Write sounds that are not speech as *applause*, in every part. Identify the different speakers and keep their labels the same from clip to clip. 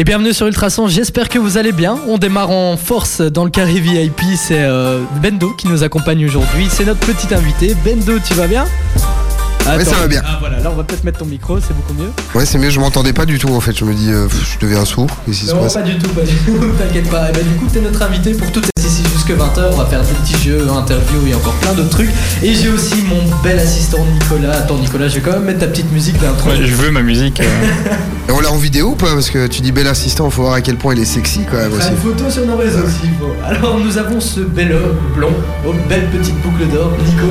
Speaker 1: Et bienvenue sur Ultrason, j'espère que vous allez bien. On démarre en force dans le carré VIP, c'est euh, Bendo qui nous accompagne aujourd'hui. C'est notre petit invité. Bendo, tu vas bien
Speaker 2: Ouais, ça va bien.
Speaker 1: Ah, voilà, là on va peut-être mettre ton micro, c'est beaucoup mieux.
Speaker 2: Ouais, c'est mieux, je m'entendais pas du tout en fait. Je me dis, euh, pff, je deviens sourd. Qu'est-ce qui se
Speaker 1: Non,
Speaker 2: passe
Speaker 1: pas du tout, pas du tout, *laughs* t'inquiète pas. Et ben, du coup, t'es notre invité pour toutes les ici jusque 20h. On va faire des petits jeux, interviews et encore plein d'autres trucs. Et j'ai aussi mon bel assistant Nicolas. Attends, Nicolas, je vais quand même mettre ta petite musique d'intro.
Speaker 3: Ouais, je veux ma
Speaker 1: *laughs*
Speaker 3: musique. euh.
Speaker 2: Et On l'a en vidéo ou pas Parce que tu dis bel assistant, faut voir à quel point il est sexy quand même
Speaker 1: On fera
Speaker 2: aussi.
Speaker 1: une photo sur nos réseaux s'il faut. Alors nous avons ce bel homme blond, oh, aux belles petites boucles d'or, Nico.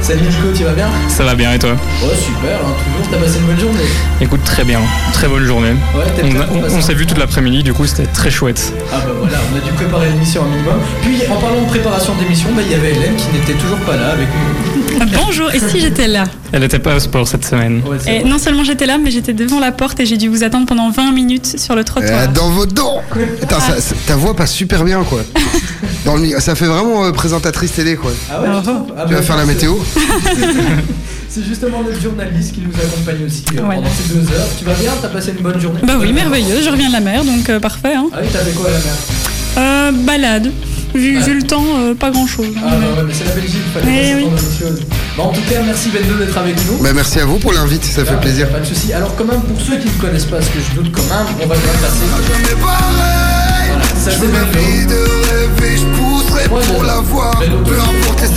Speaker 1: Salut Nico, tu vas bien
Speaker 3: Ça va bien et toi
Speaker 1: Ouais super, hein, toujours, t'as passé une bonne journée.
Speaker 3: Écoute, très bien. Très bonne journée.
Speaker 1: Ouais, t'es
Speaker 3: On,
Speaker 1: prêt
Speaker 3: a-
Speaker 1: pour
Speaker 3: on-
Speaker 1: passer
Speaker 3: on
Speaker 1: un-
Speaker 3: s'est vu toute l'après-midi, du coup c'était très chouette.
Speaker 1: Ah bah voilà, on a dû préparer l'émission un minimum. Puis en parlant de préparation d'émission, bah, il y avait Hélène qui n'était toujours pas là avec nous.
Speaker 4: Bonjour, et si j'étais là
Speaker 3: Elle n'était pas au sport cette semaine.
Speaker 1: Ouais, c'est
Speaker 4: et
Speaker 1: vrai.
Speaker 4: Eh Non seulement j'étais là, mais j'étais devant la porte et j'ai dû vous attendre pendant 20 minutes sur le
Speaker 2: Euh,
Speaker 4: trottoir.
Speaker 2: dans vos dents Putain, ça- ça- ta voix passe super bien quoi. Dans le mi- ça fait vraiment euh, présentatrice télé quoi.
Speaker 1: Ah ouais,
Speaker 4: Ah,
Speaker 1: tu trouves Ah
Speaker 2: Tu
Speaker 1: bah,
Speaker 2: vas faire la
Speaker 1: c'est-
Speaker 2: météo
Speaker 1: C'est justement notre journaliste qui nous accompagne aussi euh,
Speaker 4: Ouais.
Speaker 1: pendant ces deux heures. Tu vas bien T'as passé une bonne journée
Speaker 4: Bah oui, merveilleux, je reviens de la mer, donc euh, parfait. Hein.
Speaker 1: Ah oui, t'avais quoi à la mer
Speaker 4: Euh, balade. J'ai j'ai eu le temps, euh, pas grand chose.
Speaker 1: Ah bah ouais, mais c'est la Belgique, fallait
Speaker 4: Eh
Speaker 1: pas
Speaker 4: oui.
Speaker 1: s'attendre à autre chose. Bah en tout cas, merci Bendo d'être avec nous.
Speaker 2: Bah, Merci à vous pour l'invite, ça fait
Speaker 1: Ah,
Speaker 2: plaisir.
Speaker 1: Pas de soucis. Alors quand même, pour ceux qui ne connaissent pas, ce que je doute quand même, on va quand même passer. Voilà, ça c'est Bendo. Moi, pour j'adore. la voir, Bendo. peu importe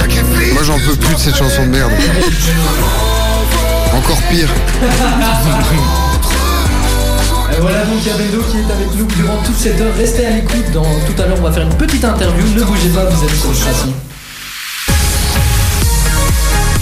Speaker 2: Moi j'en peux plus de cette chanson de merde. Encore pire.
Speaker 1: Et voilà donc il y a Bendo qui est avec nous durant toute cette heure. Restez à l'écoute. Dans... Tout à l'heure, on va faire une petite interview. Ne bougez pas, vous êtes sur le Ultrason.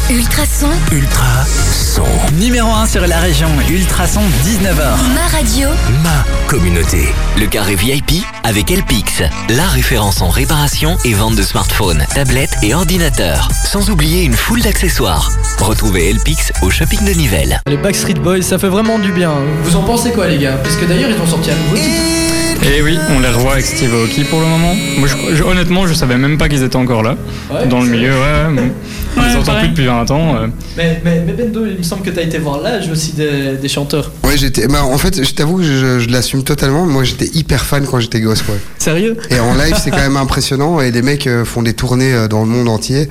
Speaker 5: Ultrason,
Speaker 6: Ultrason.
Speaker 7: Numéro 1 sur la région, Ultrason 19h.
Speaker 5: ma radio,
Speaker 6: Ma communauté. Le carré VIP avec Elpix. La référence en réparation et vente de smartphones, tablettes et ordinateurs. Sans oublier une foule d'accessoires. Retrouvez Elpix au shopping de Nivelles.
Speaker 1: Les Backstreet Boys, ça fait vraiment du bien. hein. Vous en pensez quoi les gars Parce que d'ailleurs ils ont sorti un nouveau titre.
Speaker 3: Et Eh oui, on les revoit avec Steve Aoki pour le moment. Moi, je- je- honnêtement, je savais même pas qu'ils étaient encore là.
Speaker 1: Ouais.
Speaker 3: dans le milieu, ouais. bon. On
Speaker 4: Ouais,
Speaker 3: les entend plus
Speaker 4: pareil.
Speaker 3: depuis 20 ans. euh.
Speaker 1: Mais, mais, mais Bendo, il me semble que t'as été voir l'âge aussi des, des chanteurs.
Speaker 2: Ouais j'étais. Bah en fait je t'avoue que je, je- je l'assume totalement, moi j'étais hyper fan quand j'étais gosse quoi.
Speaker 1: Sérieux
Speaker 2: Et en live, c'est quand même impressionnant. Et les mecs euh, font des tournées euh, dans le monde entier.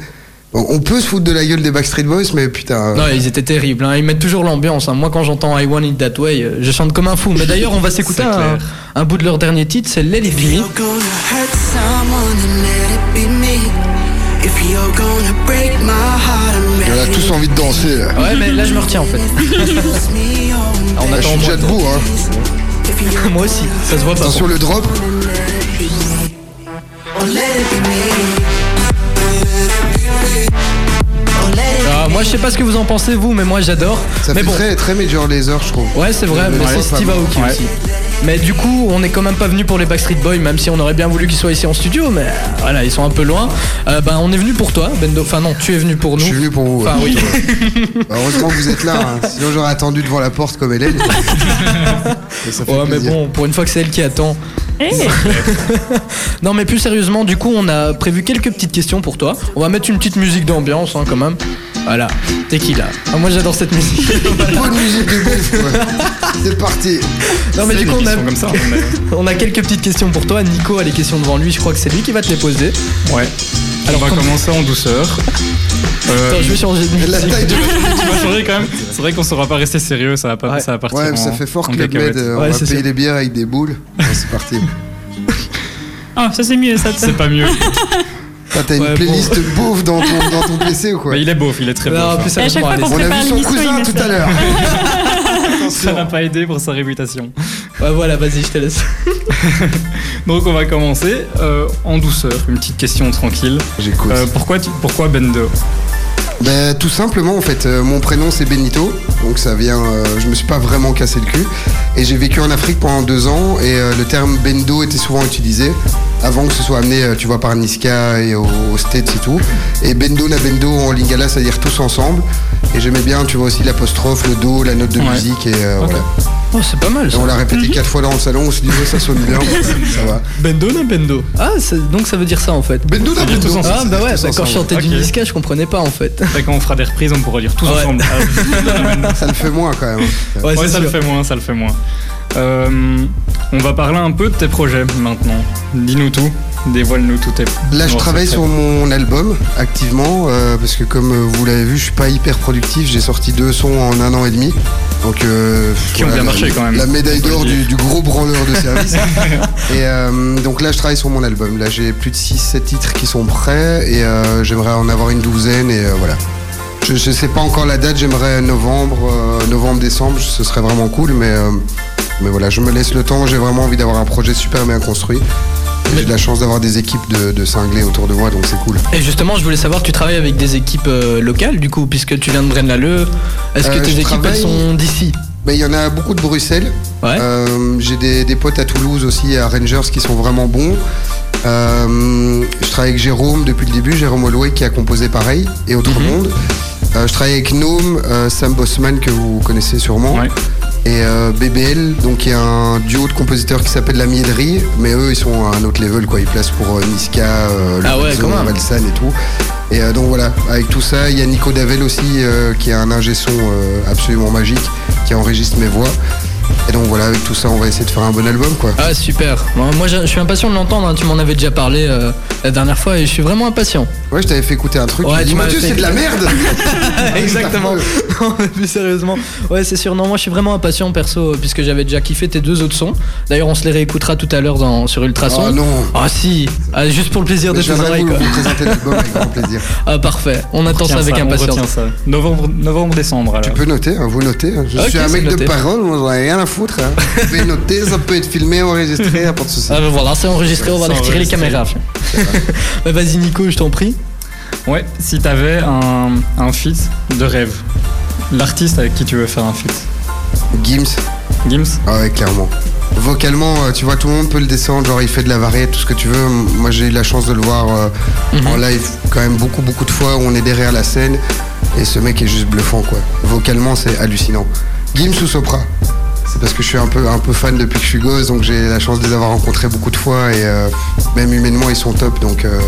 Speaker 2: On on peut se foutre de la gueule des Backstreet Boys, mais putain. euh,
Speaker 1: Non, ils étaient terribles. hein. Ils mettent toujours l'ambiance. hein. Moi, quand j'entends I Want It That Way, euh, je chante comme un fou. Mais d'ailleurs, on va s'écouter
Speaker 3: C'est
Speaker 1: un,
Speaker 3: clair.
Speaker 1: un bout de leur dernier titre, c'est Let It Be Me.
Speaker 8: If you're gonna hurt someone, then let it be me. If you're gonna break my heart, I'm
Speaker 2: On a
Speaker 8: ready.
Speaker 2: tous envie de danser. là.
Speaker 1: Ouais, mais là, je me retiens
Speaker 2: *laughs*
Speaker 1: en fait.
Speaker 8: Kiss me on
Speaker 1: On
Speaker 2: Là, je
Speaker 1: attend
Speaker 2: suis
Speaker 1: au moins-
Speaker 2: déjà debout. Hein.
Speaker 8: If you're gonna
Speaker 1: Moi aussi, ça se voit pas.
Speaker 2: Attention le drop.
Speaker 8: let it be me. Oh, let it
Speaker 1: Ah, moi, je sais pas ce que vous en pensez, vous, mais moi, j'adore.
Speaker 2: Ça
Speaker 1: Mais
Speaker 2: fait
Speaker 1: bon,
Speaker 2: très très Major Laser, je trouve.
Speaker 1: ouais, c'est vrai,
Speaker 2: Mais
Speaker 1: mais
Speaker 2: ouais,
Speaker 1: c'est
Speaker 2: pas
Speaker 1: Steve
Speaker 2: mal.
Speaker 1: Aoki
Speaker 3: Ouais.
Speaker 1: aussi. Mais du coup, on est quand même pas venu pour les Backstreet Boys, même si on aurait bien voulu qu'ils soient ici en studio, mais euh, voilà, ils sont un peu loin. Euh, ben, on est venu pour toi, Bendo. Enfin, non, tu es venu pour nous.
Speaker 2: Je suis venu pour vous. ouais.
Speaker 1: Enfin, oui.
Speaker 2: Heureusement que vous êtes là. hein. Sinon, j'aurais attendu devant la porte
Speaker 1: *laughs*
Speaker 2: comme Hélène. Et ça fait
Speaker 1: Ouais, mais
Speaker 2: plaisir.
Speaker 1: bon, pour une fois que c'est elle qui attend.
Speaker 4: Eh,
Speaker 1: *laughs* Non mais plus sérieusement, du coup on a prévu quelques petites questions pour toi. On va mettre une petite musique d'ambiance hein, quand même. Voilà, t'es qui là Ah, Moi j'adore cette
Speaker 2: *laughs*
Speaker 1: musique.
Speaker 2: Bonne musique de golf. ouais. C'est parti.
Speaker 1: non mais
Speaker 3: C'est
Speaker 1: du
Speaker 3: des
Speaker 1: coup on a,
Speaker 3: questions
Speaker 1: *laughs*
Speaker 3: comme ça. on
Speaker 1: on a quelques petites questions pour toi. Nico a les questions devant lui, je crois que c'est lui qui va te les poser.
Speaker 3: a- Ouais. Alors, on va commencer en douceur. Euh,
Speaker 1: Attends, je vais changer de musique.
Speaker 2: La taille de.
Speaker 3: *laughs* tu vas changer quand même. C'est vrai qu'on saura pas rester sérieux, ça va pas,
Speaker 1: Ouais.
Speaker 3: ça va partir.
Speaker 2: Ouais, mais
Speaker 3: en-
Speaker 2: ça fait fort
Speaker 3: en
Speaker 2: que le
Speaker 3: cacahuète.
Speaker 2: med. euh, On
Speaker 1: Ouais,
Speaker 2: va
Speaker 1: c'est
Speaker 2: payer
Speaker 1: sûr.
Speaker 2: des bières avec des boules. Ouais, c'est
Speaker 3: *laughs*
Speaker 2: parti.
Speaker 4: Ah, ça c'est mieux, ça. te-
Speaker 3: C'est
Speaker 1: *laughs*
Speaker 3: pas mieux.
Speaker 2: Toi, T'as une
Speaker 1: Ouais, bon.
Speaker 2: playlist beauf dans ton, dans ton PC ou quoi
Speaker 3: Mais il est beauf, il est très
Speaker 1: Non, en
Speaker 3: beauf.
Speaker 1: plus,
Speaker 3: hein.
Speaker 4: Et à chaque
Speaker 1: bon,
Speaker 4: fois
Speaker 1: allez,
Speaker 4: qu'on
Speaker 2: On
Speaker 4: prépare
Speaker 2: a vu son
Speaker 4: une histoire, il
Speaker 2: cousin
Speaker 4: met
Speaker 2: tout
Speaker 4: ça.
Speaker 2: à l'heure. *laughs*
Speaker 3: Ça n'a pas aidé pour sa réputation.
Speaker 1: Ouais, voilà, vas-y, je te laisse.
Speaker 3: Donc on va commencer euh, en douceur, une petite question tranquille.
Speaker 2: J'écoute.
Speaker 3: Euh, pourquoi, tu- pourquoi Bendo
Speaker 2: Bah, tout simplement en fait, euh, mon prénom c'est Benito, donc ça vient, euh, je me suis pas vraiment cassé le cul. Et j'ai vécu en Afrique pendant deux ans et euh, le terme Bendo était souvent utilisé avant que ce soit amené, euh, tu vois, par Niska et au- aux States et tout. Et Bendo, la Bendo en Lingala, c'est-à-dire tous ensemble. Et j'aimais bien, tu vois aussi l'apostrophe, le do, la note de
Speaker 3: Ouais.
Speaker 2: musique et euh, voilà.
Speaker 1: Oh c'est pas mal
Speaker 2: Et
Speaker 1: ça.
Speaker 2: on l'a répété quatre fois dans le salon, on s'est dit ouais, ça sonne bien, ça va.
Speaker 1: Bendo na Bendo. Ah c'est- donc ça veut dire ça en fait.
Speaker 2: Bendo, la
Speaker 3: dire
Speaker 2: Bendo.
Speaker 3: tous ensemble.
Speaker 1: Ah bah ouais, bah, quand je chantais du
Speaker 3: Ok.
Speaker 1: Niska je comprenais pas en fait.
Speaker 3: Après, Quand on fera des reprises, on pourra dire tous *laughs*
Speaker 1: Ouais.
Speaker 3: ensemble. Ah,
Speaker 2: Ça le fait moins quand même. hein.
Speaker 3: ouais, ça
Speaker 1: sûr.
Speaker 3: le fait moins, ça le fait moins. Euh, on va parler un peu de tes projets maintenant. Dis-nous tout, dévoile-nous tout tes.
Speaker 2: Là, je
Speaker 3: nos
Speaker 2: travaille
Speaker 3: secrets.
Speaker 2: sur mon album activement euh, parce que comme euh, vous l'avez vu, je suis pas hyper productif. J'ai sorti deux sons en un an et demi. Donc, euh,
Speaker 3: Qui ont bien
Speaker 2: la-
Speaker 3: marché, quand même.
Speaker 2: La médaille
Speaker 3: Faut le
Speaker 2: d'or
Speaker 3: dire.
Speaker 2: du, du gros branleur de
Speaker 3: *laughs*
Speaker 2: service. et euh, donc là, je travaille sur mon album. Là, j'ai plus de 6-7 titres qui sont prêts et euh, j'aimerais en avoir une douzaine. Et euh, voilà. Je, je sais pas encore la date. J'aimerais novembre, euh, novembre-décembre. Ce serait vraiment cool, mais. euh, mais voilà, je me laisse le temps, j'ai vraiment envie d'avoir un projet super bien construit. Et J'ai de la chance d'avoir des équipes de, de cinglés autour de moi, donc c'est cool.
Speaker 1: Et justement, je voulais savoir, tu travailles avec des équipes euh, locales du coup, puisque tu viens de Braine-l'Alleud. Est-ce que
Speaker 2: Euh,
Speaker 1: tes
Speaker 2: je
Speaker 1: équipes elles
Speaker 2: travaille-
Speaker 1: sont d'ici
Speaker 2: Mais il y en a beaucoup de Bruxelles.
Speaker 1: Ouais.
Speaker 2: Euh, j'ai des, des potes à Toulouse aussi, à Rangers, qui sont vraiment bons. Euh, je travaille avec Jérôme depuis le début, Jérôme Holloway qui a composé pareil et Autre
Speaker 1: Mhm.
Speaker 2: Monde. Euh, je travaille avec Gnome, euh, Sam Bosman que vous connaissez sûrement.
Speaker 3: Ouais.
Speaker 2: et euh, BBL, donc il y a un duo de compositeurs qui s'appelle La Mielerie, mais eux ils sont à un autre level quoi, ils placent pour euh, Niska, euh,
Speaker 1: Ah ouais,
Speaker 2: Lorenzo,
Speaker 1: quand même.
Speaker 2: Valsan et tout. Et euh, donc voilà, avec tout ça, il y a Nico Davel aussi euh, qui est un ingé son euh, absolument magique qui enregistre mes voix. Et donc voilà, avec tout ça, on va essayer de faire un bon album quoi.
Speaker 1: Ah super. Moi, moi, je je suis impatient de l'entendre. hein. Tu m'en avais déjà parlé euh, la dernière fois et je suis vraiment impatient.
Speaker 2: Ouais, je t'avais fait écouter un truc.
Speaker 1: Ouais,
Speaker 2: tu m'as dit,
Speaker 1: tu m'as
Speaker 2: mon Dieu,
Speaker 1: fait
Speaker 2: c'est de la
Speaker 1: écouter.
Speaker 2: merde.
Speaker 3: *laughs*
Speaker 1: *laughs*
Speaker 2: Ah,
Speaker 1: Exactement. Non, mais plus sérieusement. Ouais, c'est sûr. Non, moi, je suis vraiment impatient perso, euh, puisque j'avais déjà kiffé tes deux autres sons. D'ailleurs, on se les réécoutera tout à l'heure dans- sur Ultrason.
Speaker 2: Oh non.
Speaker 1: Ah si, Ah, juste pour le plaisir de
Speaker 2: Mais Je
Speaker 1: tes
Speaker 2: vais
Speaker 1: oreilles
Speaker 2: vous,
Speaker 1: quoi.
Speaker 2: vous présenter l'album avec grand
Speaker 1: *laughs*
Speaker 2: plaisir.
Speaker 1: Ah parfait, on attend ça
Speaker 3: Tiens
Speaker 1: avec
Speaker 3: on retient
Speaker 1: impatience.
Speaker 3: ça. Novembre, novembre, décembre.
Speaker 2: Tu
Speaker 3: Alors.
Speaker 2: peux noter, hein, vous notez. hein. Je
Speaker 1: Ok,
Speaker 2: suis un
Speaker 1: c'est
Speaker 2: mec
Speaker 1: noté.
Speaker 2: de parole, moi j'en ai rien à foutre.
Speaker 1: *laughs*
Speaker 2: hein. Vous pouvez noter, ça peut être filmé, enregistré, à part de souci.
Speaker 1: Ah ben voilà, c'est enregistré, on va
Speaker 3: C'est
Speaker 1: aller retirer les
Speaker 3: enregistré.
Speaker 1: caméras. Bah vas-y Nico, je t'en prie.
Speaker 3: Ouais. Si t'avais un un feat de rêve, l'artiste avec qui tu veux faire un feat,
Speaker 2: Gims,
Speaker 3: Gims.
Speaker 2: ah ouais, clairement. Vocalement, euh, tu vois, tout le monde peut le descendre, genre il fait de la variété, tout ce que tu veux. M- Moi j'ai eu la chance de le voir euh,
Speaker 1: Mhm.
Speaker 2: en live quand même beaucoup, beaucoup de fois où on est derrière la scène et ce mec est juste bluffant quoi. Vocalement, c'est hallucinant. Gims ou Sopra c'est parce que je suis un peu, un peu fan depuis que je suis gosse, donc j'ai la chance de les avoir rencontrés beaucoup de fois et euh, même humainement ils sont top, donc euh,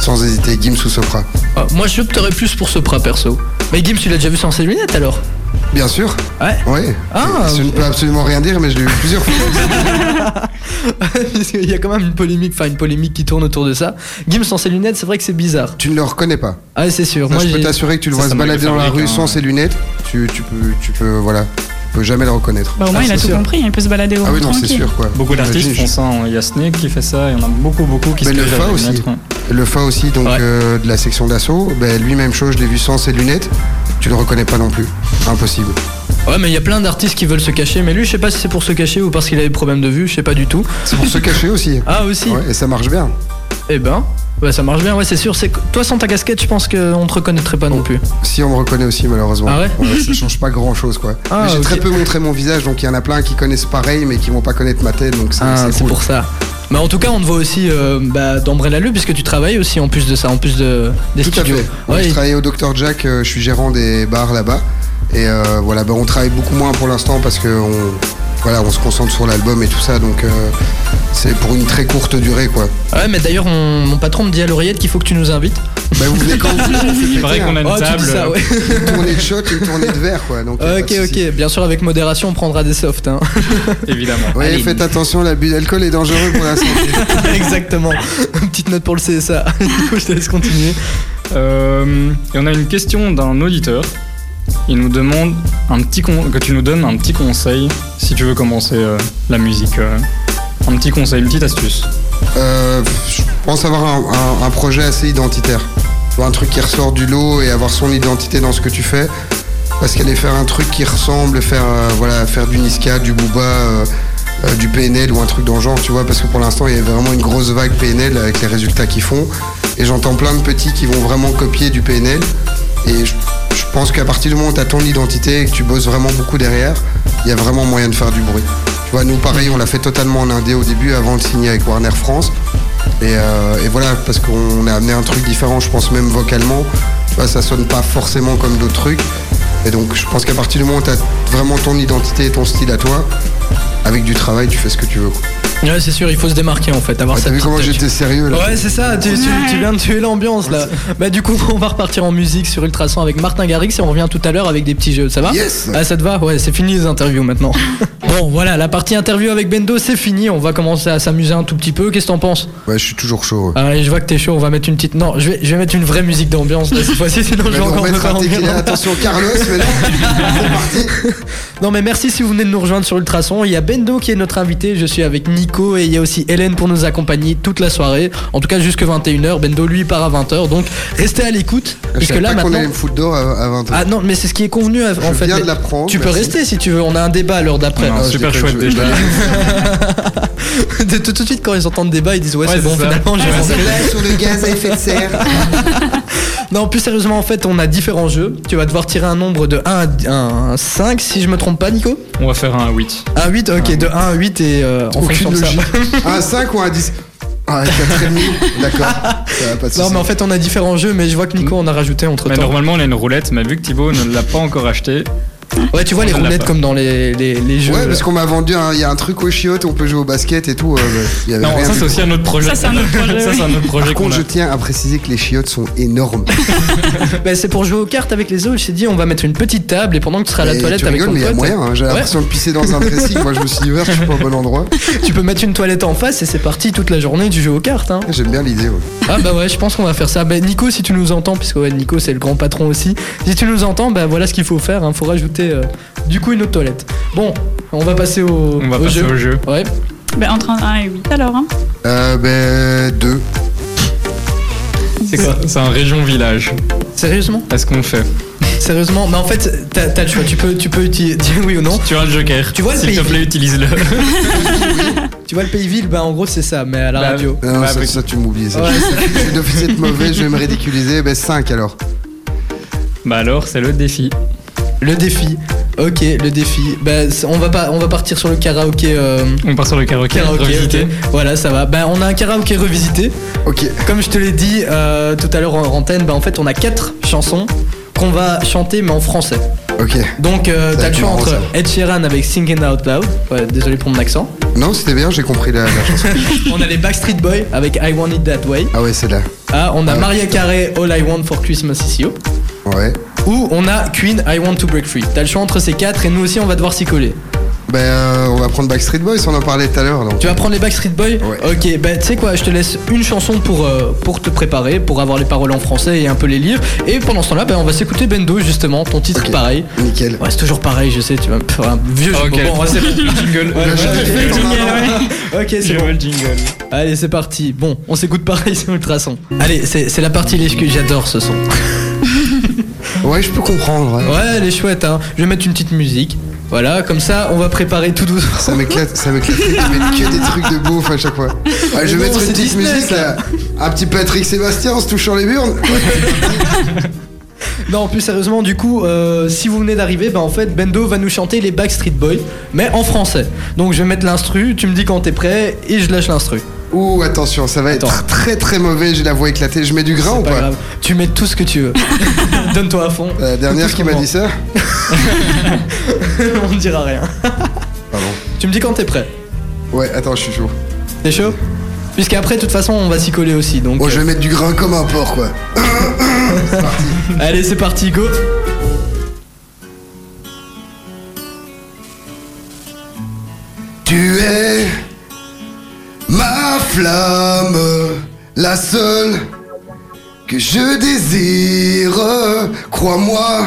Speaker 2: sans hésiter, Gims ou Sopra.
Speaker 1: Ah, moi j'opterais plus pour ce Sopra perso. Mais Gims, tu l'as déjà vu sans ses lunettes
Speaker 3: *laughs*
Speaker 1: alors
Speaker 2: Bien sûr.
Speaker 1: Ouais.
Speaker 2: Ouais.
Speaker 1: Ah,
Speaker 2: je ne peux absolument rien dire, mais je l'ai vu plusieurs
Speaker 1: *laughs*
Speaker 2: fois.
Speaker 1: Il y a quand même une polémique, enfin une polémique qui tourne autour de ça. Gims sans ses lunettes, c'est vrai que c'est bizarre.
Speaker 2: tu ne le reconnais pas.
Speaker 1: Ah c'est sûr.
Speaker 2: Ça,
Speaker 1: Moi
Speaker 2: je peux
Speaker 1: j'ai-
Speaker 2: t'assurer que tu le
Speaker 3: Ça,
Speaker 2: vois
Speaker 3: ça
Speaker 2: se
Speaker 3: m'a
Speaker 2: balader
Speaker 3: fait
Speaker 2: dans la
Speaker 3: fabriquer
Speaker 2: rue
Speaker 3: un-
Speaker 2: sans ses lunettes. Tu, tu peux, tu peux, voilà, tu peux jamais le reconnaître.
Speaker 4: Bah, au
Speaker 1: Ah,
Speaker 4: moins, il a
Speaker 1: c'est
Speaker 4: tout
Speaker 1: sûr.
Speaker 4: compris, il peut se balader au
Speaker 2: Ah oui, non, c'est
Speaker 4: tranquille.
Speaker 2: sûr quoi.
Speaker 3: Beaucoup d'artistes
Speaker 2: Imagine,
Speaker 3: font ça. hein. Il y a Snake qui fait ça. Il y en a beaucoup, beaucoup qui
Speaker 2: Mais
Speaker 3: se
Speaker 2: Ben, le
Speaker 3: cachent avec
Speaker 2: Fa
Speaker 3: des
Speaker 2: aussi.
Speaker 3: lunettes, hein. ouais.
Speaker 2: Le Fa aussi, donc
Speaker 1: Ouais.
Speaker 2: euh, de la section d'assaut, ben, lui même chose, je l'ai vu sans ses lunettes. Tu le reconnais pas non plus. Impossible.
Speaker 1: Ouais, mais il y a plein d'artistes qui veulent se cacher, mais lui, je sais pas si c'est pour se cacher ou parce qu'il a des problèmes de vue, je sais pas du tout.
Speaker 2: C'est pour se cacher aussi.
Speaker 1: Ah, aussi
Speaker 2: Ouais, et ça marche bien.
Speaker 1: Eh ben, ouais, ça marche bien, ouais, c'est sûr. C'est que- Toi, sans ta casquette, je pense qu'on te reconnaîtrait
Speaker 2: Oh.
Speaker 1: pas non plus.
Speaker 2: Si on me reconnaît aussi malheureusement.
Speaker 1: Ah ouais
Speaker 2: Ça change pas grand chose quoi.
Speaker 1: Ah,
Speaker 2: Mais j'ai
Speaker 1: ok.
Speaker 2: très peu montré mon visage donc il y en a plein qui connaissent pareil mais qui vont pas connaître ma tête donc c'est
Speaker 1: Ah, c'est
Speaker 2: cool.
Speaker 1: pour ça. Mais en tout cas, on te voit aussi euh, bah, dans Brel-l'Alleud, puisque tu travailles aussi en plus de ça, en plus de, des
Speaker 2: Tout à fait.
Speaker 1: studios.
Speaker 2: Ouais,
Speaker 1: Ouais,
Speaker 2: je travaille au Dr Jack, euh, je suis gérant des bars là-bas. Et euh, voilà, bah, on travaille beaucoup moins pour l'instant parce que on, voilà, on se concentre sur l'album et tout ça. Donc euh, c'est pour une très courte durée quoi.
Speaker 1: ouais, mais d'ailleurs, mon, mon patron me dit à l'oreillette qu'il faut que tu nous invites.
Speaker 2: *laughs* Bah, vous venez quand vous voulez, on fait
Speaker 3: Il paraît
Speaker 2: péter,
Speaker 3: qu'on a
Speaker 2: hein.
Speaker 3: une
Speaker 1: Oh, tu
Speaker 3: table.
Speaker 1: dis ça, ouais.
Speaker 2: une tournée de shot, une tournée de verre quoi. Donc, y a *laughs* pas
Speaker 1: ok,
Speaker 2: de souci.
Speaker 1: ok. Bien sûr, avec modération, on prendra des softs.
Speaker 2: *laughs*
Speaker 1: Hein. *laughs*
Speaker 3: Évidemment.
Speaker 2: Ouais,
Speaker 3: Allez,
Speaker 2: faites attention, l'abus d'alcool est dangereux pour la santé.
Speaker 1: Exactement. Petite note pour le CSA. *laughs* du coup, je te laisse continuer.
Speaker 3: Euh, et on a une question d'un auditeur. Il nous demande un petit con- que tu nous donnes un petit conseil si tu veux commencer euh, la musique. euh, un petit conseil, une petite astuce.
Speaker 2: Euh, je pense avoir un, un- un projet assez identitaire. Tu vois, Un truc qui ressort du lot et avoir son identité dans ce que tu fais. Parce qu'aller faire un truc qui ressemble, faire, euh, voilà, faire du Niska, du Booba, euh, euh, du PNL ou un truc dans le genre, tu vois, parce que pour l'instant il y a vraiment une grosse vague PNL avec les résultats qu'ils font. Et j'entends plein de petits qui vont vraiment copier du PNL. Et je, je pense qu'à partir du moment où tu as ton identité et que tu bosses vraiment beaucoup derrière, il y a vraiment moyen de faire du bruit. Tu vois, nous pareil, on l'a fait totalement en indé au début avant de signer avec Warner France. Et, euh, et voilà, parce qu'on a amené un truc différent, je pense même vocalement. Tu vois, ça sonne pas forcément comme d'autres trucs. Et donc, je pense qu'à partir du moment où tu as vraiment ton identité et ton style à toi, avec du travail, tu fais ce que tu veux. quoi.
Speaker 3: On
Speaker 1: Ouais, c'est sûr, il faut se démarquer en fait, avoir
Speaker 2: Ah,
Speaker 1: sa
Speaker 2: T'as vu
Speaker 1: petite
Speaker 2: comment
Speaker 1: touch.
Speaker 2: j'étais sérieux là
Speaker 1: Ouais, c'est ça, tu, tu- tu viens de tuer l'ambiance là. Bah, du coup, on va repartir en musique sur Ultrason avec Martin Garrix et on revient tout à l'heure avec des petits jeux, ça va
Speaker 2: Yes
Speaker 1: Ah, ça te va Ouais, c'est fini les interviews maintenant. bon, voilà, la partie interview avec Bendo, c'est fini, on va commencer à s'amuser un tout petit peu. Qu'est-ce que t'en penses
Speaker 2: Ouais, je suis toujours chaud. ouais.
Speaker 1: Allez, je vois que t'es chaud, on va mettre une petite. Non, je vais, je vais mettre une vraie musique d'ambiance là cette fois-ci, sinon Ah, je vais
Speaker 2: On va
Speaker 1: encore me
Speaker 2: mettre
Speaker 1: faire
Speaker 2: un tequila.
Speaker 1: engueuler.
Speaker 2: Attention, Carlos,
Speaker 1: *laughs*
Speaker 2: mais là, c'est parti.
Speaker 1: Non mais merci si vous venez de nous rejoindre sur Ultrason. Il y a Bendo qui est notre invité, je suis avec Nico et il y a aussi Hélène pour nous accompagner toute la soirée. En tout cas jusque 21h. Bendo lui part à 20h. Donc restez à l'écoute.
Speaker 2: Je
Speaker 1: Puisque
Speaker 2: savais
Speaker 1: là
Speaker 2: pas qu'on
Speaker 1: maintenant...
Speaker 2: allait me foutre dehors à, à 20
Speaker 1: Ah non mais c'est ce qui est convenu en
Speaker 2: Je
Speaker 1: fait.
Speaker 2: viens
Speaker 1: Mais
Speaker 2: de l'apprendre,
Speaker 1: Tu peux
Speaker 2: merci.
Speaker 1: rester si tu veux, on a un débat à l'heure d'après.
Speaker 3: Non,
Speaker 2: Ah, je
Speaker 3: super
Speaker 2: déconne,
Speaker 3: chouette
Speaker 2: je-
Speaker 3: déjà.
Speaker 1: tout *laughs* de suite quand ils entendent débat ils disent ouais,
Speaker 3: Ouais,
Speaker 1: c'est
Speaker 3: c'est
Speaker 1: bon
Speaker 3: ça.
Speaker 1: finalement j'ai compris.
Speaker 2: sur le gaz à effet de serre.
Speaker 1: Non, plus sérieusement, en fait, on a différents jeux. Tu vas devoir tirer un nombre de 1 à 1 à 5, si je me trompe pas, Nico
Speaker 3: On va faire un 8.
Speaker 1: 1 à 8, ok, de 1 à 8 et euh, en fonction
Speaker 2: Aucune
Speaker 1: de ça.
Speaker 2: logique. Un 5 ou un 10 Ah, 4,5. D'accord. Ça va pas de
Speaker 1: Non,
Speaker 2: souci.
Speaker 1: mais en fait, on a différents jeux, mais je vois que Nico en a rajouté entre
Speaker 3: Bah,
Speaker 1: temps.
Speaker 3: normalement, on a une roulette, mais vu que Thibaut ne l'a pas encore acheté,
Speaker 1: Ouais, tu vois, les
Speaker 3: On l'a
Speaker 1: roulettes
Speaker 3: pas.
Speaker 1: comme dans les, les, les jeux.
Speaker 2: Ouais, parce qu'on m'a vendu, un- il y a un truc au chiottes, on peut jouer au basket et tout. euh, bah, il y avait
Speaker 3: non,
Speaker 2: rien
Speaker 3: ça
Speaker 2: du
Speaker 3: c'est
Speaker 2: tout.
Speaker 3: aussi un autre projet.
Speaker 4: Ça, c'est un autre
Speaker 3: *laughs*
Speaker 4: projet,
Speaker 3: Ça, c'est un autre projet
Speaker 2: Par
Speaker 3: qu'on
Speaker 2: contre,
Speaker 3: a.
Speaker 2: je tiens à préciser que les chiottes sont énormes.
Speaker 1: Bah, c'est pour jouer aux cartes avec les autres. Je t'ai dit, on va mettre une petite table et pendant que tu seras à la
Speaker 2: Et
Speaker 1: toilette
Speaker 2: tu
Speaker 1: avec
Speaker 2: rigoles,
Speaker 1: ton
Speaker 2: mais il y a
Speaker 1: pote,
Speaker 2: moyen. hein. J'ai
Speaker 1: Ouais.
Speaker 2: l'impression de pisser dans un dressing. Moi, je me suis dit, ouvert, je suis pas au bon endroit.
Speaker 1: *laughs* tu peux mettre une toilette en face et c'est parti toute la journée du jeu aux cartes. Hein.
Speaker 2: J'aime bien l'idée. ouais.
Speaker 1: Ah bah ouais, je pense qu'on va faire ça. Bah, Nico, si tu nous entends, puisque ouais, Nico c'est le grand patron aussi, si tu nous entends, bah voilà ce qu'il faut faire. Il faut rajouter euh, du coup une autre toilette. Bon, on va passer au,
Speaker 3: On va
Speaker 1: au
Speaker 3: passer
Speaker 1: jeu.
Speaker 3: au jeu.
Speaker 1: Ouais.
Speaker 4: Ben, entre un 1 et 8 alors. Hein.
Speaker 2: Euh, ben, deux.
Speaker 3: C'est quoi C'est un région-village.
Speaker 1: Sérieusement
Speaker 3: Est-ce qu'on le fait
Speaker 1: Sérieusement Mais en fait, t'as t'as le choix. Tu peux, tu peux uti- *laughs* dire oui ou non.
Speaker 3: Tu as le joker.
Speaker 1: Tu vois le
Speaker 3: S'il te
Speaker 1: pays-
Speaker 3: plaît, utilise-le.
Speaker 1: Tu vois le pays ville, bah en gros c'est ça, mais à la
Speaker 3: Bah,
Speaker 1: radio.
Speaker 2: Ah non,
Speaker 3: Bah,
Speaker 2: ça,
Speaker 3: après-
Speaker 2: ça, tu m'oublies. Ça.
Speaker 1: Ouais,
Speaker 2: *laughs* Je suis d'office être mauvais, je vais me ridiculiser. Ben, 5 alors.
Speaker 3: bah alors, c'est le défi.
Speaker 1: Le défi. Ok, le défi. Bah c'est- on va pas, on va partir sur le karaoké. euh,
Speaker 3: On part sur le karaoké.
Speaker 1: Karaoké,
Speaker 3: revisité.
Speaker 1: ok. voilà, ça va. Bah, on a un karaoké revisité.
Speaker 2: Ok.
Speaker 1: Comme je te l'ai dit euh, tout à l'heure en antenne, bah, en fait, on a quatre chansons qu'on va chanter, mais en français.
Speaker 2: Ok.
Speaker 1: Donc, euh,
Speaker 2: Ça va
Speaker 1: t'as le
Speaker 2: être
Speaker 1: choix
Speaker 2: marrant,
Speaker 1: entre
Speaker 2: ça.
Speaker 1: Ed Sheeran avec Singing Out Loud. Ouais, désolé pour mon accent.
Speaker 2: Non, c'était bien, j'ai compris la, la chanson.
Speaker 1: on a les Backstreet Boys avec I Want It That Way.
Speaker 2: Ah ouais, c'est là.
Speaker 1: Ah, on a
Speaker 2: Ouais.
Speaker 1: Maria Carey All I Want for Christmas Is You.
Speaker 2: Ouais.
Speaker 1: Ou on a Queen I Want to Break Free. T'as le choix entre ces quatre et nous aussi, on va devoir s'y coller.
Speaker 2: Ben, euh, on va prendre Backstreet Boys, on en parlait tout à l'heure. donc.
Speaker 1: Tu vas prendre les Backstreet Boys
Speaker 2: Ouais.
Speaker 1: Ok, bah tu sais quoi, je te laisse une chanson pour, euh, pour te préparer, pour avoir les paroles en français et un peu les livres. Et pendant ce temps-là, bah, on va s'écouter Bendo, justement, ton titre
Speaker 2: Ok.
Speaker 1: pareil.
Speaker 2: Nickel.
Speaker 1: Ouais, c'est toujours pareil, je sais, tu vas me faire un vieux jeu
Speaker 3: Ah,
Speaker 1: de
Speaker 3: ok.
Speaker 1: mots. Bon, ouais, c'est bon.
Speaker 3: Jingle.
Speaker 1: Ouais,
Speaker 2: je
Speaker 1: ouais,
Speaker 2: l'ai
Speaker 1: ouais.
Speaker 2: fait, j'en ai
Speaker 1: Ok, c'est
Speaker 3: Je
Speaker 1: bon.
Speaker 3: veux le jingle.
Speaker 1: Allez, c'est parti. Bon, on s'écoute pareil *laughs* sur Ultrason. Allez, c'est c'est la partie les que j'adore ce son.
Speaker 2: Ouais, je peux comprendre. ouais.
Speaker 1: Ouais, elle est chouette, hein. Je vais mettre une petite musique. Voilà, comme ça, on va préparer tout doucement.
Speaker 2: Ça m'éclate, ça m'éclate. Tu mets que des trucs de bouffe à chaque fois. Ouais, je
Speaker 1: Mais
Speaker 2: vais
Speaker 1: non,
Speaker 2: mettre
Speaker 1: c'est
Speaker 2: une petite
Speaker 1: Disney,
Speaker 2: musique
Speaker 1: ça.
Speaker 2: là. Un petit Patrick Sébastien en se touchant les burnes.
Speaker 1: Non, plus sérieusement, du coup, euh, si vous venez d'arriver, bah en fait, Bendo va nous chanter les Backstreet Boys, mais en français. Donc je vais mettre l'instru, tu me dis quand t'es prêt, et je lâche l'instru.
Speaker 2: Ouh, attention, ça va être
Speaker 1: Attends.
Speaker 2: très très mauvais. J'ai la voix éclatée. Je mets du grain
Speaker 1: C'est
Speaker 2: ou
Speaker 1: pas
Speaker 2: pas,
Speaker 1: grave. Tu mets tout ce que
Speaker 2: *laughs*
Speaker 1: tu veux. *laughs* Donne-toi à fond.
Speaker 2: La
Speaker 1: Tout
Speaker 2: dernière
Speaker 1: ce
Speaker 2: qui
Speaker 1: qu'on
Speaker 2: m'a
Speaker 1: prend.
Speaker 2: dit ça.
Speaker 1: *laughs* On ne dira rien.
Speaker 2: Pardon.
Speaker 1: Tu me dis quand t'es prêt.
Speaker 2: Ouais, attends, je suis chaud.
Speaker 1: T'es chaud Puisqu'après, de toute façon, on va s'y coller aussi. Donc,
Speaker 2: Bon, je
Speaker 1: euh,
Speaker 2: vais mettre du grain comme un porc quoi.
Speaker 1: allez, c'est parti, go.
Speaker 2: Tu es ma flamme, la seule que je désire. Crois-moi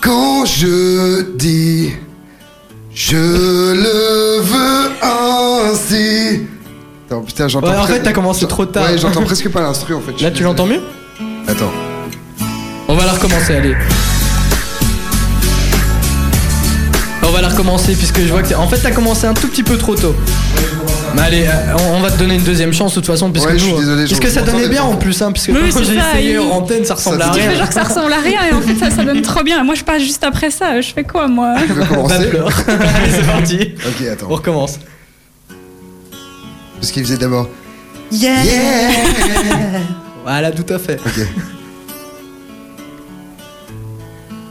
Speaker 2: quand je dis, je le veux ainsi. Attends, putain, j'entends.
Speaker 1: Ouais, en
Speaker 2: pres-
Speaker 1: fait, t'as commencé
Speaker 2: j'en-
Speaker 1: trop tard.
Speaker 2: Ouais, j'entends presque pas l'instru en fait. je
Speaker 1: Là,
Speaker 2: suis
Speaker 1: tu l'entends
Speaker 2: désolé.
Speaker 1: mieux
Speaker 2: Attends.
Speaker 1: On va la recommencer, allez. On va la recommencer puisque je vois que c'est... En fait t'as commencé un tout petit peu trop tôt. Mais allez, euh, on, on va te donner une deuxième chance de toute façon puisque
Speaker 2: Ouais, je
Speaker 1: nous,
Speaker 2: suis
Speaker 1: euh,
Speaker 2: désolé, je
Speaker 1: puisque ça
Speaker 2: m'entendais
Speaker 1: donnait bien
Speaker 2: pas.
Speaker 1: en plus hein, puisque
Speaker 4: Oui, oui,
Speaker 1: quand
Speaker 4: c'est
Speaker 1: j'ai
Speaker 4: ça,
Speaker 1: essayé
Speaker 4: il-
Speaker 1: hors antenne ça ressemble à
Speaker 2: te dit-
Speaker 1: rien.
Speaker 4: Mais genre que ça ressemble à rien et en fait ça, ça donne trop bien. Moi je passe juste après ça, je fais quoi moi
Speaker 1: *laughs*
Speaker 2: Tu veux
Speaker 1: Va
Speaker 2: commencer *laughs*
Speaker 1: pleurer. allez c'est parti.
Speaker 2: Ok,
Speaker 1: On
Speaker 2: attends.
Speaker 1: recommence.
Speaker 2: Parce qu'il faisait d'abord.
Speaker 1: Yeah.
Speaker 2: Yeah
Speaker 1: Voilà tout à
Speaker 2: *laughs*
Speaker 1: fait.
Speaker 2: Ok.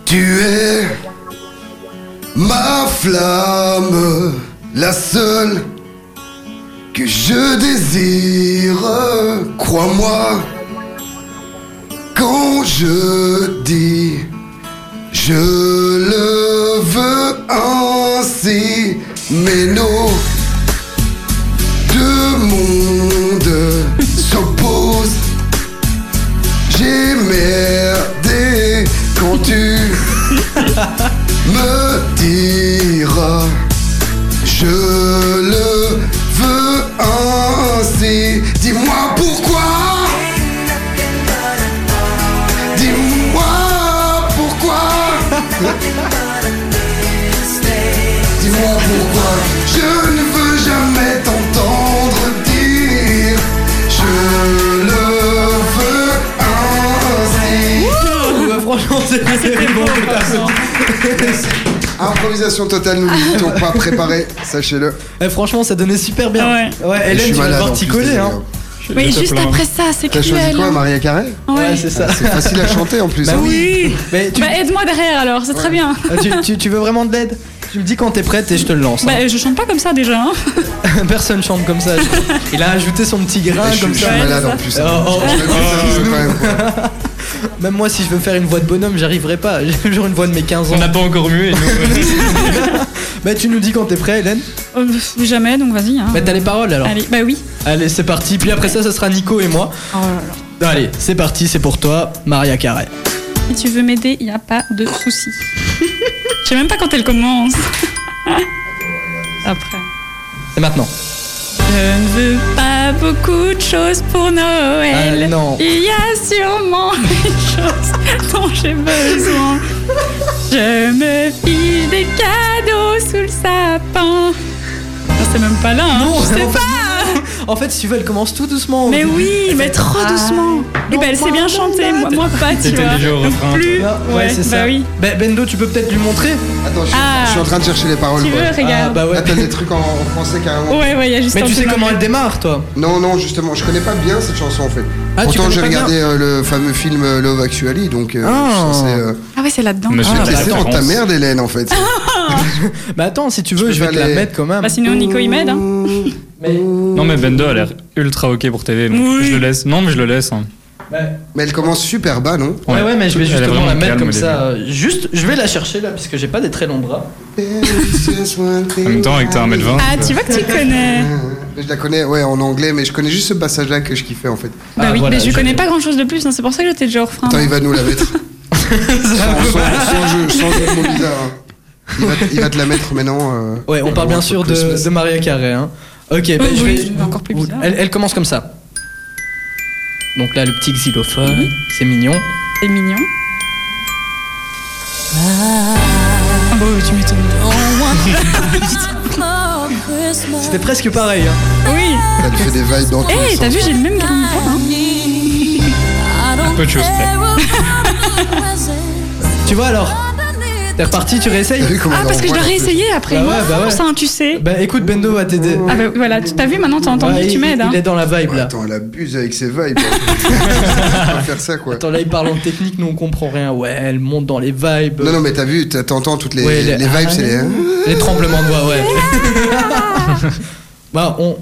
Speaker 2: tu es ma flamme, la seule que je désire, crois-moi, quand je dis, je le veux ainsi, mais nos deux mondes s'opposent. J'ai merdé quand tu me diras, je le veux ainsi. Dis-moi pourquoi. Dis-moi pourquoi Dis-moi pourquoi Je ne veux jamais t'entendre dire Je le veux ainsi Oh,
Speaker 1: Bah, Franchement,
Speaker 2: *laughs*
Speaker 1: c'est c'est bon.
Speaker 2: Improvisation totale, nous n'étions pas
Speaker 1: *laughs*
Speaker 2: préparés, sachez-le.
Speaker 1: Eh, franchement, ça donnait super bien.
Speaker 4: Ouais.
Speaker 2: Et je
Speaker 1: Hélène,
Speaker 2: suis
Speaker 1: tu vas
Speaker 2: malade
Speaker 1: devoir
Speaker 2: en
Speaker 1: t'y
Speaker 2: plus,
Speaker 1: coller.
Speaker 2: désolé,
Speaker 1: Hein.
Speaker 2: hein.
Speaker 4: Mais
Speaker 3: Je te
Speaker 4: juste
Speaker 3: plains.
Speaker 4: après ça, c'est
Speaker 2: T'as choisi
Speaker 4: cruel. hein.
Speaker 2: quoi, Maria Carré
Speaker 4: Ouais.
Speaker 1: Ouais, c'est ça.
Speaker 2: C'est facile à chanter en plus.
Speaker 1: hein. Bah
Speaker 2: hein.
Speaker 4: Oui.
Speaker 1: Mais tu,
Speaker 4: Bah aide-moi derrière alors, c'est très bien.
Speaker 1: Ah, tu, tu- tu veux vraiment de l'aide Tu me dis quand t'es prête et je te le lance. hein.
Speaker 4: Bah je chante pas comme ça déjà. hein.
Speaker 1: *laughs*
Speaker 4: *laughs*
Speaker 1: Personne chante comme ça. je crois. Il a ajouté son petit
Speaker 2: Je
Speaker 1: grain
Speaker 2: suis-
Speaker 1: Ah, comme
Speaker 2: je suis
Speaker 1: ça.
Speaker 2: malade
Speaker 4: ça.
Speaker 2: en plus. hein.
Speaker 1: Oh, oh, oh.
Speaker 2: Je vais vous dire, quand même, quoi.
Speaker 1: Même moi, si je veux faire une voix de bonhomme, j'arriverai pas. *laughs* J'ai toujours une voix de mes 15 ans.
Speaker 3: On n'a pas encore mué. nous.
Speaker 1: Bah, tu nous dis quand t'es prêt, Hélène
Speaker 4: Euh, pff, jamais, donc vas-y. hein.
Speaker 1: Bah, t'as les paroles alors.
Speaker 4: Allez, bah oui.
Speaker 1: Allez, c'est parti. Puis après ça, ça sera Nico et moi.
Speaker 4: Oh là là.
Speaker 1: Allez, c'est parti, c'est pour toi, Maria Carré.
Speaker 4: Si tu veux m'aider, il n'y a pas de souci. *laughs* Je sais même pas quand elle commence. *laughs* Après.
Speaker 1: C'est maintenant.
Speaker 4: Je ne veux pas beaucoup de choses pour Noël.
Speaker 1: Ah, non.
Speaker 4: Il y a sûrement *laughs* une chose dont j'ai besoin. Je me fiche des cadeaux sous le sapin. Non, C'est même pas là, hein.
Speaker 1: Non,
Speaker 4: je sais
Speaker 1: en fait,
Speaker 4: pas.
Speaker 1: En fait, si tu veux, elle commence tout doucement.
Speaker 4: Mais oui, Ah, mais trop
Speaker 1: Ah.
Speaker 4: doucement. Et ben elle sait bien chanter, moi, moi pas, tu
Speaker 3: C'était
Speaker 4: vois.
Speaker 3: déjà au refrain.
Speaker 4: Plus.
Speaker 1: Ah, ouais,
Speaker 4: ouais,
Speaker 1: c'est
Speaker 4: bah
Speaker 1: ça.
Speaker 4: oui.
Speaker 1: Bah, Bendo, tu peux peut-être lui montrer
Speaker 2: Attends, je suis,
Speaker 4: Ah.
Speaker 2: je suis en train de chercher les paroles.
Speaker 4: Tu
Speaker 2: quoi.
Speaker 4: veux,
Speaker 1: Ah,
Speaker 4: regarde.
Speaker 1: bah ouais.
Speaker 2: Là, t'as des trucs en, en français carrément.
Speaker 4: Ouais, ouais, il y a juste
Speaker 1: Mais
Speaker 4: un
Speaker 1: tu
Speaker 4: peu
Speaker 1: sais comment elle démarre, toi
Speaker 2: Non, non, justement, je connais pas bien cette chanson en fait.
Speaker 1: Ah, tu
Speaker 2: Pourtant,
Speaker 1: connais
Speaker 2: j'ai
Speaker 1: pas bien.
Speaker 2: regardé euh, le fameux film euh, Love Actually, donc euh,
Speaker 1: Ah.
Speaker 2: je suis censé. euh,
Speaker 4: Ah ouais, c'est là-dedans.
Speaker 3: Mais
Speaker 1: Ah,
Speaker 2: t'es
Speaker 1: bah,
Speaker 2: laissé dans ta merde, Hélène, en fait.
Speaker 4: Ah.
Speaker 1: Bah attends, si tu veux,
Speaker 2: peux
Speaker 1: je vais
Speaker 2: pas
Speaker 1: te la
Speaker 2: les-
Speaker 1: mettre quand même.
Speaker 4: Bah sinon Nico il m'aide. Hein.
Speaker 3: Non mais Bendo a l'air ultra ok pour t'aider. donc
Speaker 4: Oui.
Speaker 3: Je le laisse. Non mais je le laisse. hein.
Speaker 2: Mais elle commence super bas, non
Speaker 1: Ouais, ouais, mais je vais
Speaker 3: Elle est
Speaker 1: justement
Speaker 3: vraiment
Speaker 1: la mettre
Speaker 3: calme
Speaker 1: comme
Speaker 3: au
Speaker 1: ça. euh, Juste, je vais la chercher là, puisque j'ai pas des très longs bras.
Speaker 3: En même temps, avec ta 1m20.
Speaker 4: Ah, tu vois que tu connais. Bah
Speaker 2: Je la connais, ouais, en anglais, mais je connais juste ce passage-là que je kiffais en fait.
Speaker 4: Bah
Speaker 1: Ah,
Speaker 4: oui,
Speaker 1: voilà,
Speaker 4: mais je
Speaker 1: je-
Speaker 4: connais pas grand chose de plus, hein, c'est pour ça que j'étais déjà au refrain.
Speaker 2: Attends, il va nous la
Speaker 4: *laughs*
Speaker 2: mettre. sans, sans, sans jeu, sans jeu de mots bizarres, hein. Il va, te- il va te la mettre maintenant. euh,
Speaker 1: Ouais, on parle bien
Speaker 2: pour
Speaker 1: sûr de,
Speaker 2: Christmas.
Speaker 1: de Maria Carré. Hein. Ok, bah,
Speaker 4: Oh,
Speaker 1: je
Speaker 4: oui,
Speaker 1: vais.
Speaker 4: c'est encore plus bizarre.
Speaker 1: Elle, elle commence comme ça. Donc là, le petit xylophone, c'est mignon.
Speaker 4: C'est mignon. Ah bah ouais, tu m'étonnes.
Speaker 1: C'était presque pareil. Hein.
Speaker 4: Oui.
Speaker 2: Elle fait des vibes dans tous
Speaker 4: Hé,
Speaker 2: les
Speaker 4: t'as
Speaker 2: sens.
Speaker 4: vu, j'ai le même grain de voix,
Speaker 1: Ah,
Speaker 4: hein.
Speaker 3: peu de choses
Speaker 1: Tu vois alors T'es reparti, tu réessayes
Speaker 4: *laughs*
Speaker 2: T'as vu comment
Speaker 4: Ah,
Speaker 2: elle
Speaker 4: parce que je
Speaker 2: envoie
Speaker 4: dois
Speaker 2: la plus-
Speaker 4: réessayer après.
Speaker 1: Bah ouais, bah ouais.
Speaker 4: Pour ça, hein, tu sais.
Speaker 1: Bah écoute, Bendo va t'aider.
Speaker 4: Ah bah voilà, tu- t'as vu maintenant, t'as entendu,
Speaker 1: Ouais,
Speaker 4: tu
Speaker 1: il-
Speaker 4: m'aides. Hein.
Speaker 1: Il est dans la vibe là.
Speaker 2: Attends, elle abuse avec ses
Speaker 1: *laughs*
Speaker 2: vibes. Faut faire ça quoi.
Speaker 1: Attends, là, il parle en technique, nous on comprend rien. Ouais, elle monte dans les vibes.
Speaker 2: Non, non, mais t'as vu, t'as- t'entends toutes les,
Speaker 1: Ouais,
Speaker 2: les,
Speaker 1: les- ah,
Speaker 2: vibes, c'est les. hein
Speaker 1: Les tremblements de voix, ouais. bah, on,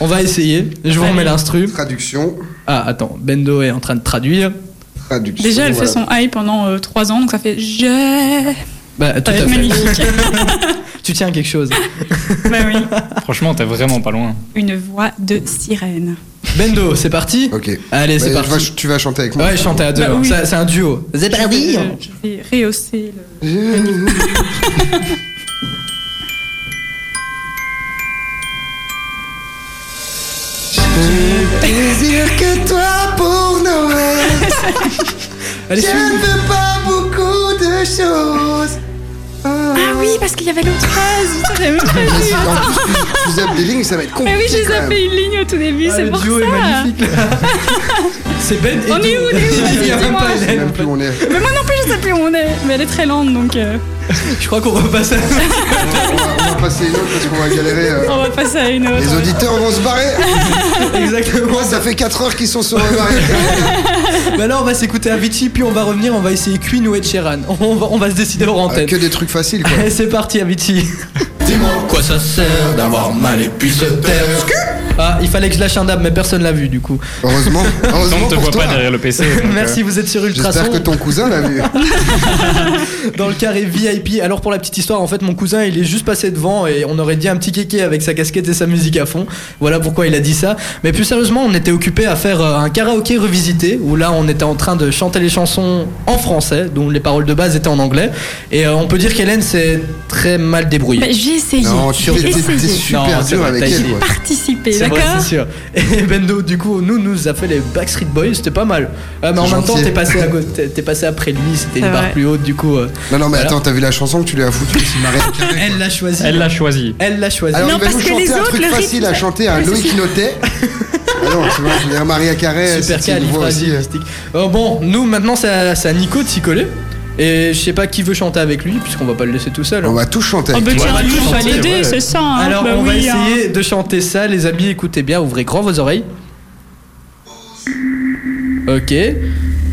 Speaker 1: on va essayer. Je vous remets l'instru.
Speaker 2: Traduction.
Speaker 1: Ah, attends, Bendo est en train de traduire.
Speaker 2: Traduction.
Speaker 4: Déjà, elle fait
Speaker 2: voilà.
Speaker 4: son hype pendant 3 ans, donc ça fait je.
Speaker 1: Bah, tout
Speaker 4: Ça va
Speaker 1: à
Speaker 4: être
Speaker 1: fait.
Speaker 4: magnifique.
Speaker 1: Tu tiens à quelque chose.
Speaker 4: bah oui.
Speaker 3: Franchement, t'es vraiment pas loin.
Speaker 4: Une voix de sirène.
Speaker 1: Bendo, c'est parti
Speaker 2: Ok.
Speaker 1: Allez, c'est
Speaker 2: Bah, tu vas-
Speaker 1: parti.
Speaker 2: tu vas chanter avec moi.
Speaker 1: Ouais, chanter à deux.
Speaker 4: Bah
Speaker 1: hein.
Speaker 4: oui.
Speaker 1: Ça, C'est un duo. C'est
Speaker 4: Je
Speaker 1: parti.
Speaker 4: vais, euh, je vais rehausser le.
Speaker 2: Désir que toi pour
Speaker 1: *laughs*
Speaker 2: Noël.
Speaker 1: Allez, suis.
Speaker 2: veux pas beaucoup de choses.
Speaker 4: Ah oui, parce qu'il y avait l'autre phrase. putain, j'avais même pas
Speaker 2: *laughs* En
Speaker 4: vu.
Speaker 2: plus, tu- tu zappes des lignes, ça va être
Speaker 4: *laughs* Mais
Speaker 2: compliqué.
Speaker 4: oui, j'ai
Speaker 2: quand même.
Speaker 4: zappé une ligne au tout début,
Speaker 1: Ah,
Speaker 4: c'est
Speaker 1: le
Speaker 4: pour
Speaker 1: duo
Speaker 4: ça.
Speaker 1: est
Speaker 4: *laughs*
Speaker 1: magnifique. c'est Ben et
Speaker 4: On est
Speaker 1: Doux.
Speaker 4: où, on est où Vas-y,
Speaker 1: Il y a même
Speaker 4: dis-moi.
Speaker 1: pas
Speaker 2: Je sais
Speaker 1: Hélène,
Speaker 2: même
Speaker 1: en fait.
Speaker 2: plus où on est.
Speaker 4: Mais moi non plus, je sais plus où on est. Mais elle est très lente, donc euh,
Speaker 1: Je crois qu'on repasse à.
Speaker 2: On va, on va- on va passer une autre parce qu'on va galérer. euh.
Speaker 4: on va passer à une autre.
Speaker 2: Les auditeurs vont se barrer.
Speaker 1: *laughs* Exactement.
Speaker 2: Ça fait 4 heures qu'ils sont sur
Speaker 1: *laughs*
Speaker 2: le barré. Euh,
Speaker 1: Bah là, on va s'écouter Avicii, puis on va revenir, on va essayer Queen ou Ed Sheeran. On va, on va se décider hors
Speaker 2: Euh,
Speaker 1: antenne.
Speaker 2: Que des trucs faciles quoi.
Speaker 1: *laughs* Eh, C'est parti, Avicii.
Speaker 9: Dis-moi à quoi ça sert d'avoir mal et puis se taire
Speaker 1: Ah, il fallait que je lâche un dab, mais personne l'a vu du coup.
Speaker 2: Heureusement.
Speaker 3: On
Speaker 2: Heureusement
Speaker 3: ne te
Speaker 2: pour
Speaker 3: voit
Speaker 2: toi.
Speaker 3: pas derrière le PC. donc, euh,
Speaker 1: Merci, vous êtes sur Ultrason.
Speaker 2: J'espère que ton cousin l'a vu.
Speaker 1: dans le carré VIP. Alors pour la petite histoire, en fait, mon cousin, il est juste passé devant et on aurait dit un petit kéké avec sa casquette et sa musique à fond. Voilà pourquoi il a dit ça. Mais plus sérieusement, on était occupé à faire euh, un karaoké revisité où là, on était en train de chanter les chansons en français, dont les paroles de base étaient en anglais. Et euh, on peut dire qu'Hélène s'est très mal débrouillée.
Speaker 4: Bah, j'ai essayé.
Speaker 2: Non, tu étais
Speaker 4: j'ai
Speaker 2: t'étais
Speaker 4: essayé.
Speaker 1: Non,
Speaker 2: super
Speaker 1: c'est
Speaker 2: dur
Speaker 1: vrai,
Speaker 2: avec
Speaker 1: t'as
Speaker 2: elle.
Speaker 1: essayé.
Speaker 2: quoi.
Speaker 4: Participer,
Speaker 1: C'est vrai,
Speaker 4: d'accord
Speaker 1: c'est sûr. Et Bendo, du coup, nous, nous a fait les Backstreet Boys, c'était pas mal. Ah, mais en
Speaker 2: C'est
Speaker 1: même temps,
Speaker 2: gentil.
Speaker 1: t'es passé, à côté- t'es- t'es passé après lui, c'était une
Speaker 4: C'est
Speaker 1: barre
Speaker 4: vrai.
Speaker 1: plus haute, du coup. euh,
Speaker 2: Non, non, mais
Speaker 1: Voilà.
Speaker 2: attends, t'as vu la chanson que tu lui as foutue s'il m'arrête au carré, quoi.
Speaker 1: elle l'a choisi.
Speaker 3: euh, Elle l'a choisi.
Speaker 1: Elle l'a choisi.
Speaker 2: Alors,
Speaker 4: Non,
Speaker 2: il va
Speaker 4: parce
Speaker 2: nous
Speaker 4: que
Speaker 2: chanter
Speaker 4: les
Speaker 2: un
Speaker 4: autres,
Speaker 2: truc
Speaker 4: le
Speaker 2: facile
Speaker 4: rythme-
Speaker 2: à chanter à
Speaker 4: Ouais,
Speaker 2: Loïc
Speaker 4: c'est ça. *laughs*
Speaker 2: Notet. Alors, tu vois, je veux dire, Maria Carré,
Speaker 1: Super
Speaker 2: eh, c'est une voix aussi. hein.
Speaker 1: califragilistique. Euh, bon, nous maintenant c'est à, c'est à Nico de s'y coller. Et je sais pas qui veut chanter avec lui, puisqu'on va pas le laisser tout seul. hein.
Speaker 2: On va tout chanter.
Speaker 4: Oh, bah
Speaker 2: avec toi.
Speaker 4: tiens,
Speaker 3: Ouais,
Speaker 4: lui,
Speaker 3: ouais,
Speaker 4: fallait
Speaker 3: ouais.
Speaker 4: l'aider, c'est ça. hein.
Speaker 1: Alors
Speaker 4: Bah
Speaker 1: on va
Speaker 4: oui, hein.
Speaker 1: essayer de chanter ça, les amis, écoutez bien, ouvrez grand vos oreilles. Ok.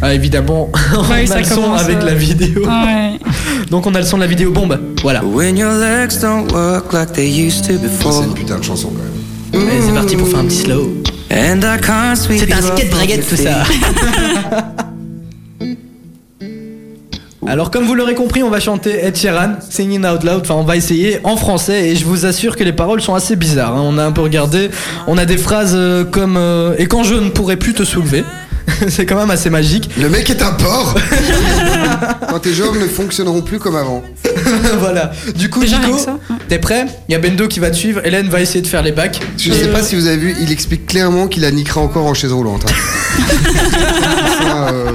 Speaker 1: Ah évidemment, *laughs* on
Speaker 4: Ouais,
Speaker 1: a
Speaker 4: Bah ça
Speaker 1: le son
Speaker 4: commence,
Speaker 1: avec
Speaker 4: euh,
Speaker 1: la vidéo.
Speaker 4: Ouais.
Speaker 1: Donc on a le son de la vidéo bombe. Voilà.
Speaker 8: When your legs don't work like they used to
Speaker 2: Ça,
Speaker 8: before
Speaker 2: C'est une putain de chanson quand même.
Speaker 1: Allez, c'est parti pour faire un petit slow.
Speaker 8: And I can't sweep
Speaker 1: C'est un
Speaker 8: you
Speaker 1: skate
Speaker 8: off of
Speaker 1: braguette
Speaker 8: your
Speaker 1: tout ça. Alors comme vous l'aurez compris, on va chanter Ed Sheeran, Singing Out Loud, enfin on va essayer en français et je vous assure que les paroles sont assez bizarres. hein. On a un peu regardé, on a des phrases euh, comme euh, Et quand je ne pourrai plus te soulever ⁇ *laughs* c'est quand même assez magique. *laughs*
Speaker 2: Le mec est un porc Quand tes jambes ne fonctionneront plus comme avant.
Speaker 1: voilà. Du coup,
Speaker 4: Déjà
Speaker 1: Nico,
Speaker 4: rien que ça, ouais.
Speaker 1: t'es prêt Il y a Bendo qui va te suivre, Hélène va essayer de faire les bacs.
Speaker 2: Je sais
Speaker 1: Euh.
Speaker 2: pas si vous avez vu, il explique clairement qu'il la niquera encore en chaise roulante.
Speaker 1: *laughs*
Speaker 2: hein. Ça, euh,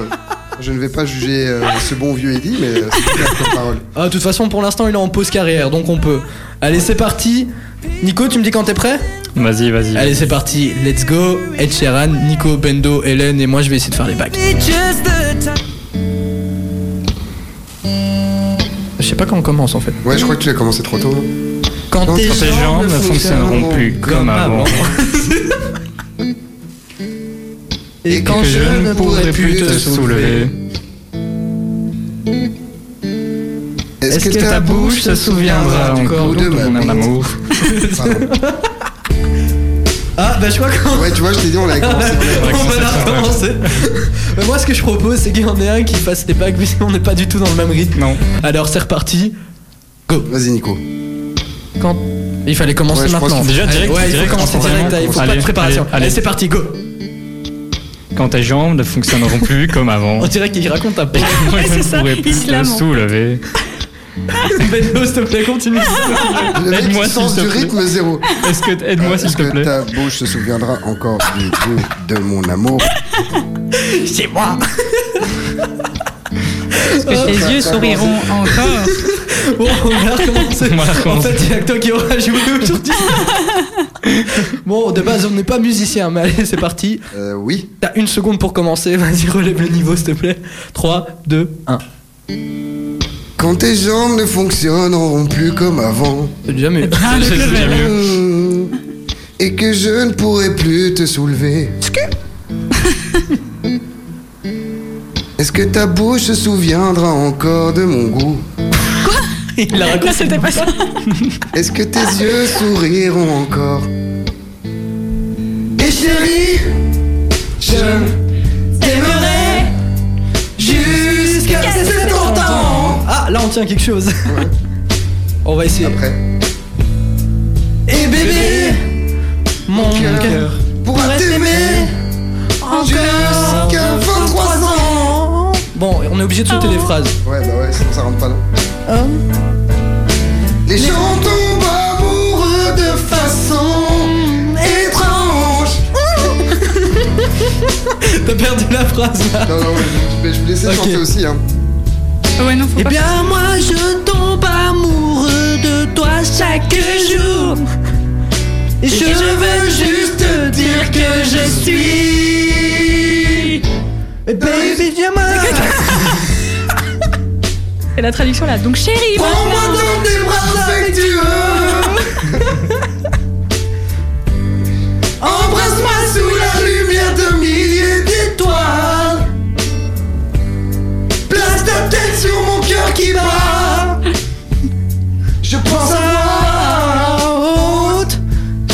Speaker 2: je ne vais pas juger euh, ce bon vieux Eddy, mais euh, c'est clair comme parole.
Speaker 1: Ah, de toute façon, pour l'instant, il est en pause carrière, donc on peut. Allez, c'est parti. Nico, tu me dis quand t'es prêt
Speaker 3: Vas-y, vas-y.
Speaker 1: Allez, c'est parti, let's go. Ed Sheeran, Nico, Bendo, Hélène et moi, je vais essayer de faire les bacs. Je sais pas quand on commence en fait.
Speaker 2: Ouais, je crois que tu l'as commencé trop tôt.
Speaker 1: Quand
Speaker 2: Quand
Speaker 1: tes
Speaker 2: tes
Speaker 3: Ces gens
Speaker 1: jambes
Speaker 3: ne fonctionneront plus comme avant.
Speaker 1: Et quand je ne pourrai plus te soulever.
Speaker 2: Est-ce que, ta bouche se souviendra encore de mon amour Pardon.
Speaker 1: Ah, bah je crois qu'on
Speaker 2: Ouais, tu vois, je t'ai dit, on l'a commencé.
Speaker 3: vrai
Speaker 1: *laughs* on
Speaker 3: que ça,
Speaker 1: va
Speaker 3: c'est
Speaker 1: la
Speaker 3: ça, ouais.
Speaker 1: recommencer. Mais moi, ce que je propose, c'est qu'il y en ait un qui fasse les bacs, puisqu'on on n'est pas du tout dans le même rythme.
Speaker 3: Non.
Speaker 1: Alors, c'est reparti.
Speaker 2: Vas-y, Nico.
Speaker 1: Quand il fallait commencer
Speaker 2: Ouais, je pense
Speaker 1: maintenant.
Speaker 2: qu'il-
Speaker 3: Déjà, direct,
Speaker 1: ouais, il
Speaker 3: direct,
Speaker 1: faut commencer
Speaker 3: on commence
Speaker 1: direct,
Speaker 3: vraiment.
Speaker 1: il faut pas
Speaker 3: Allez,
Speaker 1: de préparation.
Speaker 3: allez, allez.
Speaker 1: allez c'est parti, go.
Speaker 3: Quand tes jambes ne fonctionneront plus comme avant.
Speaker 1: On dirait qu'il raconte
Speaker 3: *laughs*
Speaker 1: un peu.
Speaker 3: Moi, je
Speaker 4: c'est
Speaker 3: ne
Speaker 4: ça,
Speaker 3: pourrais plus
Speaker 4: il se
Speaker 3: te
Speaker 4: lamente.
Speaker 3: soulever.
Speaker 1: Benno, s'il te plaît, continue.
Speaker 2: Le mec,
Speaker 3: Aide-moi,
Speaker 2: tu sens
Speaker 3: s'il te
Speaker 2: du
Speaker 3: plaît.
Speaker 2: rythme zéro.
Speaker 3: Est-ce que aide-moi s'il
Speaker 2: Euh, Est-ce
Speaker 3: te
Speaker 2: que
Speaker 3: plaît
Speaker 2: ta bouche se souviendra encore du goût de mon amour
Speaker 1: C'est *laughs* moi. *laughs*
Speaker 4: Tes
Speaker 2: ça,
Speaker 4: yeux
Speaker 2: ça,
Speaker 4: souriront encore.
Speaker 1: Bon, on va recommencer.
Speaker 3: On va
Speaker 1: En
Speaker 3: recommencer.
Speaker 1: fait, il y a que toi qui aura joué aujourd'hui. bon, de base, on n'est pas musicien, mais allez, c'est parti.
Speaker 2: Euh, oui.
Speaker 1: T'as une seconde pour commencer. Vas-y, relève le niveau, s'il te plaît. 3, 2, 1.
Speaker 2: Quand tes jambes ne fonctionneront plus comme avant
Speaker 1: C'est déjà mieux.
Speaker 4: Ah, le
Speaker 3: C'est déjà
Speaker 4: cover.
Speaker 3: mieux.
Speaker 2: hmm, et que je ne pourrai plus te soulever. Est-ce que ta bouche se souviendra encore de mon goût
Speaker 1: Il *laughs* a
Speaker 4: Non,
Speaker 1: raconté.
Speaker 4: c'était pas ça.
Speaker 2: Est-ce que tes yeux souriront encore Et chérie, je t'aimerai jusqu'à cet temps.
Speaker 1: Ah, là, on tient quelque chose. On va essayer.
Speaker 2: Après,
Speaker 1: Et bébé, mon
Speaker 2: cœur
Speaker 1: cœur.
Speaker 2: pourra t'aimer jusqu'à 23 ans.
Speaker 1: Bon, on est obligé de sauter des phrases.
Speaker 2: Ouais, bah ouais, sinon ça rentre pas non. Les gens tombent amoureux de façon étrange.
Speaker 1: T'as perdu la phrase là.
Speaker 2: Non, non, je, je, je vous laissais
Speaker 1: Ok.
Speaker 2: chanter aussi. Hein.
Speaker 4: Ouais, non, faut
Speaker 1: Eh
Speaker 4: pas.
Speaker 1: bien moi je tombe amoureux de toi chaque jour Et je veux juste te dire que je suis Baby Diamond
Speaker 4: Et la traduction là. Donc, chérie,
Speaker 2: Prends-moi
Speaker 4: maintenant.
Speaker 2: dans tes bras affectueux. Embrasse-moi sous la lumière de milliers d'étoiles. Place ta tête sur mon cœur qui bat. Je pense à moi.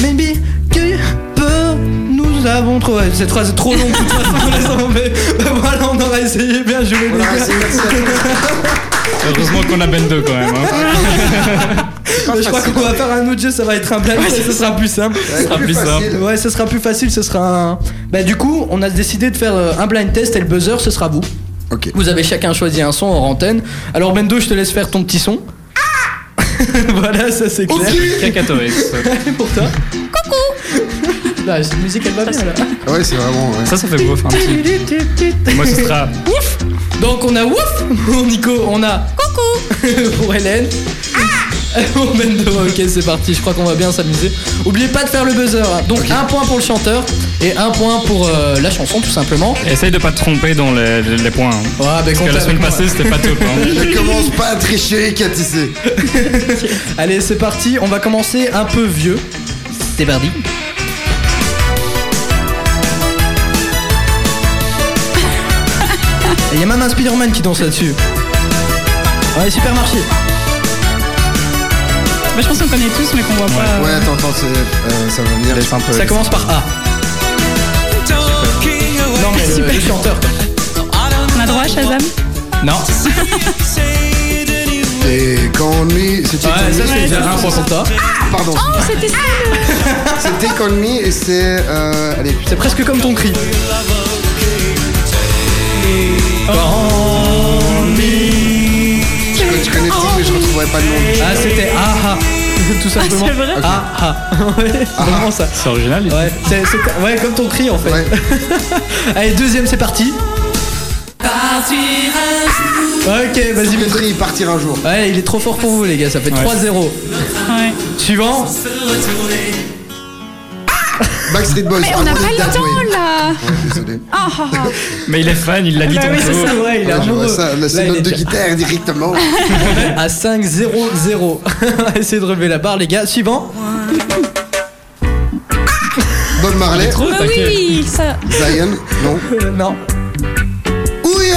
Speaker 1: Maybe que you peux Ah, nous avons trouvé. Cette phrase est trop longue, de toute façon, on laisse tomber. Bah voilà, on aura essayé. Bien joué, les gars.
Speaker 3: Heureusement qu'on a Ben 2 quand même. hein.
Speaker 1: Mais je crois qu'on va faire un autre jeu, ça va être un blind test, ce sera plus simple.
Speaker 2: Ce sera plus
Speaker 3: simple.
Speaker 2: facile.
Speaker 1: Ouais, ce sera plus facile, ce sera un. Bah, du coup, on a décidé de faire euh, un blind test et le buzzer, ce sera vous.
Speaker 2: Ok.
Speaker 1: Vous avez chacun choisi un son hors antenne. Alors, Bendo, je te laisse faire ton petit son. Ah *laughs* voilà, ça c'est clair.
Speaker 3: Krakatorex.
Speaker 1: *laughs* Pour toi. Coucou Là, cette musique elle va bien là.
Speaker 2: Ouais, c'est vraiment. ouais.
Speaker 3: Ça, ça fait beau. Enfin, un petit- Moi, ce sera.
Speaker 1: Donc on a *laughs* ouf pour Nico, on a coucou *laughs* pour Hélène. *laughs* Pour Bendo, ok c'est parti, je crois qu'on va bien s'amuser. Oubliez pas de faire le buzzer. hein. Donc un point pour le chanteur et un point pour euh, la chanson tout simplement.
Speaker 3: Essaye de pas te tromper dans les, les points. hein.
Speaker 1: Ouais, bah,
Speaker 3: Parce que
Speaker 1: comptez
Speaker 3: la semaine
Speaker 1: avec moi.
Speaker 3: passée, c'était pas top. hein.
Speaker 2: Ne commence pas à tricher, Catissé.
Speaker 1: Allez c'est parti, on va commencer un peu vieux. C'est parti. Il y a même un Spider-Man qui danse là-dessus. Ouais, supermarché.
Speaker 4: Bah, je pense qu'on connaît tous, mais qu'on voit pas.
Speaker 2: Ouais, attends, attends, c'est- euh, ça va venir.
Speaker 3: Laisse un peu.
Speaker 1: Ça commence par A. Non, mais le- le chanteur. quoi.
Speaker 4: On a droit à Shazam
Speaker 1: Non.
Speaker 2: Et Call Me, c'était Call
Speaker 1: Ouais,
Speaker 2: Me.
Speaker 1: ça c'est déjà un point pour toi.
Speaker 2: Pardon,
Speaker 4: Oh, C'était ça
Speaker 2: *laughs* c'était Call Me et c'est. euh, allez,
Speaker 1: C'est presque comme ton cri.
Speaker 2: je connais le titre, mais
Speaker 4: Oh,
Speaker 2: je retrouverai pas le nom.
Speaker 1: Ah, c'était ah ah. *laughs* Tout simplement.
Speaker 4: Ah, c'est vrai
Speaker 1: Ah ah. *laughs* Ouais, vraiment ça.
Speaker 3: C'est original.
Speaker 1: Ouais, c'est- c'est- ouais, comme ton cri en fait.
Speaker 2: Ouais.
Speaker 1: Allez, deuxième, c'est parti. Ok, vas-y, mais-
Speaker 2: Dimitri, partir un jour.
Speaker 1: Ouais, il est trop fort pour vous, les gars, ça fait 3-0.
Speaker 4: Ouais.
Speaker 1: Suivant.
Speaker 2: Backstreet Boys.
Speaker 4: Mais on n'a
Speaker 2: Amour
Speaker 4: pas
Speaker 2: de
Speaker 4: le
Speaker 2: That Way.
Speaker 4: temps là
Speaker 2: Ouais, désolé.
Speaker 4: Ah, ah, ah.
Speaker 3: Mais il est fan, il l'a dit
Speaker 1: Ah oui, c'est
Speaker 3: tantôt.
Speaker 1: ça, ouais, il est
Speaker 2: Ouais, je vois
Speaker 1: amoureux.
Speaker 2: ça, là,
Speaker 1: Là,
Speaker 2: c'est
Speaker 1: il est
Speaker 2: note de
Speaker 1: déjà-
Speaker 2: guitare
Speaker 4: Ah.
Speaker 2: directement.
Speaker 1: à 5-0-0. *laughs* Essayez de relever la barre, les gars. Suivant.
Speaker 2: *laughs* Bob Marley,
Speaker 3: Trop,
Speaker 4: Bah
Speaker 3: t'inquiète.
Speaker 4: oui, ça.
Speaker 2: Zion, non.
Speaker 1: Euh, non.
Speaker 2: Ouye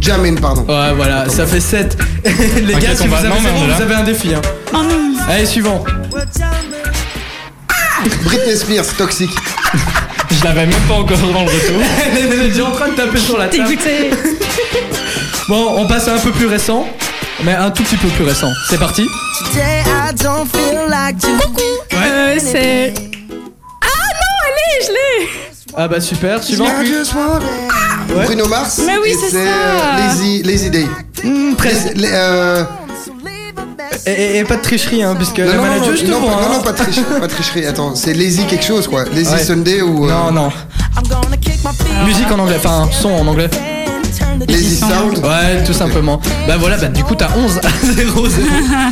Speaker 2: Jamin, pardon.
Speaker 1: Ouais, voilà, ça fait 7. *laughs* les gars,
Speaker 3: T'inquiète,
Speaker 1: si
Speaker 3: on
Speaker 1: vous
Speaker 3: va-
Speaker 1: avez
Speaker 3: non, mais on
Speaker 1: zéro,
Speaker 3: est là.
Speaker 1: vous avez un défi. hein.
Speaker 4: Oh non.
Speaker 1: Allez, suivant. *laughs*
Speaker 2: Britney Spears, Toxic.
Speaker 3: Je l'avais même pas encore dans le retour.
Speaker 1: Elle est déjà en train de taper
Speaker 2: *laughs*
Speaker 1: sur la
Speaker 4: T'es
Speaker 1: table.
Speaker 4: goûté.
Speaker 1: Bon, on passe à un peu plus récent, mais un tout petit peu plus récent. C'est parti.
Speaker 8: Today I don't feel like doing
Speaker 4: Euh, c'est. Ah non, allez, je l'ai
Speaker 1: Ah bah super, suivant.
Speaker 2: I just want it.
Speaker 1: Ouais.
Speaker 2: Bruno Mars.
Speaker 4: Mais oui,
Speaker 2: et
Speaker 4: c'est ça.
Speaker 2: euh, Lazy, Lazy Day.
Speaker 1: Hmm, presque.
Speaker 2: Les- les- euh,
Speaker 1: Et, et- et pas de tricherie, hein, puisque
Speaker 2: non,
Speaker 1: la
Speaker 2: non, non,
Speaker 1: manager, je te
Speaker 2: non,
Speaker 1: vois.
Speaker 2: pas-
Speaker 1: hein.
Speaker 2: non, non, pas, de triche- pas de tricherie. Attends, c'est Lazy quelque chose, quoi. Lazy
Speaker 1: Ouais.
Speaker 2: Sunday ou. euh,
Speaker 1: non, non.
Speaker 8: I'm gonna kick my feet
Speaker 1: Musique en anglais, enfin, son en anglais.
Speaker 8: and turn the
Speaker 2: Lazy Sound.
Speaker 1: Ouais, tout simplement. Bah voilà, bah du coup, t'as 11 à *laughs* 0, 0.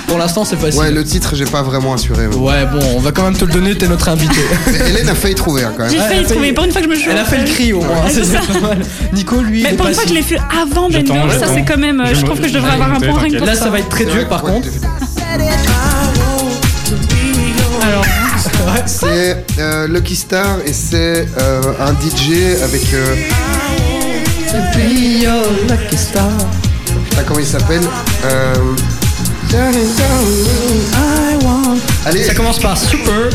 Speaker 1: Pour l'instant, c'est facile.
Speaker 2: Ouais, le titre, j'ai pas vraiment assuré. ouais.
Speaker 1: Ouais, bon, on va quand même te le donner, t'es notre invité.
Speaker 2: Mais Hélène a failli trouver, hein, quand
Speaker 4: J'ai
Speaker 1: Ouais,
Speaker 2: même.
Speaker 1: elle
Speaker 4: failli
Speaker 1: a fait-
Speaker 4: trouver. Pour une fois que je me
Speaker 1: *laughs*
Speaker 4: joue.
Speaker 1: Elle a fait le cri au moins, c'est déjà pas mal. Nico, lui, il
Speaker 4: Mais
Speaker 1: est
Speaker 4: pour
Speaker 1: pas
Speaker 4: une fois que je
Speaker 1: si-
Speaker 4: l'ai fait avant Bendo,
Speaker 3: J'attends,
Speaker 4: ça
Speaker 3: j'attends.
Speaker 4: c'est quand même. euh, Je,
Speaker 3: Je me-
Speaker 4: trouve que je
Speaker 3: je
Speaker 4: devrais
Speaker 3: vais
Speaker 4: avoir un
Speaker 3: monter,
Speaker 4: point Oh, rien que pour
Speaker 1: Là,
Speaker 4: ça.
Speaker 1: ça va être très
Speaker 2: C'est
Speaker 1: dur
Speaker 2: vrai,
Speaker 1: par
Speaker 2: ouais,
Speaker 1: contre.
Speaker 4: Alors,
Speaker 2: C'est euh, Lucky Star et c'est euh, un DJ avec. euh, Ah, comment il s'appelle Euh, Allez,
Speaker 1: Ça commence par super.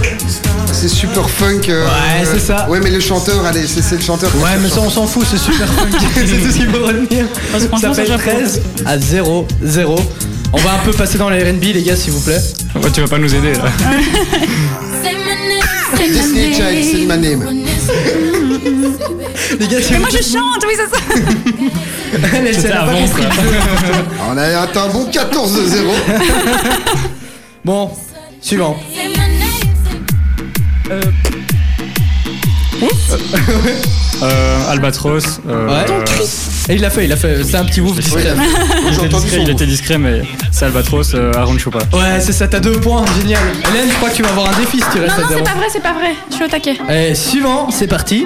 Speaker 2: c'est super funk. euh,
Speaker 1: Ouais, c'est ça.
Speaker 2: Ouais, mais le chanteur, allez, c'est c'est le chanteur. qui
Speaker 1: Ouais,
Speaker 2: fait
Speaker 1: mais
Speaker 2: le
Speaker 1: ça, on s'en fout, c'est super funky, *laughs* c'est tout ce qu'il faut retenir.
Speaker 4: franchement,
Speaker 1: Ça fait
Speaker 4: ça, j'apprends.
Speaker 1: 13 à 0, 0. On va un peu passer dans les RB, les gars, s'il vous plaît.
Speaker 3: Ouais, tu vas pas nous aider là.
Speaker 2: chanteur. Disney Child, c'est ma name.
Speaker 1: Les gars, si
Speaker 4: mais
Speaker 1: vous
Speaker 4: moi je chante, oui, c'est ça.
Speaker 1: *laughs* plaît,
Speaker 3: C'était
Speaker 1: pas
Speaker 3: avant
Speaker 1: compris.
Speaker 3: ça.
Speaker 2: On a atteint un bon 14-0.
Speaker 1: Bon, suivant.
Speaker 3: Euh, Albatros. euh,
Speaker 1: Ouais. Ton cri. Et il l'a fait, il l'a fait. C'est un petit ouf discret.
Speaker 3: Il était,
Speaker 2: entendu
Speaker 3: discret,
Speaker 2: son
Speaker 3: il
Speaker 2: nom.
Speaker 3: était discret, mais c'est Albatros, euh, Aaron Chopa.
Speaker 1: Ouais, c'est ça, t'as deux points, génial. Hélène, je crois que tu vas avoir un défi si tu restes
Speaker 4: Non, non,
Speaker 1: à
Speaker 4: c'est
Speaker 1: zéro.
Speaker 4: pas vrai, c'est pas vrai. Je suis au taquet.
Speaker 1: Allez, suivant, c'est parti.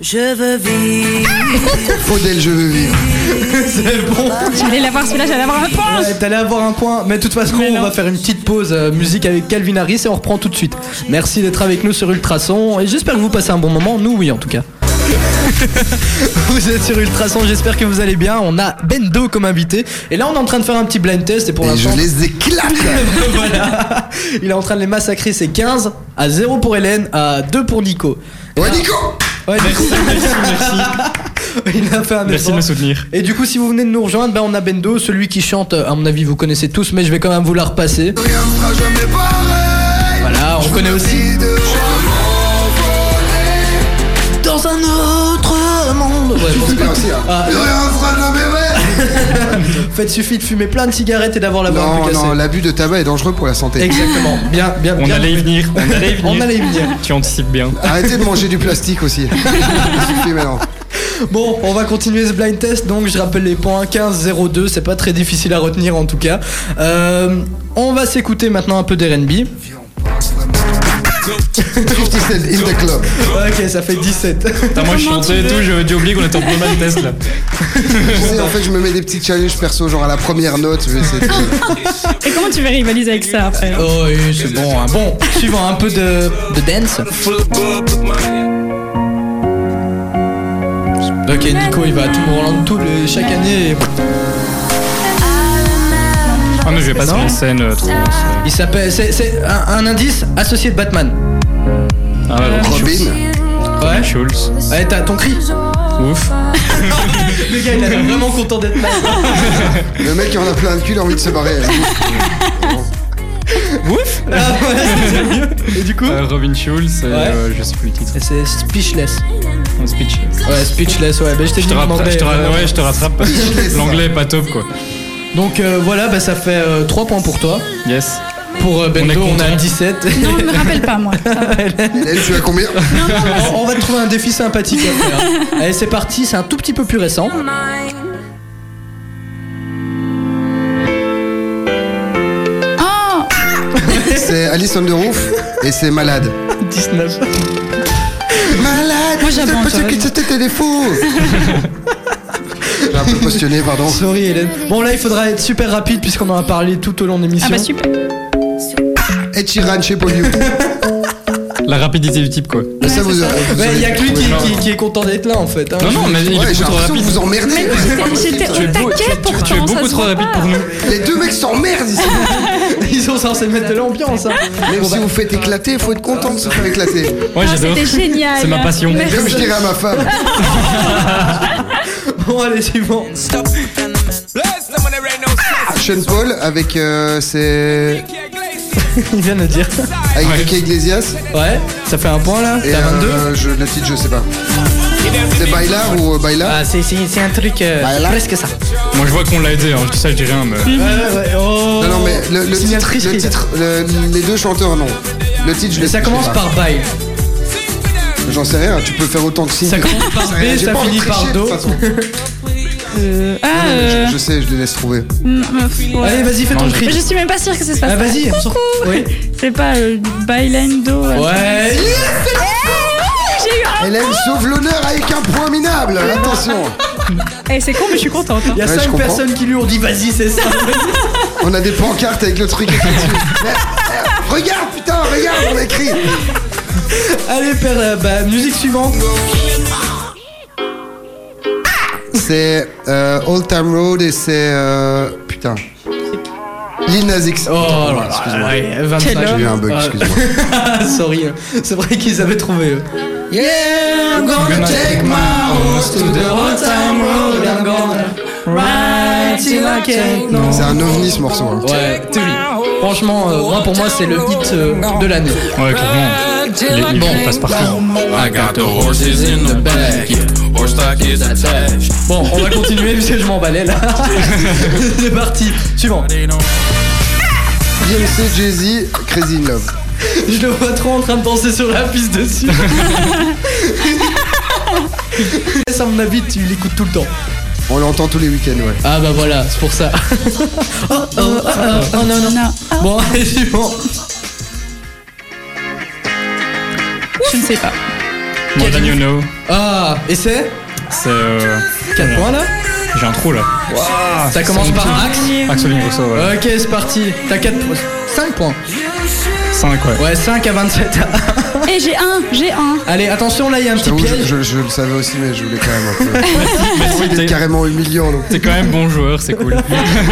Speaker 8: Je veux vivre
Speaker 2: Faudel, je veux vivre.
Speaker 1: *laughs* C'est bon.
Speaker 4: J'allais l'avoir, celui-là, j'allais avoir un point.
Speaker 1: Ouais, T'allais avoir un point, mais de toute façon, on va faire une petite pause euh, musique avec Calvin Harris et on *laughs* reprend tout de suite. Merci d'être avec nous sur Ultrason et j'espère que vous passez un bon moment. Nous, oui, en tout cas. Vous êtes sur Ultrason, j'espère que vous allez bien. On a Bendo comme invité. Et là, on est en train de faire un petit blind test. Et pour
Speaker 2: Et je
Speaker 1: l'instant,
Speaker 2: les éclate
Speaker 3: *laughs*
Speaker 1: voilà. il est en train de les massacrer. C'est 15 à 0 pour Hélène, à 2 pour Nico.
Speaker 2: Ouais Nico
Speaker 1: Ouais,
Speaker 3: Merci, merci, merci.
Speaker 1: *laughs* il a fait un
Speaker 3: Merci de
Speaker 1: effort.
Speaker 3: me soutenir.
Speaker 1: Et du coup, si vous venez de nous rejoindre, ben, on a Bendo, celui qui chante, à mon avis, vous connaissez tous, mais je vais quand même vous la repasser.
Speaker 2: Rien ne sera jamais pareil
Speaker 1: Voilà, on connaît aussi.
Speaker 2: Si de m'envoler
Speaker 1: Dans un autre monde. Ouais, bon, c'est
Speaker 2: Bien
Speaker 1: pas-
Speaker 2: aussi hein
Speaker 1: Ah,
Speaker 2: Rien ne sera jamais vrai
Speaker 1: en fait, suffit de fumer plein de cigarettes et d'avoir la voix un peu
Speaker 2: Non,
Speaker 1: cassée.
Speaker 2: non, l'abus de tabac est dangereux pour la santé.
Speaker 1: Exactement. Bien, bien,
Speaker 3: On
Speaker 1: bien.
Speaker 3: allait y venir. On allait y venir.
Speaker 1: On allait y venir.
Speaker 3: Tu anticipes bien.
Speaker 2: Arrêtez de manger du plastique *laughs* aussi. Ça suffit maintenant.
Speaker 1: Bon, on va continuer ce blind test. Donc, je rappelle les points 15, 0, 2. C'est pas très difficile à retenir en tout cas. Euh, on va s'écouter maintenant un peu d'RB.
Speaker 2: 50 Cent in the club.
Speaker 1: Ok, ça fait 17.
Speaker 3: Putain, moi je
Speaker 4: Comment
Speaker 3: chantais et
Speaker 4: tu
Speaker 3: tout,
Speaker 4: veux
Speaker 3: j'avais dû oublier qu'on était en plein test là.
Speaker 2: Tu sais, en fait, je me mets des petits challenges perso, genre à la première note, je vais essayer *laughs* de-
Speaker 4: Et comment tu vas rivaliser avec ça après
Speaker 1: *laughs* Oh oui, c'est bon. hein. Bon, suivant un peu de, de dance. Ok, Nico, il va à tout Roland tout le- chaque année.
Speaker 3: Ah, mais je vais pas sur
Speaker 1: Non.
Speaker 3: une scène euh, trop. Ah,
Speaker 1: Il s'appelle. C'est, c'est un, un indice associé de Batman.
Speaker 3: ouais, donc,
Speaker 2: Robin.
Speaker 1: Ouais.
Speaker 3: Schulz.
Speaker 1: Ouais, t'as ton cri.
Speaker 3: Ouf.
Speaker 1: Le gars, il a l'air vraiment content d'être là.
Speaker 2: Le mec qui en a plein de cul, il a envie de se barrer.
Speaker 3: Ouf
Speaker 1: *laughs* Ah, voilà, c'est mieux. Et du coup
Speaker 3: Euh, Robin Schulz, et, euh, je sais plus le titre.
Speaker 1: Et C'est speechless.
Speaker 3: Un speech.
Speaker 1: Ouais, speechless, ouais. Ben, je t'ai
Speaker 3: Je
Speaker 1: dit
Speaker 3: te,
Speaker 1: en
Speaker 3: rattrape,
Speaker 1: anglais,
Speaker 3: je te ra-
Speaker 1: euh,
Speaker 3: ouais, je te rattrape. L'anglais est pas top quoi.
Speaker 1: Donc euh, voilà, bah, ça fait 3 points pour toi.
Speaker 3: Yes.
Speaker 1: Pour euh,
Speaker 3: est
Speaker 1: Bento,
Speaker 3: content.
Speaker 1: on, a 17.
Speaker 4: Non, me rappelle
Speaker 1: *laughs*
Speaker 4: pas moi. Ah, bah,
Speaker 2: Hélène, tu as *laughs* combien
Speaker 1: on, on va te trouver un défi sympathique à faire. Allez, c'est parti, c'est un tout petit peu plus récent.
Speaker 4: Oh
Speaker 2: C'est Alice on the Roof et c'est malade.
Speaker 1: 19.
Speaker 2: Malade
Speaker 4: Moi,
Speaker 2: C'est
Speaker 4: j'abandonne.
Speaker 2: parce que c'était des fous J'ai un peu postionné, pardon.
Speaker 1: Sorry, Hélène. Bon, là, il faudra être super rapide puisqu'on en a parlé tout au long de l'émission.
Speaker 4: Ah bah super.
Speaker 2: Et Chiran chez Polio.
Speaker 3: La rapidité du type quoi.
Speaker 2: Mais ça, vous, vous
Speaker 1: Ouais,
Speaker 2: aurez
Speaker 1: il y a que lui qui,
Speaker 2: trouvé.
Speaker 1: qui- qui est content d'être là en fait. hein.
Speaker 3: Non, non, mais il
Speaker 2: Ouais,
Speaker 3: est
Speaker 2: j'ai
Speaker 3: beaucoup trop
Speaker 2: l'impression que
Speaker 3: rapide.
Speaker 2: vous emmerdez.
Speaker 4: Mais
Speaker 2: quoi.
Speaker 4: c'est- j'étais
Speaker 3: Tu es
Speaker 4: au
Speaker 3: beau- tu es- tu
Speaker 4: taquet
Speaker 3: es- tu
Speaker 4: pourtant.
Speaker 3: es
Speaker 4: ça
Speaker 3: beaucoup
Speaker 4: se
Speaker 3: trop
Speaker 4: voit
Speaker 3: rapide
Speaker 4: pas.
Speaker 3: pour nous.
Speaker 2: Les deux mecs s'emmerdent ici.
Speaker 1: *laughs* Ils sont censés mettre de l'ambiance. hein.
Speaker 2: Même si vous faites éclater, faut être content de se
Speaker 1: *laughs*
Speaker 2: faire éclater.
Speaker 3: Ouais,
Speaker 4: Ah,
Speaker 3: j'adore.
Speaker 4: C'était génial.
Speaker 3: C'est ma passion.
Speaker 4: Merci.
Speaker 2: Comme je dirais à
Speaker 1: *laughs*
Speaker 2: ma femme.
Speaker 1: Bon, allez, suivant.
Speaker 2: Sean Paul avec euh, c'est
Speaker 1: Il vient de dire.
Speaker 2: avec
Speaker 3: Ouais.
Speaker 2: Enrique Iglesias
Speaker 1: Ouais, ça fait un point là.
Speaker 2: et
Speaker 1: T'as 22
Speaker 2: euh, je, le titre je sais pas. C'est Bailar ou euh, Baila
Speaker 1: Ah, c'est, c'est- c'est un truc euh,
Speaker 2: Voilà.
Speaker 1: presque ça.
Speaker 3: Moi je vois qu'on l'a aidé, hein. je dis ça, je dis rien, mais.
Speaker 1: Ouais, ouais, oh.
Speaker 2: Non non mais le, le
Speaker 1: Signal
Speaker 2: titre, le
Speaker 1: tricherie.
Speaker 2: titre, le- les deux chanteurs non. Le titre je
Speaker 1: Et
Speaker 2: l'ai-
Speaker 1: ça
Speaker 2: je
Speaker 1: commence
Speaker 2: l'ai pas.
Speaker 1: par bail.
Speaker 2: J'en sais rien. Tu peux faire autant de signes.
Speaker 1: Ça
Speaker 2: *laughs*
Speaker 1: commence par B,
Speaker 2: J'ai
Speaker 1: ça
Speaker 2: pas envie
Speaker 1: finit
Speaker 2: de
Speaker 1: par
Speaker 2: tricher, de
Speaker 1: Do.
Speaker 2: toute façon.
Speaker 4: Euh, ah, euh,
Speaker 2: Je, je sais, je les laisse trouver.
Speaker 4: mm, euh, ouais.
Speaker 1: Allez, vas-y, fais ton
Speaker 3: Non,
Speaker 4: Mais
Speaker 1: cri.
Speaker 4: je suis même pas sûre que ce soit
Speaker 1: Ah,
Speaker 4: ça.
Speaker 1: vas-y. Oui.
Speaker 4: C'est pas euh, Bailando. euh.
Speaker 1: Ouais.
Speaker 4: J'ai eu un.
Speaker 2: Hélène sauve l'honneur avec un point minable. Attention.
Speaker 4: Eh, c'est con, mais je suis contente. hein.
Speaker 1: Il y a
Speaker 2: Ouais, je
Speaker 1: 5
Speaker 2: comprends.
Speaker 1: personnes qui lui ont dit vas-y, c'est
Speaker 2: *laughs*
Speaker 1: ça.
Speaker 2: On a des pancartes avec le truc écrit dessus. Mais, euh, Regarde putain, regarde on a écrit.
Speaker 1: Allez, père, euh, bah, musique suivante.
Speaker 2: C'est euh, Old Time Road et c'est euh, putain. Lil Nas X.
Speaker 1: Oh là là,
Speaker 2: Excuse-moi.
Speaker 1: ouais, 25.
Speaker 4: Quel
Speaker 2: J'ai eu un bug,
Speaker 1: Ouais.
Speaker 2: excuse-moi.
Speaker 1: Ah, sorry, hein. c'est vrai qu'ils avaient trouvé. eux. Yeah, I'm
Speaker 3: gonna take my horse
Speaker 1: to the old time road. I'm gonna ride till I can't no
Speaker 2: C'est un ovni ce morceau. hein.
Speaker 1: Ouais, Terry. Franchement, euh, moi pour moi c'est le hit euh, de l'année.
Speaker 3: Ouais, clairement. Les bon, on passe partout.
Speaker 9: I got the horses in the back, yeah. Horse stock is attached.
Speaker 1: Bon, on va continuer *laughs* puisque je m'emballais là. c'est parti. Suivant.
Speaker 2: Beyoncé, Jay-Z, Crazy in Love.
Speaker 1: Je le vois trop en train de danser sur la piste dessus. *laughs* Ça, à mon avis, tu l'écoutes tout le temps.
Speaker 2: On l'entend tous les week-ends, ouais.
Speaker 1: Ah bah voilà, c'est pour ça. *laughs* oh, oh, oh, oh, oh, non, non.
Speaker 4: Non, ah,
Speaker 1: Bon, *laughs* allez, suivant.
Speaker 4: je ne sais pas.
Speaker 3: More than you know.
Speaker 1: Ah, et c'est
Speaker 3: C'est. euh,
Speaker 1: 4 points là
Speaker 3: J'ai un trou là.
Speaker 1: Ça commence par Axe.
Speaker 3: Axel Ingrosso, ouais.
Speaker 1: Ok, c'est parti. T'as 4 points. 5 points.
Speaker 3: 5, ouais.
Speaker 1: Ouais, 5 à 27.
Speaker 4: Eh, Eh, j'ai un, j'ai un.
Speaker 1: *laughs* Allez, attention, là, il y a un
Speaker 2: Je,
Speaker 1: petit
Speaker 2: t'avoue, je,
Speaker 1: piège.
Speaker 2: je- je le savais aussi, mais je voulais quand même un peu.
Speaker 3: Merci,
Speaker 2: Il est
Speaker 3: t'es-
Speaker 2: carrément humiliant. donc.
Speaker 3: T'es quand même bon joueur, c'est cool.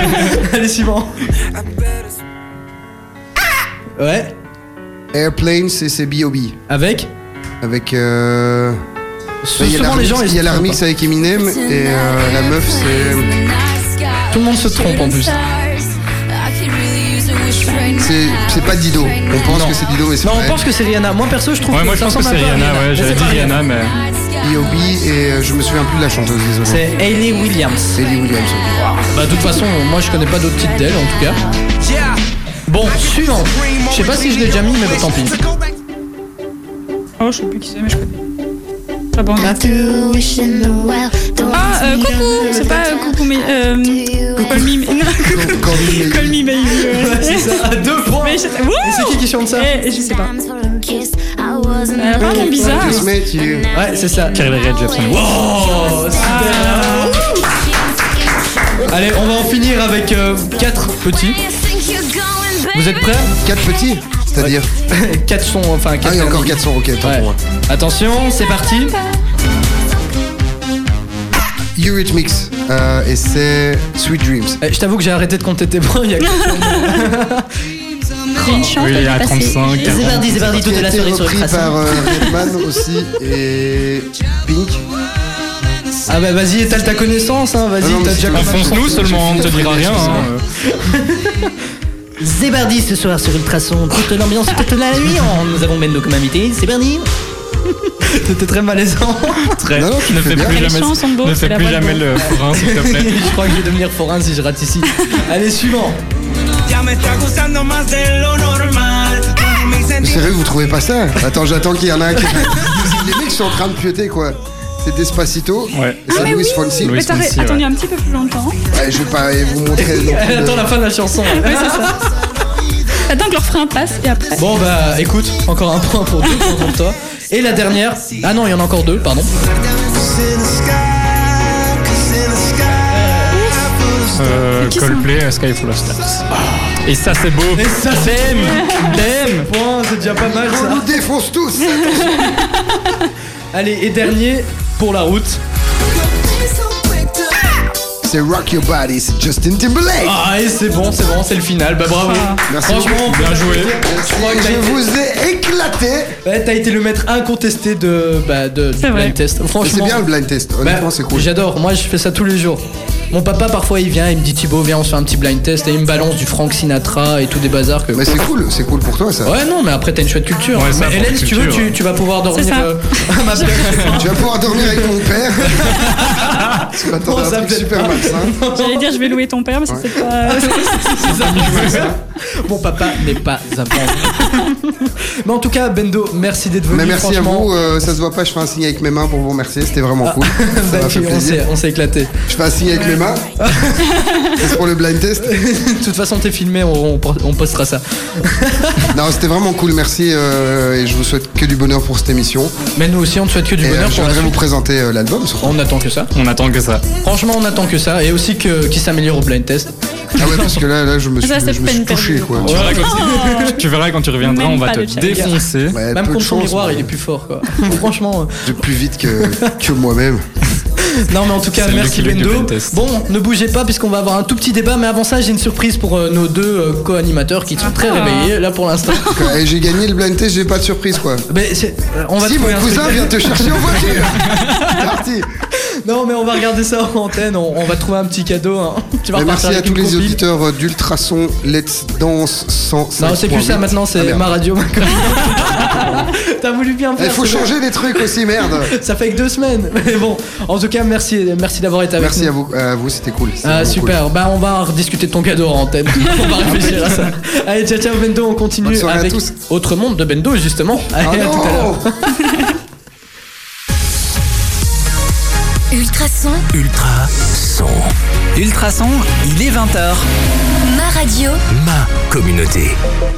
Speaker 1: *laughs* Allez, suivant. Ah Ouais,
Speaker 2: Airplane, c'est c'est B.O.B.
Speaker 1: avec
Speaker 2: Avec. euh, bah, Il y a la
Speaker 1: Souvent, les gens,
Speaker 2: remix-
Speaker 1: ils
Speaker 2: il y a la
Speaker 1: se
Speaker 2: remix avec Eminem et euh, la meuf, c'est.
Speaker 1: Tout le monde se trompe en plus.
Speaker 2: C'est c'est pas Dido. On pense
Speaker 1: Non.
Speaker 2: que c'est Dido, mais c'est
Speaker 1: Non,
Speaker 2: pas
Speaker 1: on pense que c'est Rihanna. Moi perso, je trouve
Speaker 3: Ouais,
Speaker 1: que
Speaker 3: moi je
Speaker 1: ça
Speaker 3: pense que
Speaker 1: ressemble
Speaker 3: c'est
Speaker 1: un peu à
Speaker 3: Rihanna, ouais,
Speaker 1: mais
Speaker 3: j'avais
Speaker 1: c'est
Speaker 3: dit
Speaker 1: pas
Speaker 3: Rihanna, mais.
Speaker 2: B.O.B. et euh, je me souviens plus de la chanteuse, désolé.
Speaker 1: C'est Hayley Williams.
Speaker 2: Ellie Williams.
Speaker 1: *laughs* Bah, de toute façon, moi je connais pas d'autres titres d'elle en tout cas. Bon, suivant. Je sais pas si je l'ai déjà mis, mais bah, tant pis.
Speaker 4: Oh, je sais plus qui c'est, mais je connais. J'abandonne. Ah,
Speaker 5: Ah,
Speaker 4: euh, coucou C'est pas euh, coucou, mais. Euh, call me. Non, *laughs* coucou.
Speaker 2: Call me maybe.
Speaker 4: Call me, baby.
Speaker 1: *laughs*
Speaker 4: ouais.
Speaker 1: Ouais, c'est ça, à deux points.
Speaker 4: Mais
Speaker 1: Et
Speaker 4: je- Wouh
Speaker 1: c'est qui qui chante ça
Speaker 4: Eh, je sais pas. Euh, vraiment bizarre.
Speaker 2: Just met you.
Speaker 1: Ouais, c'est ça.
Speaker 3: Carly Rae Jepsen.
Speaker 1: Oh, super. Allez, on va en finir avec 4 petits. Vous êtes prêts *laughs*
Speaker 2: Quatre petits C'est-à-dire
Speaker 1: 4 sons, enfin 4
Speaker 2: Ah, il y a encore 400 ok, tant pour moi.
Speaker 1: Attention, c'est parti.
Speaker 2: Eurythmics, euh, et c'est Sweet Dreams.
Speaker 1: Eh, Je t'avoue que j'ai arrêté de compter tes points il y a
Speaker 4: J'ai une chance
Speaker 3: Oui,
Speaker 4: de
Speaker 3: à
Speaker 4: passer.
Speaker 3: 35,
Speaker 4: J'ai-
Speaker 10: C'est parti, c'est parti,
Speaker 2: Qui
Speaker 10: toute
Speaker 2: a
Speaker 10: la
Speaker 2: été
Speaker 10: soirée sur
Speaker 2: repris par
Speaker 10: Ultrason.
Speaker 2: euh, Redman aussi et Pink.
Speaker 1: Ah bah vas-y, étale ta connaissance, hein,
Speaker 2: Ah
Speaker 1: vas-y,
Speaker 2: non, mais
Speaker 1: t'as
Speaker 2: c'est
Speaker 1: déjà
Speaker 2: pas
Speaker 1: compris.
Speaker 3: Enfonce-nous seulement, on te dira rien. hein.
Speaker 10: C'est parti ce soir sur Ultrason. Toute l'ambiance, toute la nuit. On-
Speaker 6: *laughs*
Speaker 10: Nous avons Mendo comme invité. C'est parti.
Speaker 1: *laughs* T'étais très malaisant.
Speaker 3: Très.
Speaker 2: Non, non, tu
Speaker 3: Ne
Speaker 2: fais
Speaker 3: fais
Speaker 2: bien.
Speaker 3: plus
Speaker 4: Les
Speaker 3: jamais
Speaker 4: chansons de Beau,
Speaker 3: ne
Speaker 4: c'est
Speaker 3: fais
Speaker 4: la
Speaker 3: plus
Speaker 4: voix de
Speaker 3: jamais
Speaker 4: Beau.
Speaker 3: le forain, s'il te
Speaker 1: *laughs*
Speaker 3: plaît.
Speaker 1: *laughs* je crois que je vais devenir forain si je rate ici. Allez, suivant.
Speaker 2: Mais sérieux, vous trouvez pas ça hein. Attends, j'attends qu'il y en a un qui. Les mecs sont en train de pioter quoi. C'est Despacito.
Speaker 3: Ouais.
Speaker 2: et C'est
Speaker 4: Ah, mais
Speaker 2: Luis
Speaker 4: oui.
Speaker 2: Fonsi.
Speaker 3: Louis
Speaker 4: Mais t'as
Speaker 3: Fonsi, ouais.
Speaker 4: attendu un petit peu plus longtemps.
Speaker 2: Ouais, je vais pas vous montrer. non plus
Speaker 1: Elle
Speaker 2: de-
Speaker 1: attend Eh, la fin de la *laughs* chanson.
Speaker 4: Attends que leur frein passe
Speaker 1: *laughs*
Speaker 4: et après.
Speaker 1: Bon bah écoute, encore un point pour deux points pour toi. Et la dernière. Ah non, il y en a encore deux, pardon.
Speaker 3: Euh,
Speaker 4: qui
Speaker 3: Coldplay, euh, Sky Full of Stars. Et ça, c'est beau.
Speaker 1: Et ça t'aime T'aimes Point, c'est déjà pas mal
Speaker 2: On
Speaker 1: ça.
Speaker 2: nous défonce tous
Speaker 1: Allez, et dernier pour la route.
Speaker 2: C'est Rock Your Body, c'est Justin Timberlake
Speaker 1: Ah et c'est bon, c'est bon, c'est le final. Bah bravo.
Speaker 2: Merci
Speaker 1: Franchement, on peut
Speaker 3: Bien joué.
Speaker 1: Je crois que
Speaker 2: Je
Speaker 1: t'as été-
Speaker 2: vous ai éclaté
Speaker 1: Ouais, t'as été le maître incontesté de bah de du
Speaker 4: C'est vrai.
Speaker 1: blind test. Franchement,
Speaker 2: C'est bien le blind test,
Speaker 1: Bah,
Speaker 2: honnêtement c'est cool.
Speaker 1: J'adore, moi je fais ça tous les jours. Mon papa parfois il vient, il me dit Thibaut viens on se fait un petit blind test et il me balance du Frank Sinatra et tout des bazars que.
Speaker 2: Mais c'est cool, c'est cool pour toi ça.
Speaker 1: Ouais non mais après t'as une chouette culture.
Speaker 3: Ouais, ça,
Speaker 1: mais
Speaker 3: pour
Speaker 1: Hélène
Speaker 3: la
Speaker 1: si tu veux
Speaker 3: culture,
Speaker 1: tu,
Speaker 3: ouais.
Speaker 1: tu vas pouvoir dormir
Speaker 4: ça.
Speaker 1: euh, à ma place.
Speaker 2: Tu vas pouvoir dormir avec mon père. tu vas
Speaker 1: Non,
Speaker 2: t'attendre à un
Speaker 1: Oh, ça me
Speaker 2: truc
Speaker 1: plaît
Speaker 2: super
Speaker 1: pas.
Speaker 2: hein. malsain.
Speaker 4: J'allais dire je vais louer ton père, mais ça *laughs* c'est pas.
Speaker 1: Ah, C'est ça. Mon papa n'est pas un bon. Mais en tout cas Bendo merci d'être venu.
Speaker 2: Mais merci à
Speaker 1: franchement.
Speaker 2: vous, euh, ça se voit pas, je fais un signe avec mes mains pour vous remercier, c'était vraiment
Speaker 1: *laughs*
Speaker 2: cool. Ça
Speaker 1: Bah,
Speaker 2: m'a
Speaker 1: tu-
Speaker 2: fait
Speaker 1: on
Speaker 2: plaisir.
Speaker 1: s'est- on s'est éclaté.
Speaker 2: Je fais un signe avec mes
Speaker 4: *laughs*
Speaker 2: mains. C'est pour le blind test.
Speaker 1: De toute façon t'es filmé, on, on- on postera ça.
Speaker 2: Non, c'était vraiment cool, merci euh, et je vous souhaite que du bonheur pour cette émission.
Speaker 1: Mais nous aussi on te souhaite que du
Speaker 2: Et euh,
Speaker 1: bonheur
Speaker 2: je
Speaker 1: pour la
Speaker 2: voudrais vous
Speaker 1: suite.
Speaker 2: présenter euh, l'album surtout.
Speaker 1: On attend que ça.
Speaker 3: On attend que ça.
Speaker 1: Franchement, on attend que ça et aussi que qui s'améliore au blind test.
Speaker 2: Ah ouais, parce que là, là je me suis,
Speaker 4: Ça, c'est
Speaker 2: je me
Speaker 4: pas
Speaker 2: suis
Speaker 4: une perte
Speaker 2: touché
Speaker 4: de
Speaker 2: quoi.
Speaker 3: Tu verras quand, tu verras quand tu reviendras,
Speaker 4: Même
Speaker 3: on va
Speaker 4: pas
Speaker 3: te
Speaker 4: le challenge.
Speaker 3: défoncer.
Speaker 2: Ouais,
Speaker 1: Même
Speaker 2: Eh, peu de
Speaker 1: contre son
Speaker 2: chance,
Speaker 1: miroir,
Speaker 2: mais-
Speaker 1: il est plus fort
Speaker 2: *laughs*
Speaker 1: quoi. Franchement. euh.
Speaker 2: de plus vite que, que moi-même.
Speaker 1: Non mais en tout cas,
Speaker 3: C'est le
Speaker 1: merci
Speaker 3: Lucky Luke du
Speaker 1: Bendo.
Speaker 3: blind test.
Speaker 1: Bon, ne bougez pas puisqu'on va avoir un tout petit débat, mais avant ça, j'ai une surprise pour euh, nos deux euh, co-animateurs qui sont très
Speaker 4: Ah.
Speaker 1: réveillés là pour l'instant.
Speaker 2: Quoi, Et j'ai gagné le blind test, j'ai pas de surprise quoi.
Speaker 1: mais c'est- euh, on va
Speaker 2: si
Speaker 1: trouver
Speaker 2: mon
Speaker 1: un
Speaker 2: cousin
Speaker 1: truc.
Speaker 2: vient te chercher
Speaker 1: *laughs*
Speaker 2: en voiture C'est parti
Speaker 1: Non mais on va regarder ça en antenne, on, on va trouver un petit cadeau. hein. Tu vas
Speaker 2: Mais
Speaker 1: repartir
Speaker 2: Merci à
Speaker 1: avec
Speaker 2: tous
Speaker 1: une
Speaker 2: les
Speaker 1: compile.
Speaker 2: auditeurs euh, d'Ultrason Let's Dance 105.
Speaker 1: Non, c'est plus ça maintenant,
Speaker 2: Ah,
Speaker 1: c'est
Speaker 2: merde.
Speaker 1: ma radio. ma
Speaker 2: *laughs*
Speaker 1: com. T'as voulu bien
Speaker 2: Il
Speaker 1: faire.
Speaker 2: faut
Speaker 1: c'est vrai.
Speaker 2: changer des trucs aussi, merde
Speaker 1: Ça fait que deux semaines. *laughs* Mais bon, en tout cas, merci, merci d'avoir été avec nous.
Speaker 2: Merci à vous, à vous c'était cool. c'était
Speaker 1: Ah
Speaker 2: vraiment
Speaker 1: super, bah on va rediscuter de ton cadeau en
Speaker 2: *laughs*
Speaker 1: antenne. on va réfléchir à ça. Allez, ciao ciao Bendo, on
Speaker 2: Bonne
Speaker 1: continue
Speaker 2: soirée à
Speaker 1: avec
Speaker 2: tous.
Speaker 1: Autre Monde de Bendo justement.
Speaker 2: cool. Ah
Speaker 1: Allez, *laughs* à tout à l'heure.
Speaker 2: non
Speaker 5: Ultrason,
Speaker 7: Ultrason. Ultrason, il est 20h.
Speaker 5: ma radio.
Speaker 6: Ma communauté.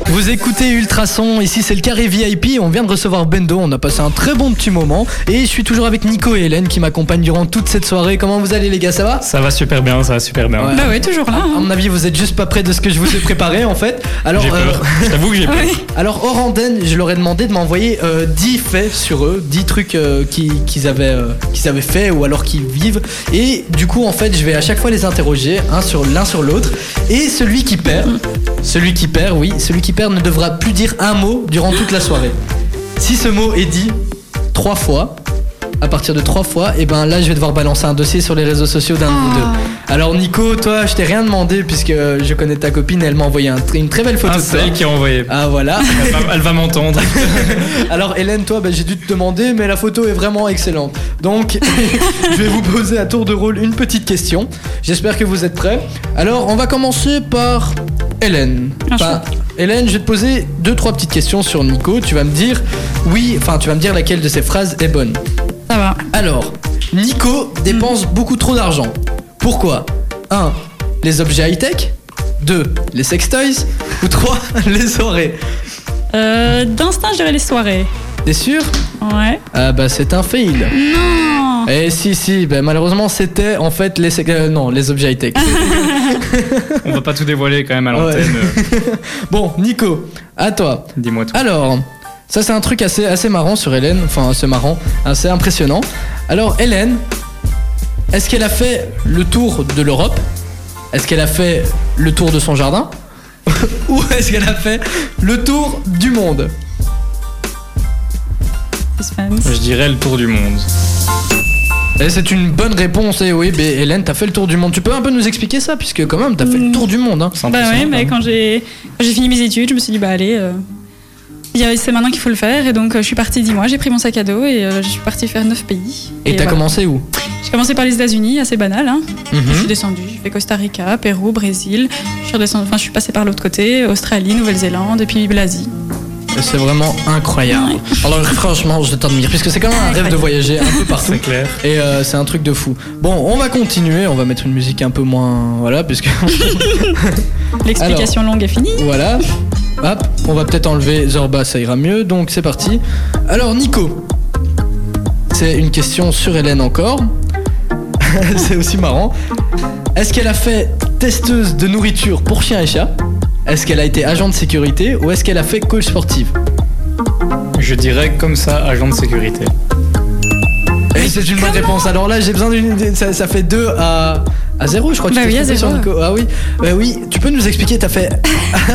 Speaker 1: Vous écoutez Ultrason, ici c'est le carré VIP, on vient de recevoir Bendo, on a passé un très bon petit moment et je suis toujours avec Nico et Hélène qui m'accompagnent durant toute cette soirée. Comment vous allez les gars, ça va
Speaker 3: Ça va super bien, ça va super bien.
Speaker 4: Bah ouais, toujours là.
Speaker 1: À
Speaker 4: hein.
Speaker 1: mon avis, vous êtes juste pas près de ce que je vous ai préparé en fait. Alors, euh,
Speaker 3: J'ai peur. Je t'avoue
Speaker 4: *laughs*
Speaker 3: que j'ai peur.
Speaker 4: Oui.
Speaker 1: alors Oranden, je leur ai demandé de m'envoyer euh, 10 faits sur eux, 10 trucs euh, qui- qu'ils avaient, euh, qu'ils avaient fait ou alors qu'ils vivent. Et du coup, en fait, je vais à chaque fois les interroger, un sur l'un sur l'autre. Et celui qui perd, celui qui perd, oui, celui qui perd ne devra plus dire un mot durant toute la soirée. Si ce mot est dit trois fois, à partir de trois fois, et ben là je vais devoir balancer un dossier sur les réseaux sociaux d'un ou deux. Alors Nico, toi, je t'ai rien demandé puisque je connais ta copine, elle m'a envoyé un- une très belle photo.
Speaker 3: Ah,
Speaker 1: de
Speaker 3: c'est
Speaker 1: toi.
Speaker 3: elle qui a envoyé.
Speaker 1: Ah voilà.
Speaker 3: Elle va- Elle va m'entendre.
Speaker 1: Alors Hélène, toi, ben, j'ai dû te demander, mais la photo est vraiment excellente. Donc, *laughs* je vais vous poser à tour de rôle une petite question. J'espère que vous êtes prêts. Alors, on va commencer par Hélène.
Speaker 4: Un
Speaker 1: Enfin, Hélène, je vais te poser deux, trois petites questions sur Nico. Tu vas me dire oui, enfin, tu vas me dire laquelle de ces phrases est bonne.
Speaker 4: Ça va.
Speaker 1: Alors, Nico dépense beaucoup trop d'argent. Pourquoi 1. Les objets high-tech 2. Les sextoys Ou 3. *laughs* Les soirées
Speaker 4: Euh, D'instinct, je dirais les soirées.
Speaker 1: T'es sûr
Speaker 4: Ouais.
Speaker 1: Ah bah c'est un fail
Speaker 4: Non
Speaker 1: Eh si si, bah, malheureusement c'était en fait les sec- euh, non les objets high tech.
Speaker 3: On va pas tout dévoiler quand même à
Speaker 1: Ouais.
Speaker 3: l'antenne. euh,
Speaker 1: bon Nico, à toi.
Speaker 3: Dis-moi tout.
Speaker 1: Alors ça c'est un truc assez assez marrant sur Hélène, enfin assez marrant, assez impressionnant. Alors Hélène, est-ce qu'elle a fait le tour de l'Europe Est-ce qu'elle a fait le tour de son jardin *laughs* Ou est-ce qu'elle a fait le tour du monde
Speaker 4: Suspense.
Speaker 3: Je dirais le tour du monde.
Speaker 1: Eh, c'est une bonne réponse, et oui, mais Hélène, t'as fait le tour du monde. Tu peux un peu nous expliquer ça, puisque quand même, t'as fait le tour du monde. Hein.
Speaker 3: C'est
Speaker 4: Bah
Speaker 3: impressionnant,
Speaker 4: ouais,
Speaker 3: quand
Speaker 4: mais
Speaker 3: même.
Speaker 4: quand j'ai quand j'ai fini mes études, je me suis dit, bah allez, euh, il y a- c'est maintenant qu'il faut le faire. Et donc, euh, je suis partie dix mois, j'ai pris mon sac à dos et euh, je suis partie faire neuf pays.
Speaker 1: Et t'as
Speaker 4: voilà.
Speaker 1: commencé où
Speaker 4: J'ai commencé par les États-Unis, assez banal. Hein. Je
Speaker 1: Mhm.
Speaker 4: suis descendue, j'ai fait Costa Rica, Pérou, Brésil. Je suis, redescendue, enfin, je suis passée par l'autre côté, Australie, Nouvelle-Zélande et puis l'Asie.
Speaker 1: C'est vraiment incroyable. Alors franchement, je t'admire, puisque c'est quand même un rêve de voyager un peu partout.
Speaker 3: C'est clair.
Speaker 1: Et euh, c'est un truc de fou. Bon, on va continuer, on va mettre une musique un peu moins... Voilà, puisque... *laughs*
Speaker 4: L'explication longue est finie.
Speaker 1: voilà. Hop, on va peut-être enlever Zorba, ça ira mieux. Donc c'est parti. Alors Nico, c'est une question sur Hélène encore. *laughs* c'est aussi marrant. Est-ce qu'elle a fait testeuse de nourriture pour chiens et chats Est-ce qu'elle a été agent de sécurité ou est-ce qu'elle a fait coach sportive
Speaker 3: Je dirais comme ça, agent de sécurité.
Speaker 1: Et c'est une bonne réponse. Alors là, j'ai besoin d'une. Ça, ça fait 2 à. À 0, je crois que
Speaker 4: Bah
Speaker 1: tu t'es
Speaker 4: oui, à
Speaker 1: trompé sur
Speaker 4: zéro.
Speaker 1: Nico. Ah oui. Bah oui, tu peux nous expliquer, t'as
Speaker 4: *laughs*
Speaker 1: fait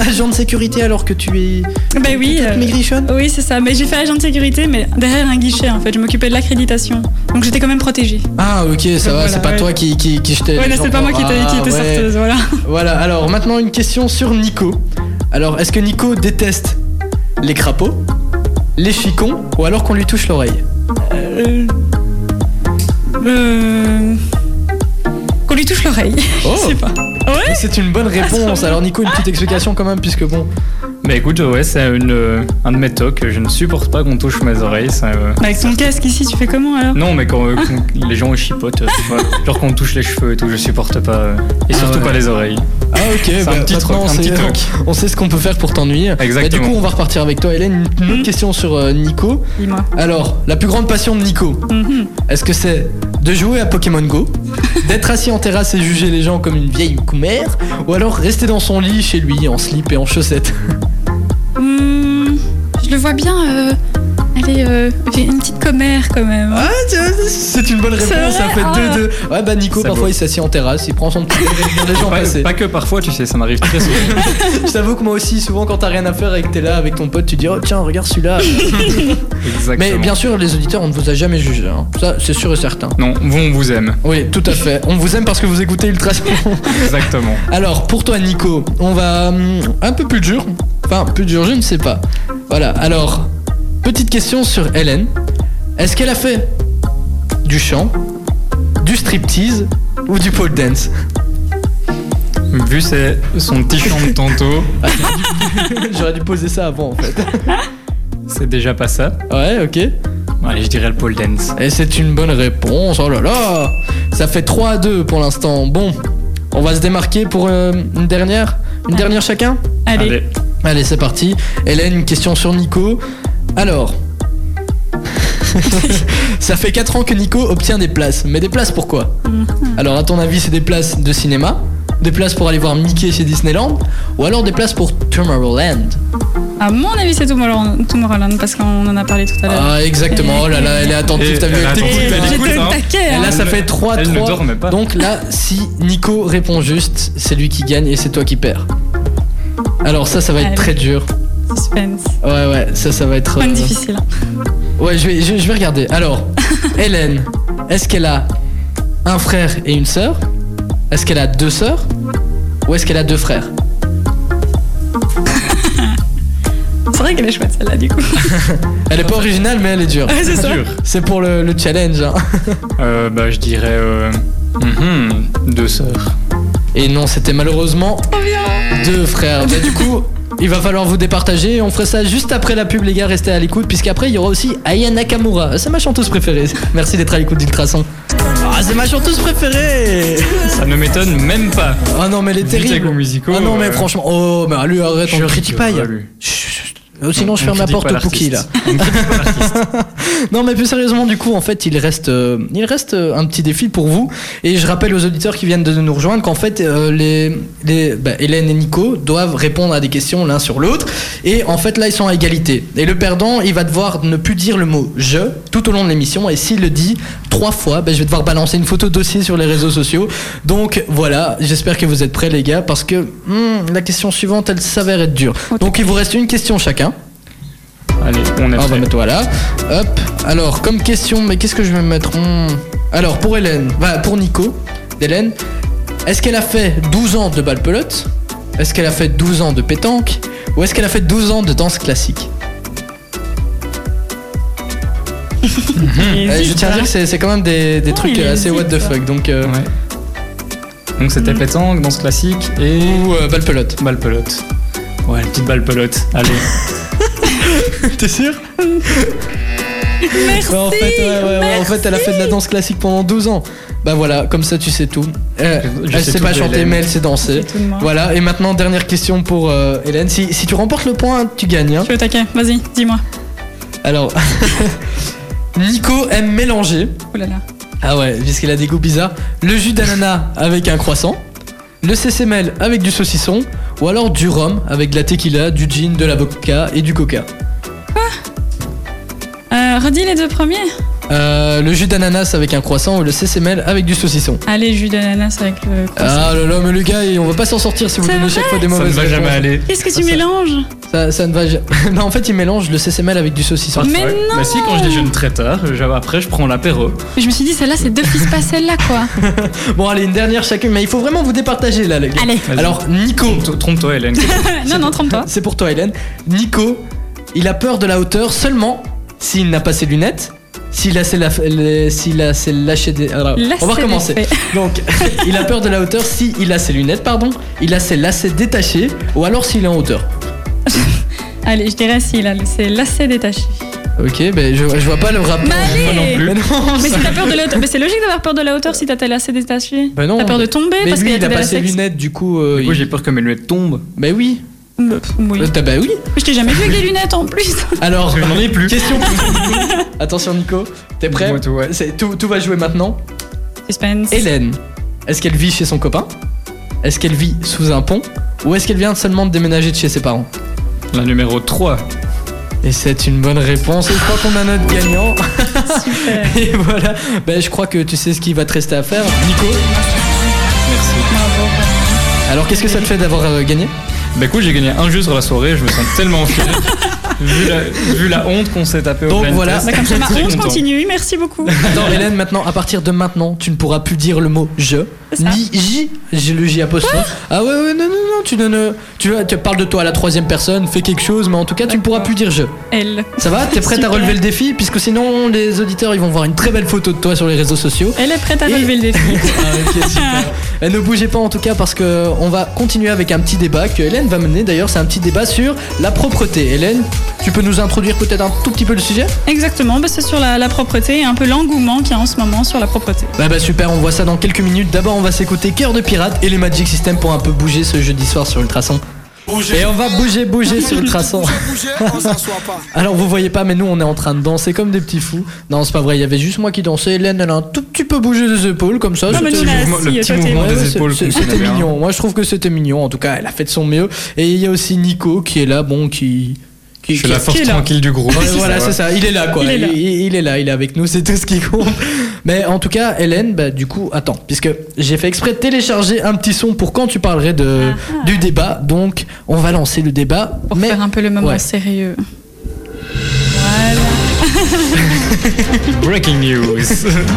Speaker 1: agent de sécurité alors que tu es.
Speaker 4: Bah oui.
Speaker 1: toute
Speaker 4: euh,
Speaker 1: migration
Speaker 4: Oui, c'est ça. Mais j'ai fait agent de sécurité, mais derrière un guichet, en fait. Je m'occupais de l'accréditation. Donc j'étais quand même protégée.
Speaker 1: Ah ok, ça va,
Speaker 4: Voilà,
Speaker 1: c'est pas
Speaker 4: ouais.
Speaker 1: toi qui, qui, qui jetais.
Speaker 4: Ouais,
Speaker 1: les
Speaker 4: non,
Speaker 1: gens
Speaker 4: c'est pas moi
Speaker 1: pour-
Speaker 4: qui étais, qui
Speaker 1: Ah,
Speaker 4: était
Speaker 1: ouais.
Speaker 4: sorteuse, voilà.
Speaker 1: Voilà, alors maintenant une question sur Nico. Alors, est-ce que Nico déteste les crapauds, les chicons ou alors qu'on lui touche l'oreille
Speaker 4: Euh... euh, Qu'on lui touche l'oreille. *laughs* Je sais pas. Bah, Ouais
Speaker 1: Mais C'est une
Speaker 4: Ah,
Speaker 1: bonne réponse. Alors Nico, une petite explication quand même, puisque bon.
Speaker 3: Mais écoute, ouais, c'est une, euh, un de mes tocs. Je ne supporte pas qu'on touche mes oreilles. Ça, euh,
Speaker 4: Bah, Avec ton casque ici, tu fais comment alors
Speaker 3: Non, mais quand, euh,
Speaker 1: *laughs*
Speaker 3: qu'on- les gens chipotent, euh, tu vois, genre qu'on touche les cheveux et tout, je supporte pas. euh, Et
Speaker 1: Ah,
Speaker 3: surtout
Speaker 1: ouais.
Speaker 3: pas les oreilles.
Speaker 1: Ah ok,
Speaker 3: C'est
Speaker 1: bah,
Speaker 3: un petit truc,
Speaker 1: maintenant,
Speaker 3: un
Speaker 1: c'est-
Speaker 3: petit truc.
Speaker 1: *laughs* on sait ce qu'on peut faire pour t'ennuyer. Bah, du
Speaker 3: Exactement.
Speaker 1: coup, on va repartir avec toi, Hélène. Une autre
Speaker 4: Mhm.
Speaker 1: question sur euh, Nico.
Speaker 4: Dis-moi.
Speaker 1: Alors, la plus grande passion de Nico,
Speaker 4: Mhm.
Speaker 1: est-ce que c'est de jouer à Pokémon
Speaker 4: *laughs*
Speaker 1: Go, d'être assis en terrasse et juger les gens comme une vieille coumère, ou alors rester dans son lit chez lui en slip et en chaussettes *laughs*
Speaker 4: Hmm, Je le vois bien. euh, Elle est euh, j'ai une petite commère quand même.
Speaker 1: Ah, tiens, c'est une bonne
Speaker 4: C'est
Speaker 1: réponse, ça
Speaker 4: vrai
Speaker 1: fait
Speaker 4: Ah.
Speaker 1: 2-2. Ouais, bah Nico,
Speaker 3: C'est
Speaker 1: parfois
Speaker 3: beau.
Speaker 1: il s'assied en terrasse, il prend son petit verre et
Speaker 3: *laughs*
Speaker 1: regarde les gens
Speaker 3: Pas,
Speaker 1: passer.
Speaker 3: pas que parfois, tu sais, ça m'arrive très souvent.
Speaker 1: Je t'avoue que moi aussi, souvent quand t'as rien à faire et que t'es là avec ton pote, tu dis Oh tiens, regarde celui-là.
Speaker 3: Exactement.
Speaker 1: *laughs* Mais bien sûr, les auditeurs, on ne vous a jamais jugé. hein. Ça, c'est sûr et certain.
Speaker 3: Non, vous, on vous aime.
Speaker 1: Oui, tout à fait. On vous aime parce que vous écoutez Ultrason.
Speaker 3: Exactement.
Speaker 1: *laughs* Alors, pour toi, Nico, on va hum, un peu plus dur. Enfin, plus dur, je ne sais pas. Voilà, alors, petite question sur Hélène. Est-ce qu'elle a fait du chant, du striptease ou du pole dance
Speaker 3: Vu c'est son petit chant de tantôt,
Speaker 1: *laughs* J'aurais dû poser ça avant, en fait.
Speaker 3: c'est déjà pas ça.
Speaker 1: Ouais, ok.
Speaker 3: Bon, allez, je dirais le pole dance.
Speaker 1: Et c'est une bonne réponse, oh là là Ça fait 3 à 2 pour l'instant. Bon, on va se démarquer pour euh, une dernière. Une dernière chacun
Speaker 4: Allez.
Speaker 3: Allez.
Speaker 1: Allez, c'est parti. Hélène, une question sur Nico. Alors. *laughs* Ça fait 4 ans que Nico obtient des places. Mais des places pourquoi Alors, à ton avis, c'est des places de cinéma Des places pour aller voir Mickey chez Disneyland Ou alors des places pour Tomorrowland
Speaker 4: À mon avis, c'est Tomorrowland, Tomorrowland, parce qu'on en a parlé tout à l'heure.
Speaker 1: Ah, exactement. Oh là là, elle est attentive.
Speaker 3: Et-
Speaker 1: T'as vu
Speaker 3: elle est
Speaker 1: avec tes
Speaker 3: attentive,
Speaker 1: couilles,
Speaker 3: elle
Speaker 1: hein.
Speaker 3: écoute,
Speaker 4: J'étais au
Speaker 3: hein.
Speaker 4: taquet.
Speaker 1: Et
Speaker 4: hein.
Speaker 1: là, ça
Speaker 3: Elle-
Speaker 1: fait 3-3.
Speaker 3: elle ne dormait pas.
Speaker 1: Donc là, si Nico répond juste, c'est lui qui gagne et c'est toi qui perds. Alors ça, ça va être
Speaker 4: Allez.
Speaker 1: très dur.
Speaker 4: Suspense.
Speaker 1: Ouais, ouais, ça, ça va être...
Speaker 4: Pas
Speaker 1: euh,
Speaker 4: difficile.
Speaker 1: Ouais, je vais, je, je vais regarder. Alors,
Speaker 4: *laughs*
Speaker 1: Hélène, est-ce qu'elle a un frère et une sœur Est-ce qu'elle a deux sœurs Ou est-ce qu'elle a deux frères
Speaker 4: C'est vrai qu'elle est chouette celle-là, du coup.
Speaker 1: Elle est pas originale, mais elle est dure.
Speaker 4: Ouais, c'est ça.
Speaker 3: Dur.
Speaker 1: C'est pour le, le challenge. hein.
Speaker 3: Euh, bah, je dirais. euh, mhm, deux sœurs.
Speaker 1: Et non, c'était malheureusement deux frères. Bah, du coup, il va falloir vous départager. On ferait ça juste après la pub, les gars. Restez à l'écoute, puisqu'après, il y aura aussi Aya Nakamura. C'est ma chanteuse préférée. Merci d'être à l'écoute d'Ultrason. Ah, c'est ma chanteuse préférée
Speaker 3: Ça ne m'étonne même pas.
Speaker 1: Ah non, mais elle est
Speaker 3: Vitego
Speaker 1: terrible.
Speaker 3: musicaux,
Speaker 1: Ah non, mais
Speaker 3: euh,
Speaker 1: franchement. Oh, mais lui, arrête, on
Speaker 3: je
Speaker 1: le critique pas.
Speaker 3: rigole,
Speaker 1: Aya.
Speaker 3: lui.
Speaker 1: Chut, chut. Sinon,
Speaker 3: On-
Speaker 1: je
Speaker 3: on
Speaker 1: ferme la
Speaker 3: critique
Speaker 1: porte
Speaker 3: pas
Speaker 1: au Pookie, là.
Speaker 3: l'artiste. On ne critique pas
Speaker 1: *laughs*
Speaker 3: l'artiste.
Speaker 1: Non mais plus sérieusement du coup en fait il reste euh, il reste euh, un petit défi pour vous et je rappelle aux auditeurs qui viennent de nous rejoindre qu'en fait euh, les, les bah, Hélène et Nico doivent répondre à des questions l'un sur l'autre et en fait là ils sont à égalité et le perdant il va devoir ne plus dire le mot je tout au long de l'émission et s'il le dit trois fois bah, je vais devoir balancer une photo dossier sur les réseaux sociaux donc voilà j'espère que vous êtes prêts les gars parce que hmm, la question suivante elle s'avère être dure donc il vous reste une question chacun
Speaker 3: Allez, on est
Speaker 1: ah, on va
Speaker 3: prêt.
Speaker 1: mettre voilà. Hop. Alors, comme question, mais qu'est-ce que je vais mettre Hmm. Alors, pour Hélène, bah, pour Nico, d'Hélène, est-ce qu'elle a fait 12 ans de balle pelote Est-ce qu'elle a fait 12 ans de pétanque Ou est-ce qu'elle a fait 12 ans de danse classique
Speaker 3: *laughs*
Speaker 4: Et
Speaker 1: Euh, Je
Speaker 4: zut,
Speaker 1: tiens à dire que c'est c'est quand même des, des
Speaker 4: Oh,
Speaker 1: trucs
Speaker 4: il
Speaker 1: euh, assez
Speaker 4: hésite,
Speaker 1: what the
Speaker 4: ça.
Speaker 1: fuck. Donc, euh,
Speaker 3: Ouais. Donc c'était pétanque, danse classique et
Speaker 1: ou euh, balle pelote.
Speaker 4: *laughs*
Speaker 3: balle pelote. Ouais, une petite balle pelote. Allez.
Speaker 1: T'es sûr
Speaker 4: Merci.
Speaker 1: en fait, ouais, ouais, ouais, en fait, elle a fait de la danse classique pendant 12 ans. Bah voilà, comme ça tu sais tout. Euh,
Speaker 3: Je- je
Speaker 1: elle
Speaker 3: sais
Speaker 1: sait
Speaker 3: tout
Speaker 1: pas
Speaker 3: de
Speaker 1: chanter,
Speaker 3: Hélène.
Speaker 1: mais elle sait danser.
Speaker 4: C'est tout de moi.
Speaker 1: Voilà, et maintenant, dernière question pour euh, Hélène. Si, si tu remportes le point, tu gagnes. hein.
Speaker 4: Je suis au taquet. Vas-y, dis-moi.
Speaker 1: Alors, *laughs* Nico aime mélanger.
Speaker 4: Oh là là.
Speaker 1: Ah ouais, puisqu'il a des goûts bizarres. Le jus d'ananas avec un croissant. Le CCML avec du saucisson. Ou alors du rhum avec de la tequila, du gin, de la vodka et du coca.
Speaker 4: Euh, redis les deux premiers.
Speaker 1: Euh, le jus d'ananas avec un croissant ou le CCML avec du saucisson.
Speaker 4: Allez, jus d'ananas avec le croissant.
Speaker 1: Ah là là, mais le gars, il- on va pas s'en sortir si vous
Speaker 4: C'est
Speaker 1: donnez
Speaker 4: vrai
Speaker 1: chaque fois des
Speaker 3: Ça
Speaker 1: mauvaises
Speaker 3: ne va
Speaker 1: réponses.
Speaker 3: jamais aller.
Speaker 4: Qu'est-ce que
Speaker 1: Ah, ça,
Speaker 4: tu
Speaker 1: ça-
Speaker 4: mélanges
Speaker 1: Ça, ça ne va jamais. *laughs* non, en fait, il mélange le CCML avec du saucisson.
Speaker 4: Mais
Speaker 3: Ouais.
Speaker 4: non
Speaker 3: Bah si, quand je déjeune très tard, je- après je prends l'apéro.
Speaker 4: Mais Je me suis dit, celle-là, c'est deux fils, pas celle-là,
Speaker 1: *laughs*
Speaker 4: quoi.
Speaker 1: Bon, allez, une dernière chacune, mais il faut vraiment vous départager là, les gars.
Speaker 4: Allez.
Speaker 3: Vas-y.
Speaker 1: Alors, Nico,
Speaker 3: Trompe- Trompe-toi, Hélène.
Speaker 4: non, non, trompe-toi.
Speaker 1: c'est pour toi, Hélène. Nico, il a peur de la hauteur seulement s'il n'a pas ses lunettes. S'il a ses, laf- les- s'il a ses lâchés des. alors,
Speaker 4: Lacets
Speaker 1: on va recommencer.
Speaker 4: d'épais.
Speaker 1: *laughs* Donc, il a peur de la hauteur s'il a ses lunettes, pardon. Il a ses lacets détachés ou alors s'il est en hauteur.
Speaker 4: Allez, je dirais si, là, c'est lacet détaché.
Speaker 1: Ok, ben je, je vois pas le rapport.
Speaker 4: Mais allez
Speaker 1: Mais non,
Speaker 4: Mais
Speaker 1: ça-
Speaker 4: si t'as peur de la hauteur, mais c'est logique d'avoir peur de la hauteur si t'as tes lacets détachés.
Speaker 1: Bah non.
Speaker 4: T'as peur de tomber
Speaker 1: mais
Speaker 4: parce
Speaker 1: lui,
Speaker 4: qu'il y
Speaker 1: il
Speaker 4: a
Speaker 1: a
Speaker 4: tes
Speaker 1: pas ses
Speaker 4: lacets.
Speaker 1: lunettes, du coup. euh,
Speaker 3: Du coup,
Speaker 1: il-
Speaker 3: j'ai peur que mes lunettes tombent.
Speaker 1: Ben oui.
Speaker 4: Bah, Pff, oui.
Speaker 1: Euh, t'as- Ben oui.
Speaker 4: Je t'ai jamais vu
Speaker 1: *laughs*
Speaker 4: avec des lunettes en plus.
Speaker 1: Alors,
Speaker 3: Je n'en ai plus.
Speaker 1: Question pour Nico. Attention Nico, t'es prêt
Speaker 3: Dis-moi tout, ouais.
Speaker 1: C'est- tout, tout va jouer maintenant.
Speaker 4: Suspense.
Speaker 1: Hélène, est-ce qu'elle vit chez son copain Est-ce qu'elle vit sous un pont Ou est-ce qu'elle vient seulement de déménager de chez ses parents
Speaker 3: La numéro 3.
Speaker 1: Et c'est une bonne réponse. Et je crois qu'on a notre gagnant.
Speaker 4: Super.
Speaker 1: Et voilà, ben, je crois que tu sais ce qu'il va te rester à faire. Nico,
Speaker 3: Merci.
Speaker 1: alors qu'est-ce que ça te fait d'avoir euh, gagné
Speaker 3: Bah écoute, j'ai gagné un jeu sur la soirée, je me sens tellement fier.
Speaker 4: *laughs*
Speaker 3: vu, la, vu la honte qu'on s'est tapé au
Speaker 1: Donc
Speaker 3: blind
Speaker 1: voilà.
Speaker 3: test.
Speaker 4: Bah,
Speaker 1: *laughs*
Speaker 4: comme ça, ma
Speaker 3: Très
Speaker 4: honte
Speaker 3: content.
Speaker 4: continue. Merci beaucoup.
Speaker 1: Attends Hélène, maintenant, à partir de maintenant, tu ne pourras plus dire le mot je,
Speaker 4: C'est ça.
Speaker 1: ni j, j'ai le j apostrophe. Ah ouais, ouais, non, non, non, tu ne, ne- tu, tu parles de toi à la troisième personne, fais quelque chose, mais en tout cas, tu ne pourras plus dire je.
Speaker 4: Elle.
Speaker 1: Ça va T'es prête à
Speaker 4: Super.
Speaker 1: relever le défi Puisque sinon, les auditeurs, ils vont voir une très belle photo de toi sur les réseaux sociaux.
Speaker 4: Elle est prête à
Speaker 1: Et-
Speaker 4: relever le défi.
Speaker 1: *laughs* Ah, ok, super. *laughs* Et ne bougez pas en tout cas parce que on va continuer avec un petit débat que Hélène va mener. D'ailleurs, c'est un petit débat sur la propreté. Hélène, tu peux nous introduire peut-être un tout petit peu le sujet
Speaker 4: Exactement, bah, c'est sur la, la propreté et un peu l'engouement qu'il y a en ce moment sur la propreté.
Speaker 1: Bah bah super, on voit ça dans quelques minutes. D'abord, on va s'écouter Cœur de Pirate et les Magic System pour un peu bouger ce jeudi soir sur Ultrason. Et on va bouger, bouger sur
Speaker 3: *laughs*
Speaker 1: Ultrason. Alors vous voyez pas, mais nous on est en train de danser comme des petits fous. Non, c'est pas vrai, il y avait juste moi qui dansais. Hélène, elle a un tout petit peu bougé des épaules comme ça.
Speaker 4: Non, mais
Speaker 1: C'était-
Speaker 4: nous, on a assis, euh,
Speaker 3: Le petit
Speaker 4: à côté.
Speaker 3: mouvement
Speaker 1: Ouais,
Speaker 3: des
Speaker 1: c'est-
Speaker 3: épaules
Speaker 1: c'est-
Speaker 3: fonctionnait
Speaker 1: C'était
Speaker 3: bien.
Speaker 1: mignon. Moi, je trouve que c'était mignon. En tout cas, elle a fait de son mieux. Et il y a aussi Nico qui est là, bon, qui. qui-
Speaker 3: Je suis
Speaker 1: qui-
Speaker 3: la
Speaker 1: qui
Speaker 3: force
Speaker 1: est là.
Speaker 3: tranquille du groupe.
Speaker 1: Ouais, voilà, c'est ça. Il est là, quoi.
Speaker 4: Il est là.
Speaker 1: il- il est là, il est avec nous, c'est tout ce qui compte. Mais en tout cas, Hélène, bah, du coup, attends, puisque j'ai fait exprès de télécharger un petit son pour quand tu parlerais de,
Speaker 4: Ah.
Speaker 1: du débat. Donc, on va lancer le débat.
Speaker 4: Pour
Speaker 1: mais
Speaker 4: faire un peu le moment
Speaker 1: Ouais.
Speaker 4: sérieux. Voilà.
Speaker 1: *laughs*
Speaker 3: Breaking news.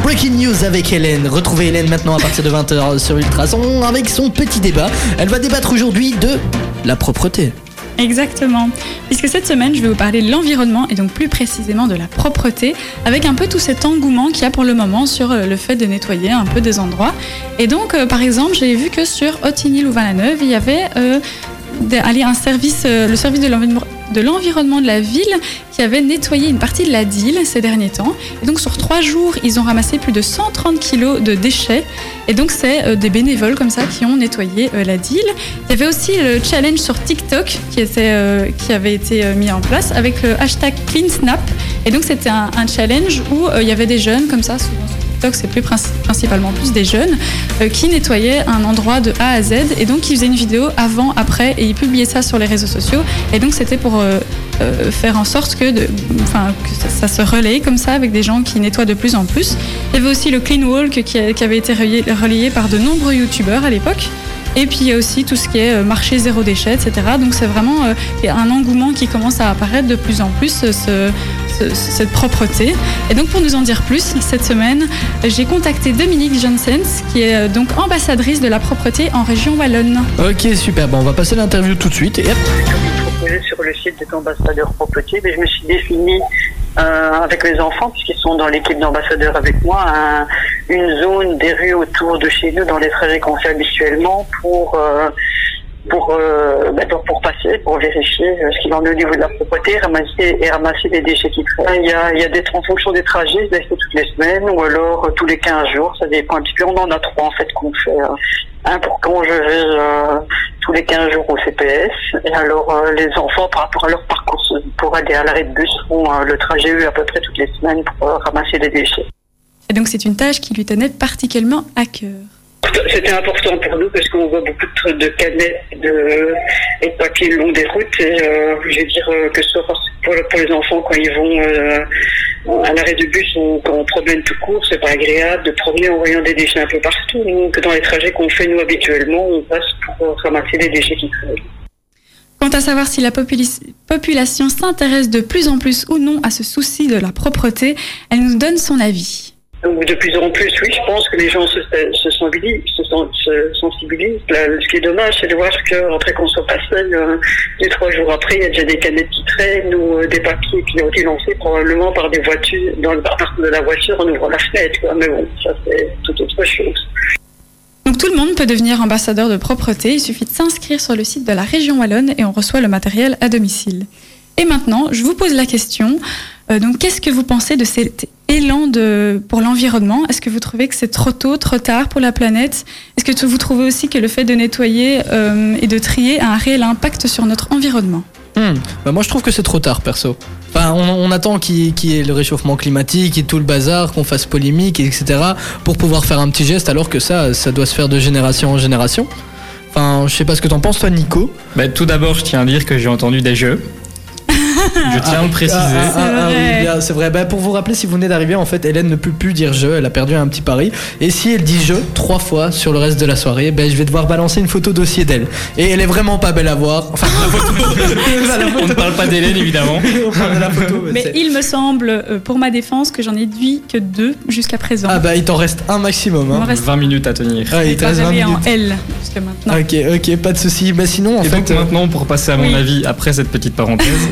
Speaker 1: Breaking news avec Hélène. Retrouvez Hélène maintenant à partir de 20h sur Ultrason avec son petit débat. Elle va débattre aujourd'hui de la propreté.
Speaker 4: Exactement. Puisque cette semaine, je vais vous parler de l'environnement et donc plus précisément de la propreté, avec un peu tout cet engouement qu'il y a pour le moment sur euh, le fait de nettoyer un peu des endroits. Et donc, euh, par exemple, j'ai vu que sur Otigny louvain la neuve il y avait euh, des- allez, un service, euh, le service de l'environnement de l'environnement de la ville qui avait nettoyé une partie de la DIL ces derniers temps. Et donc sur trois jours, ils ont ramassé plus de 130 kilos de déchets. Et donc c'est euh, des bénévoles comme ça qui ont nettoyé euh, la DIL. Il y avait aussi le challenge sur TikTok qui, était, euh, qui avait été euh, mis en place avec le hashtag CleanSnap. Et donc c'était un, un challenge où euh, il y avait des jeunes comme ça, souvent sur TikTok c'est plus princi- principalement plus des jeunes, euh, qui nettoyaient un endroit de A à Z. Et donc ils faisaient une vidéo avant, après et ils publiaient ça sur les réseaux sociaux. Et donc c'était pour euh, euh, faire en sorte que, de, enfin, que ça, ça se relaye comme ça avec des gens qui nettoient de plus en plus. Il y avait aussi le Clean Walk qui, a- qui avait été relayé, relayé par de nombreux youtubeurs à l'époque. Et puis il y a aussi tout ce qui est euh, marché zéro déchet, etc. Donc c'est vraiment euh, il y a un engouement qui commence à apparaître de plus en plus, euh, ce- ce- cette propreté. Et donc pour nous en dire plus, cette semaine, j'ai contacté Dominique Johnsens, qui est euh, donc ambassadrice de la propreté en région Wallonne.
Speaker 1: Ok, super. Bon, on va passer l'interview tout de suite. Et hop.
Speaker 11: proposé sur le site d'être ambassadeur propreté, mais je me suis définie euh, avec mes enfants, puisqu'ils sont dans l'équipe d'ambassadeurs avec moi, un- une zone des rues autour de chez nous, dans les trajets qu'on fait habituellement, pour, euh, pour, euh, bah, pour, pour passer, pour vérifier euh, ce qu'il en est au niveau de la propreté, ramasser, et ramasser les déchets qui traînent. Il y a, il y a des, en fonction des trajets, je les fais toutes les semaines, ou alors euh, tous les 15 jours, ça dépend un petit peu. On en a trois en fait qu'on fait. euh, un pour quand je vais euh, tous les 15 jours au CPS. Et alors, euh, les enfants, par rapport à leur parcours pour aller à l'arrêt de bus, font euh, le trajet eux, à peu près toutes les semaines pour euh, ramasser des déchets.
Speaker 4: Et donc c'est une tâche qui lui tenait particulièrement à cœur.
Speaker 11: C'était important pour nous parce qu'on voit beaucoup de, trucs de canettes de, et de papier le long des routes. Et, euh, je veux dire euh, que ce soit pour, pour le- pour les enfants quand ils vont euh, à l'arrêt de bus ou quand on promène tout court, c'est pas agréable de promener en voyant des déchets un peu partout. Donc dans les trajets qu'on fait nous habituellement, on passe pour euh, ramasser des déchets qui traînent.
Speaker 4: Quant à savoir si la populi- population s'intéresse de plus en plus ou non à ce souci de la propreté, elle nous donne son avis.
Speaker 11: Donc, de plus en plus, oui, je pense que les gens se, se sensibilisent. Se, sen- se sensibilisent. Là, ce qui est dommage, c'est de voir que après qu'on soit passé, euh, deux trois jours après, il y a déjà des canettes qui traînent ou euh, des papiers qui ont été lancés probablement par des voitures dans le parc de la voiture en ouvrant la fenêtre. quoi. Mais bon, ça c'est tout autre chose.
Speaker 4: Donc tout le monde peut devenir ambassadeur de propreté, il suffit de s'inscrire sur le site de la région Wallonne et on reçoit le matériel à domicile. Et maintenant, je vous pose la question, euh, donc qu'est-ce que vous pensez de cet élan de, pour l'environnement Est-ce que vous trouvez que c'est trop tôt, trop tard pour la planète Est-ce que tu- vous trouvez aussi que le fait de nettoyer euh, et de trier a un réel impact sur notre environnement
Speaker 1: Hmm. Bah, moi je trouve que c'est trop tard perso. Enfin, on, on attend qu'il qu'il y ait le réchauffement climatique et tout le bazar, qu'on fasse polémique, etc. pour pouvoir faire un petit geste alors que ça, ça doit se faire de génération en génération. Enfin, je sais pas ce que t'en penses toi Nico.
Speaker 3: Bah, tout d'abord, je tiens à dire que j'ai entendu des jeux. Je tiens à le préciser.
Speaker 1: Ah, ah, ah,
Speaker 4: C'est
Speaker 1: oui,
Speaker 4: vrai.
Speaker 1: bien, c'est vrai. Bah, pour vous rappeler, si vous venez d'arriver, en fait, Hélène ne peut plus dire je, elle a perdu un petit pari. Et si elle dit je trois fois sur le reste de la soirée, ben je vais devoir balancer une photo dossier d'elle. Et elle est vraiment pas belle à voir. Enfin, *laughs* la photo.
Speaker 3: On ne parle pas d'Hélène, évidemment.
Speaker 1: On parle de la photo, mais
Speaker 4: Mais
Speaker 1: c'est-
Speaker 4: il me semble, euh, pour ma défense, que j'en ai déduit que deux jusqu'à présent.
Speaker 1: Ah bah il t'en reste un maximum.
Speaker 4: Il
Speaker 1: Hein.
Speaker 4: m'en reste-
Speaker 3: 20 minutes à tenir.
Speaker 1: Ouais, il te
Speaker 4: Pas
Speaker 1: reste 20
Speaker 4: allé en
Speaker 1: minutes.
Speaker 4: L jusque maintenant.
Speaker 1: Ok, ok, pas de souci. Bah sinon, en
Speaker 3: Et
Speaker 1: fait,
Speaker 3: donc
Speaker 1: euh,
Speaker 3: maintenant, pour passer à mon
Speaker 4: Oui.
Speaker 3: avis après cette
Speaker 1: *laughs*
Speaker 3: petite parenthèse,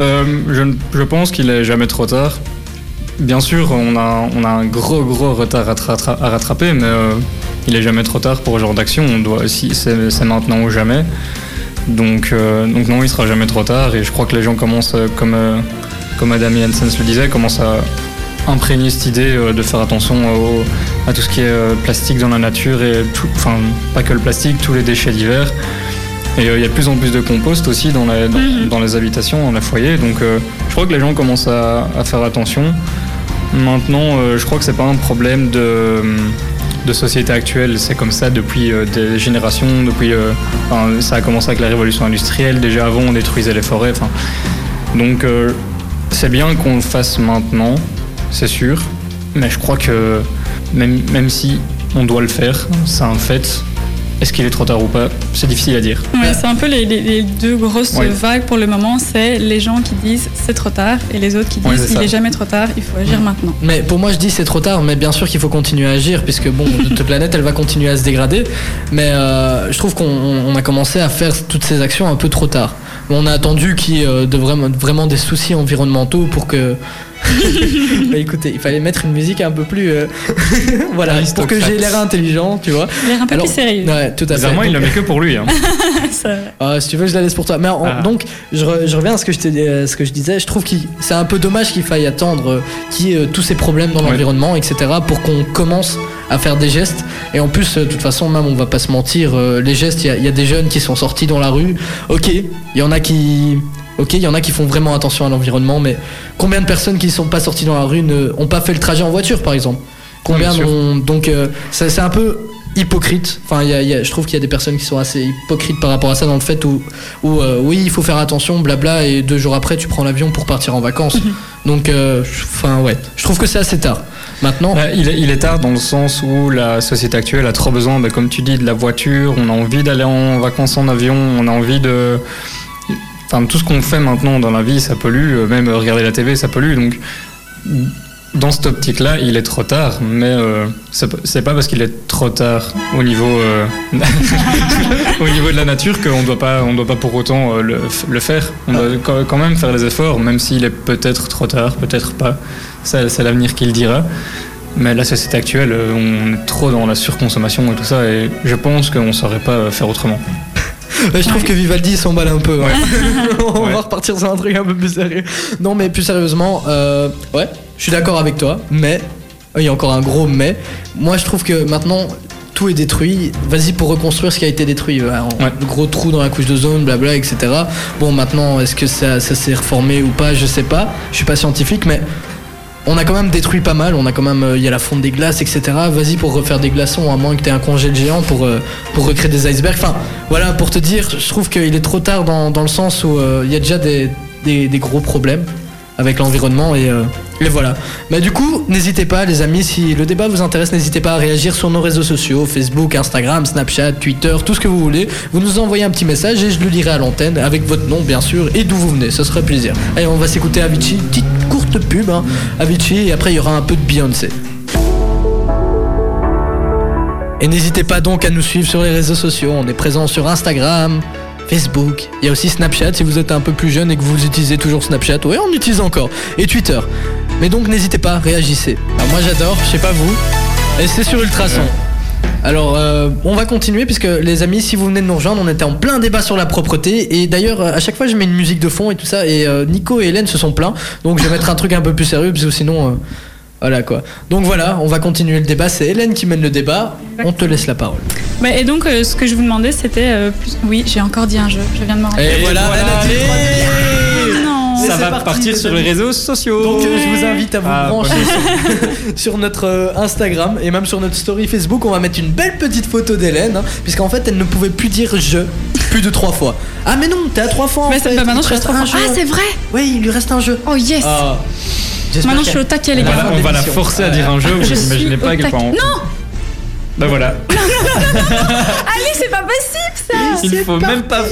Speaker 3: euh, je, ne- je pense qu'il est jamais trop tard. Bien sûr, on a, on a un gros gros retard à, tra- à rattraper, mais euh, il est jamais trop tard pour ce genre d'action. On doit aussi, c'est c'est maintenant ou jamais. Donc, euh, donc non, il sera jamais trop tard. Et je crois que les gens commencent, euh, comme euh, comme Adam Janssen le disait, commencent à imprégner cette idée euh, de faire attention au- à tout ce qui est euh, plastique dans la nature et tout, enfin pas que le plastique, tous les déchets divers. Et il y a de plus en plus de compost aussi dans, la- dans, dans les habitations, dans les foyers. Donc euh, je crois que les gens commencent à, à faire attention. Maintenant, euh, je crois que c'est pas un problème de, de société actuelle. C'est comme ça depuis euh, des générations. Depuis, euh, enfin, ça a commencé avec la révolution industrielle. Déjà avant, on détruisait les forêts. Enfin, donc euh, c'est bien qu'on le fasse maintenant, c'est sûr. Mais je crois que même, même si on doit le faire, c'est un fait. Est-ce qu'il est trop tard ou pas C'est difficile à dire.
Speaker 4: Ouais, c'est un peu les, les- les deux grosses
Speaker 3: Ouais.
Speaker 4: vagues pour le moment. C'est les gens qui disent c'est trop tard et les autres qui disent
Speaker 1: Ouais, c'est
Speaker 4: il
Speaker 1: ça.
Speaker 4: est jamais trop tard, il faut agir maintenant.
Speaker 1: euh, Mais pour moi, je dis c'est trop tard, mais bien sûr qu'il faut continuer à agir, puisque
Speaker 4: *laughs*
Speaker 1: bon, notre planète, elle va continuer à se dégrader. Mais euh, je trouve qu'on on a commencé à faire toutes ces actions un peu trop tard. On a attendu qu'il y ait euh, de vraiment, vraiment des soucis environnementaux pour
Speaker 4: *laughs*
Speaker 1: que. Bah, écoutez, il fallait mettre une musique un peu plus. euh, *laughs* voilà, pour que j'ai l'air intelligent, tu vois.
Speaker 4: L'air un peu
Speaker 1: Alors,
Speaker 4: plus sérieux. *laughs*
Speaker 1: Ouais, tout à fait.
Speaker 3: Bizarrement, il le
Speaker 1: Donc-
Speaker 3: met que pour lui. hein.
Speaker 4: C'est vrai.
Speaker 1: euh, si tu veux, je la laisse pour toi. Mais en-
Speaker 3: Ah.
Speaker 1: donc, je, re- je reviens à ce que je, t'ai- euh, ce que je disais. Je trouve que c'est un peu dommage qu'il faille attendre euh, qu'il y ait euh, tous ces problèmes dans l'environnement, etc., pour qu'on commence à faire des gestes. Et en plus, euh, de toute façon, même, on va pas se mentir, euh, les gestes, il y a- il y, a des jeunes qui sont sortis dans la rue. Ok, il y en a qui. Ok, il y en a qui font vraiment attention à l'environnement, mais combien de personnes qui sont pas sorties dans la rue n'ont pas fait le trajet en voiture, par exemple Combien
Speaker 3: Ouais, bien sûr.
Speaker 1: n'ont- donc euh, ça- c'est un peu hypocrite. Enfin, il y a- il y a- je trouve qu'il y a des personnes qui sont assez hypocrites par rapport à ça dans le fait où, où, euh, oui, il faut faire attention, blabla, et deux jours après, tu prends l'avion pour partir en
Speaker 3: *laughs*
Speaker 1: vacances. donc, euh, je- enfin, ouais, je trouve que c'est assez tard. Maintenant,
Speaker 3: Bah, il, est, il est tard dans le sens où la société actuelle a trop besoin, bah, comme tu dis, de la voiture. On a envie d'aller en vacances en avion. On a envie de. Enfin, tout ce qu'on fait maintenant dans la vie, ça pollue. euh, Même euh, regarder la TV, ça pollue. Donc, dans cette optique-là, il est trop tard. Mais euh, c'est pas- c'est pas parce qu'il est trop tard au niveau, euh, *laughs* au niveau de la nature qu'on doit pas, on doit pas pour autant euh, le, le faire. On doit quand- quand même faire les efforts, même s'il est peut-être trop tard, peut-être pas. Ça, c'est l'avenir qui le dira. Mais la société actuelle, euh, on est trop dans la surconsommation et tout ça, et je pense qu'on ne saurait pas euh, faire autrement.
Speaker 1: Ouais, Euh, je trouve que Vivaldi il s'emballe un peu. hein. On
Speaker 3: Ouais.
Speaker 1: va repartir sur un truc un peu plus sérieux. Non, mais plus sérieusement, euh, ouais, je suis d'accord avec toi, mais euh, il y a encore un gros mais. Moi, je trouve que maintenant tout est détruit. Vas-y pour reconstruire ce qui a été détruit. voilà, en- Le gros trou dans la couche de zone, blabla, etc. Bon, maintenant, est-ce que ça, ça s'est reformé ou pas Je sais pas. Je suis pas scientifique, mais on a quand même détruit pas mal, on a quand même, euh, il y a la fonte des glaces, etc. Vas-y pour refaire des glaçons, à moins que t'aies un congé géant pour, euh, pour recréer des icebergs. Enfin, voilà, pour te dire, je trouve qu'il est trop tard dans, dans le sens où euh, il y a déjà des, des- des gros problèmes avec l'environnement et, euh, et voilà. Mais du coup, n'hésitez pas, les amis, si le débat vous intéresse, n'hésitez pas à réagir sur nos réseaux sociaux, Facebook, Instagram, Snapchat, Twitter, tout ce que vous voulez. Vous nous envoyez un petit message et je le lirai à l'antenne avec votre nom, bien sûr, et d'où vous venez. Ce serait plaisir. Allez, on va s'écouter Avicii, petite courte pub, hein, Avicii, et après il y aura un peu de Beyoncé. Et n'hésitez pas donc à nous suivre sur les réseaux sociaux. On est présent sur Instagram, Facebook. Il y a aussi Snapchat si vous êtes un peu plus jeune et que vous utilisez toujours Snapchat. Oui, on utilise encore. Et Twitter. Mais donc n'hésitez pas, réagissez. Alors moi j'adore, je sais pas vous. Et c'est sur Ultrason. Alors, euh, on va continuer puisque les amis, si vous venez de nous rejoindre, on était en plein débat sur la propreté. Et d'ailleurs, euh, à chaque fois, je mets une musique de fond et tout ça. Et euh, Nico et Hélène se sont plaints. Donc, je vais mettre un truc un peu plus sérieux parce que sinon, euh, voilà quoi. Donc voilà, on va continuer le débat. C'est Hélène qui mène le débat. On te laisse la parole.
Speaker 4: Bah, et donc, euh, ce que je vous demandais, c'était. euh, plus- Oui, j'ai encore dit un jeu, je viens de m'en rendre
Speaker 3: Eh.
Speaker 1: Et
Speaker 4: compte.
Speaker 1: voilà, elle a dit-
Speaker 4: Non.
Speaker 1: Ça va partir
Speaker 3: sur les réseaux sociaux.
Speaker 1: Donc euh, je vous invite à vous
Speaker 3: Ah,
Speaker 1: brancher sur, *laughs* sur notre euh, Instagram et même sur notre story Facebook. On va mettre une belle petite photo d'Hélène, hein, puisqu'en fait elle ne pouvait plus dire je plus de trois fois. Ah mais non, t'es à trois fois. en
Speaker 4: Mais c'est
Speaker 1: fait.
Speaker 4: pas maintenant,
Speaker 1: Il
Speaker 4: je
Speaker 1: te
Speaker 4: reste
Speaker 1: reste
Speaker 4: trop
Speaker 1: un
Speaker 4: fort.
Speaker 1: jeu.
Speaker 4: Ah, c'est vrai
Speaker 1: Oui, il lui reste un jeu.
Speaker 4: Oh yes
Speaker 1: Ah, j'espère
Speaker 4: Maintenant, je suis
Speaker 1: qu'elle-
Speaker 4: au taquet, les
Speaker 1: On va
Speaker 4: gars.
Speaker 1: la-
Speaker 3: On va la forcer à dire un jeu, vous
Speaker 4: Je
Speaker 3: imaginez
Speaker 4: suis Ah,
Speaker 3: pas à
Speaker 4: au
Speaker 3: quel point
Speaker 4: taquet.
Speaker 3: on-
Speaker 4: Non
Speaker 3: Bah voilà,
Speaker 4: Allez, c'est pas possible ça
Speaker 3: il ne faut même pas.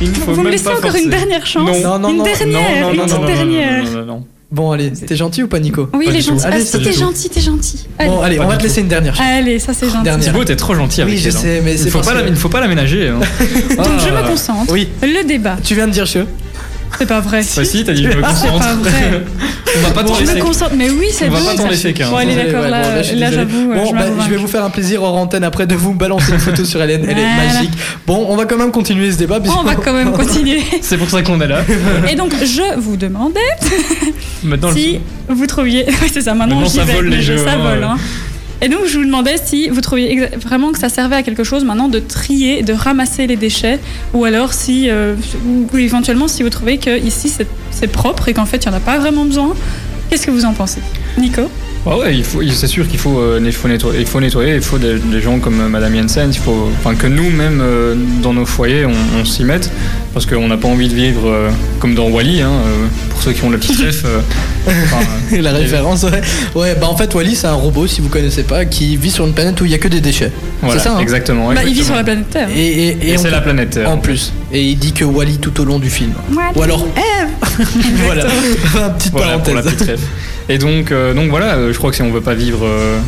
Speaker 3: Il ne faut
Speaker 4: Vous me
Speaker 3: même
Speaker 4: laissez
Speaker 3: pas
Speaker 4: encore
Speaker 3: forcer.
Speaker 4: une dernière chance
Speaker 3: Non, non, non,
Speaker 4: Une
Speaker 3: non,
Speaker 4: dernière,
Speaker 3: non, non,
Speaker 4: une
Speaker 3: non,
Speaker 4: petite
Speaker 3: non, non,
Speaker 4: dernière
Speaker 3: non, non, non, non.
Speaker 1: Bon allez, t'es gentil ou pas Nico
Speaker 4: Oui, les gentils. Ah
Speaker 1: Allez,
Speaker 4: si,
Speaker 1: c'est
Speaker 4: t'es
Speaker 1: tout.
Speaker 4: gentil, t'es gentil.
Speaker 1: Bon allez,
Speaker 3: Pas
Speaker 1: on va
Speaker 3: du
Speaker 1: te
Speaker 3: tout.
Speaker 1: laisser une dernière.
Speaker 4: Allez, ça
Speaker 3: Oh,
Speaker 4: c'est gentil.
Speaker 1: Dernière.
Speaker 3: Thibaut, t'es trop gentil avec
Speaker 1: Oui, je
Speaker 3: elle, hein.
Speaker 1: sais, mais c'est
Speaker 3: il faut
Speaker 1: parce
Speaker 3: pas la-
Speaker 1: que-
Speaker 3: il ne faut pas
Speaker 1: *laughs*
Speaker 3: l'aménager. hein.
Speaker 4: Donc je
Speaker 3: Ah.
Speaker 4: me concentre.
Speaker 1: Oui.
Speaker 4: Le débat.
Speaker 1: Tu viens de dire je
Speaker 4: C'est pas vrai.
Speaker 3: Bah si, t'as dit je me
Speaker 4: Ah, c'est pas
Speaker 3: concentre.
Speaker 4: vrai.
Speaker 3: *laughs* On va pas t'en
Speaker 4: je me
Speaker 3: laisser.
Speaker 4: concentre. Mais oui, c'est
Speaker 3: On va
Speaker 4: bon.
Speaker 3: pas t'en
Speaker 4: ça-
Speaker 3: laisser qu'un.
Speaker 4: Bon, allez,
Speaker 1: Désolé,
Speaker 4: d'accord,
Speaker 1: ouais, bon,
Speaker 4: là,
Speaker 1: je suis
Speaker 4: là,
Speaker 1: désolé.
Speaker 4: j'avoue. euh,
Speaker 1: Bon,
Speaker 4: je
Speaker 1: bah,
Speaker 4: m'avoue.
Speaker 1: je vais vous faire un plaisir hors antenne après de vous balancer une photo sur Hélène. Elle est
Speaker 4: Voilà.
Speaker 1: magique. Bon, on va quand même continuer ce débat.
Speaker 4: On va
Speaker 1: puisque-
Speaker 4: quand même continuer.
Speaker 3: C'est pour ça qu'on est là.
Speaker 4: Et donc, je vous demandais
Speaker 3: Maintenant, le-
Speaker 4: si vous trouviez. *laughs* Oui, c'est ça, maintenant,
Speaker 3: Maintenant,
Speaker 4: j'y
Speaker 3: ça
Speaker 4: vais avec
Speaker 3: vole,
Speaker 4: mes
Speaker 3: les
Speaker 4: jeux,
Speaker 3: jeux,
Speaker 4: Ça
Speaker 3: hein,
Speaker 4: vole, hein. Et donc, je vous demandais si vous trouviez exa- vraiment que ça servait à quelque chose maintenant de trier, de ramasser les déchets, ou alors si, euh, ou, ou éventuellement, si vous trouvez que ici c'est- c'est propre et qu'en fait il n'y en a pas vraiment besoin. Qu'est-ce que vous en pensez, Nico
Speaker 3: Ah ouais, il faut, il- c'est sûr qu'il faut, euh, il faut nettoyer, il faut nettoyer, il faut des, des gens comme euh, Madame Jensen, il faut, enfin que nous-mêmes euh, dans nos foyers on, on s'y mette, parce qu'on n'a pas envie de vivre euh, comme dans Wally, hein, euh, pour ceux qui ont le petit ref. euh, enfin,
Speaker 1: *laughs* *laughs*
Speaker 3: euh,
Speaker 1: la
Speaker 3: et-
Speaker 1: référence, ouais. Ouais, bah en fait, Wally, c'est un robot, si vous connaissez pas, qui vit sur une planète où il y a que des déchets.
Speaker 3: Voilà,
Speaker 1: c'est ça, hein
Speaker 3: exactement.
Speaker 4: Bah, il vit
Speaker 3: exactement.
Speaker 4: sur la planète Terre.
Speaker 1: Et, et- et
Speaker 3: Et
Speaker 1: on-
Speaker 3: c'est la planète euh, Terre.
Speaker 1: En plus. Et il dit que Wally tout au long du film. Ou alors, *laughs* voilà. Enfin, petite
Speaker 3: Voilà pour la
Speaker 1: parenthèse.
Speaker 3: petite ref. Et donc, euh, donc voilà, euh, je crois que si on veut pas vivre. euh,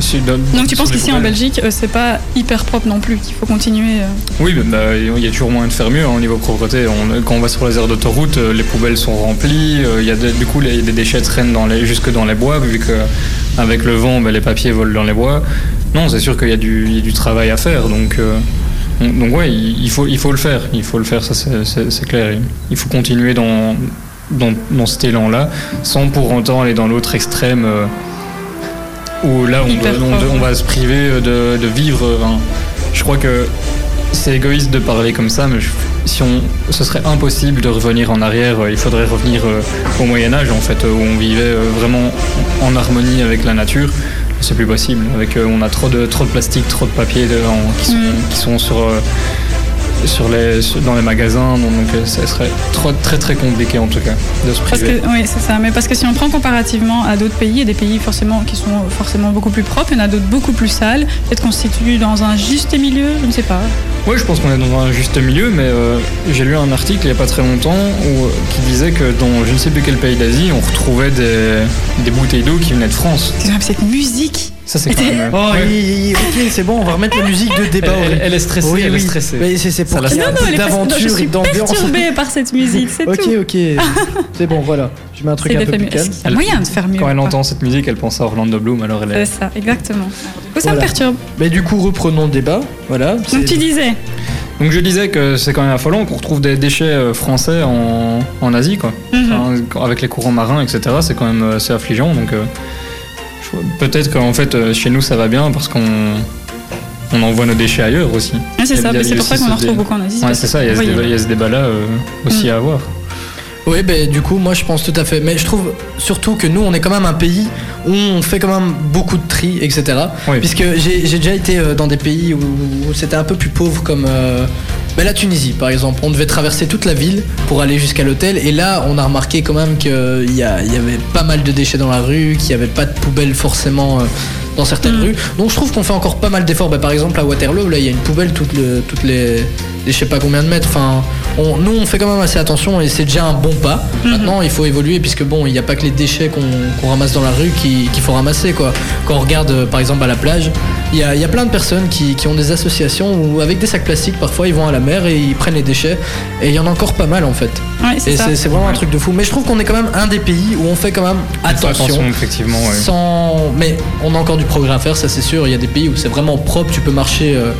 Speaker 3: sur- dans-
Speaker 4: Donc tu
Speaker 3: sur
Speaker 4: penses
Speaker 3: des
Speaker 4: qu'ici en
Speaker 3: poubelles-
Speaker 4: Belgique, euh, c'est pas hyper propre non plus, qu'il faut continuer. euh.
Speaker 3: Oui, bah, bah, il y a toujours moyen de faire mieux hein, au niveau propreté. On- quand on va sur les aires d'autoroute, euh, les poubelles sont remplies. euh, il y a des- du coup, les, des déchets traînent dans les, jusque dans les bois, vu que avec le vent, bah, les papiers volent dans les bois. Non, c'est sûr qu'il y, a du- il y a du travail à faire. Donc, euh, on- donc ouais, il, il faut, il faut le faire. Il faut le faire, ça c'est- c'est c'est clair. Il- Il faut continuer dans, dans, dans cet élan-là, sans pour autant aller dans l'autre extrême. euh, où là on,
Speaker 4: Hyper
Speaker 3: doit- on
Speaker 4: fort,
Speaker 3: doit- on
Speaker 4: ouais.
Speaker 3: va se priver de, de vivre. enfin, je crois que c'est égoïste de parler comme ça, mais je- si on, ce serait impossible de revenir en arrière. euh, Il faudrait revenir euh, au Moyen Âge en fait, euh, où on vivait euh, vraiment en harmonie avec la nature. C'est plus possible. Avec, euh, on a trop de trop de plastique, trop de papier de- en- qui, sont,
Speaker 4: Mm.
Speaker 3: qui sont sur euh, sur les sur- dans les magasins. Donc, euh, ça serait trop- très très compliqué en tout cas de se
Speaker 4: Parce que,
Speaker 3: priver.
Speaker 4: oui, c'est ça. Mais parce que si on prend comparativement à d'autres pays, il y a des pays forcément qui sont forcément beaucoup plus propres, il y en a d'autres beaucoup plus sales. Peut-être qu'on se situe dans un juste milieu, je ne sais pas.
Speaker 3: Oui, je pense qu'on est dans un juste milieu, mais euh, j'ai lu un article il n'y a pas très longtemps où, euh, qui disait que dans je ne sais plus quel pays d'Asie, on retrouvait des, des bouteilles d'eau qui venaient de France.
Speaker 4: C'est quand même cette musique.
Speaker 3: Ça, c'est quand même. euh,
Speaker 1: Oh,
Speaker 3: ouais.
Speaker 1: oui, oui, ok, c'est bon, on va remettre la musique de débat.
Speaker 3: Elle- elle- elle est stressée,
Speaker 1: Oui,
Speaker 3: elle est
Speaker 1: oui.
Speaker 3: stressée.
Speaker 1: Mais c'est c'est pour
Speaker 3: Ça la
Speaker 1: qu'il y ait
Speaker 4: Non,
Speaker 1: un
Speaker 4: non,
Speaker 1: peu
Speaker 4: elle est pas- non, je
Speaker 1: d'aventure et
Speaker 4: suis
Speaker 1: d'ambiance.
Speaker 4: perturbée par cette musique,
Speaker 1: *laughs*
Speaker 4: c'est
Speaker 1: Ok,
Speaker 4: tout.
Speaker 1: ok.
Speaker 4: *laughs*
Speaker 1: C'est bon, voilà. Je mets un truc
Speaker 4: C'est
Speaker 1: un
Speaker 4: de
Speaker 1: peu
Speaker 4: faire
Speaker 1: plus
Speaker 4: mieux.
Speaker 1: calme.
Speaker 4: Est-ce qu'il y a moyen de faire mieux
Speaker 3: Quand elle
Speaker 4: ou pas
Speaker 3: entend cette musique, elle pense à Orlando Bloom, alors elle est.
Speaker 4: C'est ça, exactement. Alors, Du coup, ça me
Speaker 1: Voilà.
Speaker 4: perturbe.
Speaker 1: Mais du coup, reprenons le débat. Voilà.
Speaker 4: Donc tu
Speaker 1: c'est-
Speaker 4: disais,
Speaker 3: Donc je disais que c'est quand même affolant qu'on retrouve des déchets euh, français en, en Asie, quoi.
Speaker 4: Mhm.
Speaker 3: Enfin, quand- avec les courants marins, etc. C'est quand même euh, c'est affligeant. Donc euh, je- peut-être qu'en fait euh, chez nous ça va bien parce qu'on on envoie nos déchets ailleurs aussi.
Speaker 4: Ah, c'est
Speaker 3: Il y a-
Speaker 4: ça,
Speaker 3: il y a
Speaker 4: mais c'est pour
Speaker 3: aussi
Speaker 4: ça qu'on
Speaker 3: ce
Speaker 4: en retrouve
Speaker 3: dé-
Speaker 4: beaucoup en Asie.
Speaker 3: Ouais,
Speaker 4: parce
Speaker 3: c'est ça. Il y a ce
Speaker 4: que- Mhm.
Speaker 3: débat- il y a ce débat-là euh, aussi à avoir.
Speaker 1: Oui, ben du coup, moi je pense tout à fait. Mais je trouve surtout que nous, on est quand même un pays où on fait quand même beaucoup de tri, etc.
Speaker 3: Oui.
Speaker 1: Puisque j'ai j'ai déjà été euh, dans des pays où, où c'était un peu plus pauvre, comme euh, ben, la Tunisie par exemple. On devait traverser toute la ville pour aller jusqu'à l'hôtel. Et là, on a remarqué quand même qu'il y, a- il y avait pas mal de déchets dans la rue, qu'il n'y avait pas de poubelle forcément. euh, dans certaines
Speaker 4: Mm.
Speaker 1: rues. Donc je trouve qu'on fait encore pas mal d'efforts. Bah, par exemple à Waterloo, là il y a une poubelle toutes, le- toutes les, les je sais pas combien de mètres. Enfin, on- nous on fait quand même assez attention et c'est déjà un bon pas.
Speaker 4: Mhm.
Speaker 1: Maintenant il faut évoluer puisque bon il n'y a pas que les déchets qu'on qu'on ramasse dans la rue qui- qu'il faut ramasser quoi. Quand on regarde euh, par exemple à la plage, il y a, il y a plein de personnes qui, qui ont des associations où avec des sacs plastiques parfois ils vont à la mer et ils prennent les déchets et il y en a encore pas mal en fait.
Speaker 4: Ouais,
Speaker 1: Et
Speaker 4: c'est ça.
Speaker 1: c'est c'est vraiment un truc de fou. Mais je trouve qu'on est quand même un des pays où on fait quand même attention.
Speaker 3: effectivement. ouais.
Speaker 1: Sans... Mais on a encore du progrès à faire, ça c'est sûr. Il y a des pays où c'est vraiment propre, tu peux marcher euh,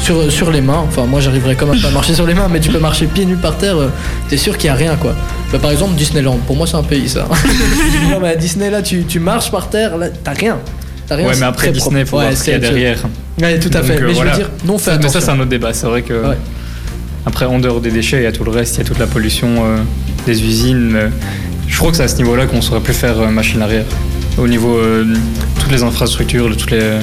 Speaker 1: sur, sur les mains. Enfin, moi j'arriverai quand même pas à marcher sur les mains, mais tu peux marcher pieds nus par terre, euh, t'es sûr qu'il y a rien quoi. Bah, par exemple, Disneyland, pour moi c'est un pays ça. *laughs* non, mais à Disney là, tu, tu marches par terre, là t'as rien. T'as rien.
Speaker 3: Ouais,
Speaker 1: c'est
Speaker 3: mais après
Speaker 1: très
Speaker 3: Disney,
Speaker 1: propre.
Speaker 3: faut voir
Speaker 1: Ouais,
Speaker 3: ce qu'il y a
Speaker 1: c'est-
Speaker 3: derrière.
Speaker 1: Ouais, tout à fait.
Speaker 3: Donc, euh,
Speaker 1: mais
Speaker 3: voilà.
Speaker 1: je veux dire, non, fais
Speaker 3: Ça- mais ça,
Speaker 1: attention.
Speaker 3: c'est un autre débat. C'est vrai que
Speaker 1: Ouais.
Speaker 3: après, en dehors des déchets, il y a tout le reste, il y a toute la pollution euh, des usines. mais je crois que c'est à ce niveau-là qu'on saurait plus faire euh, machine arrière. Au niveau euh, de toutes les infrastructures, de toutes les,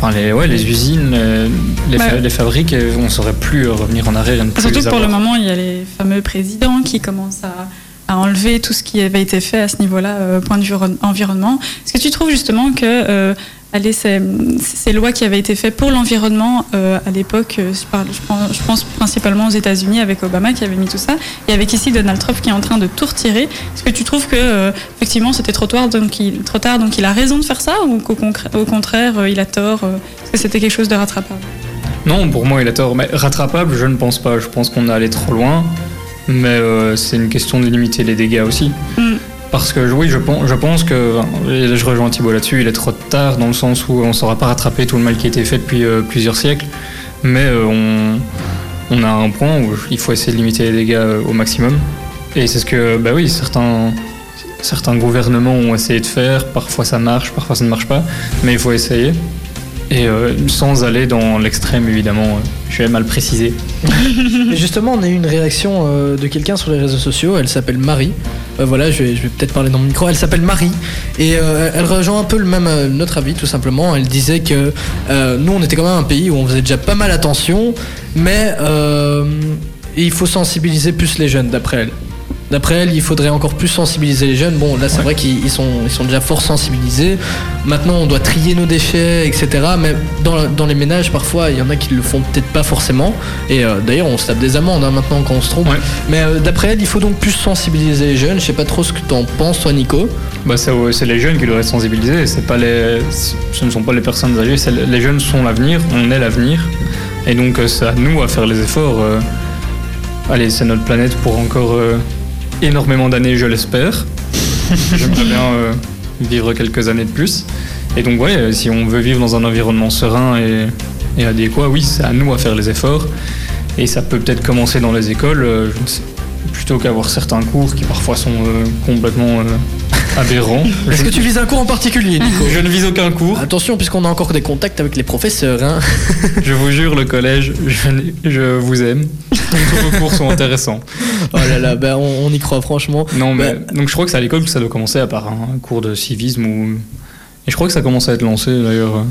Speaker 3: enfin, les, ouais, les usines, euh, les,
Speaker 4: Bah.
Speaker 3: fa- les fabriques, et on saurait plus euh, revenir en arrière. Et ne plus
Speaker 4: Surtout
Speaker 3: les
Speaker 4: que pour le
Speaker 3: avoir.
Speaker 4: moment, il y a les fameux présidents qui commencent à, à enlever tout ce qui avait été fait à ce niveau-là, euh, point de vue ron- environnement. Est-ce que tu trouves justement que euh, allez, ces, ces lois qui avaient été faites pour l'environnement euh, à l'époque, euh, je, parle- je prends- je pense principalement aux États-Unis avec Obama qui avait mis tout ça, et avec ici Donald Trump qui est en train de tout retirer, est-ce que tu trouves que euh, effectivement c'était trop tard, donc il, trop tard, donc il a raison de faire ça, ou qu'au concr- au contraire euh, il a tort, euh, est-ce que c'était quelque chose de rattrapable
Speaker 3: Non, pour moi, il a tort. Mais rattrapable, je ne pense pas. Je pense qu'on est allé trop loin. Mais euh, c'est une question de limiter les dégâts aussi.
Speaker 4: Mm.
Speaker 3: Parce que oui, je pense, je pense que. et je rejoins Thibault là-dessus, il est trop tard dans le sens où on ne saura pas rattraper tout le mal qui a été fait depuis euh, plusieurs siècles. Mais euh, on, on a un point où il faut essayer de limiter les dégâts euh, au maximum. Et c'est ce que. Bah oui, certains. certains gouvernements ont essayé de faire. Parfois ça marche, parfois ça ne marche pas, mais il faut essayer. Et euh, sans aller dans l'extrême, évidemment, euh, je vais mal préciser.
Speaker 1: *laughs* Et justement, on a eu une réaction euh, de quelqu'un sur les réseaux sociaux. Elle s'appelle Marie. Euh, voilà, je vais, je vais peut-être parler dans mon micro. Elle s'appelle Marie et euh, elle rejoint un peu le même euh, notre avis, tout simplement. Elle disait que euh, nous, on était quand même un pays où on faisait déjà pas mal attention, mais euh, il faut sensibiliser plus les jeunes, d'après elle. D'après elle, il faudrait encore plus sensibiliser les jeunes. Bon, là, c'est vrai qu'ils ils sont, ils sont déjà fort sensibilisés. Maintenant, on doit trier nos déchets, etc. Mais dans, dans les ménages, parfois, il y en a qui le font peut-être pas forcément. Et euh, d'ailleurs, on se tape des amendes hein, maintenant quand on se trompe.
Speaker 3: Ouais.
Speaker 1: Mais euh, d'après elle, il faut donc plus sensibiliser les jeunes. Je sais pas trop ce que t'en penses, toi, Nico.
Speaker 3: Bah, c'est aux- c'est les jeunes qui doivent être sensibilisés, c'est pas les, ce ne sont pas les personnes âgées, c'est les les jeunes sont l'avenir, on est l'avenir, et donc euh, c'est à nous à faire les efforts. euh. Allez, c'est notre planète pour encore euh, énormément d'années, je
Speaker 1: *laughs*
Speaker 3: l'espère. J'aimerais bien euh, vivre quelques années de plus. Et donc, ouais, euh, si on veut vivre dans un environnement serein et, et adéquat, oui, c'est à nous à faire les efforts. Et ça peut peut-être commencer dans les écoles, euh, je ne sais- plutôt qu'avoir certains cours qui parfois sont euh, complètement euh, aberrants.
Speaker 1: *laughs* Est-ce
Speaker 3: Je-
Speaker 1: que tu vises un cours en particulier, Nico
Speaker 3: je ne vise aucun cours.
Speaker 1: Attention, puisqu'on a encore des contacts avec les professeurs. hein.
Speaker 3: Je vous jure, le collège, je, n'ai- je
Speaker 1: *laughs*
Speaker 3: vous aime. Tous vos cours sont intéressants.
Speaker 1: Oh là là, bah, on, on y croit franchement.
Speaker 3: Non, mais donc je crois que c'est à l'école que ça doit commencer, à part hein, un cours de civisme ou. Et je crois que ça commence à être lancé d'ailleurs.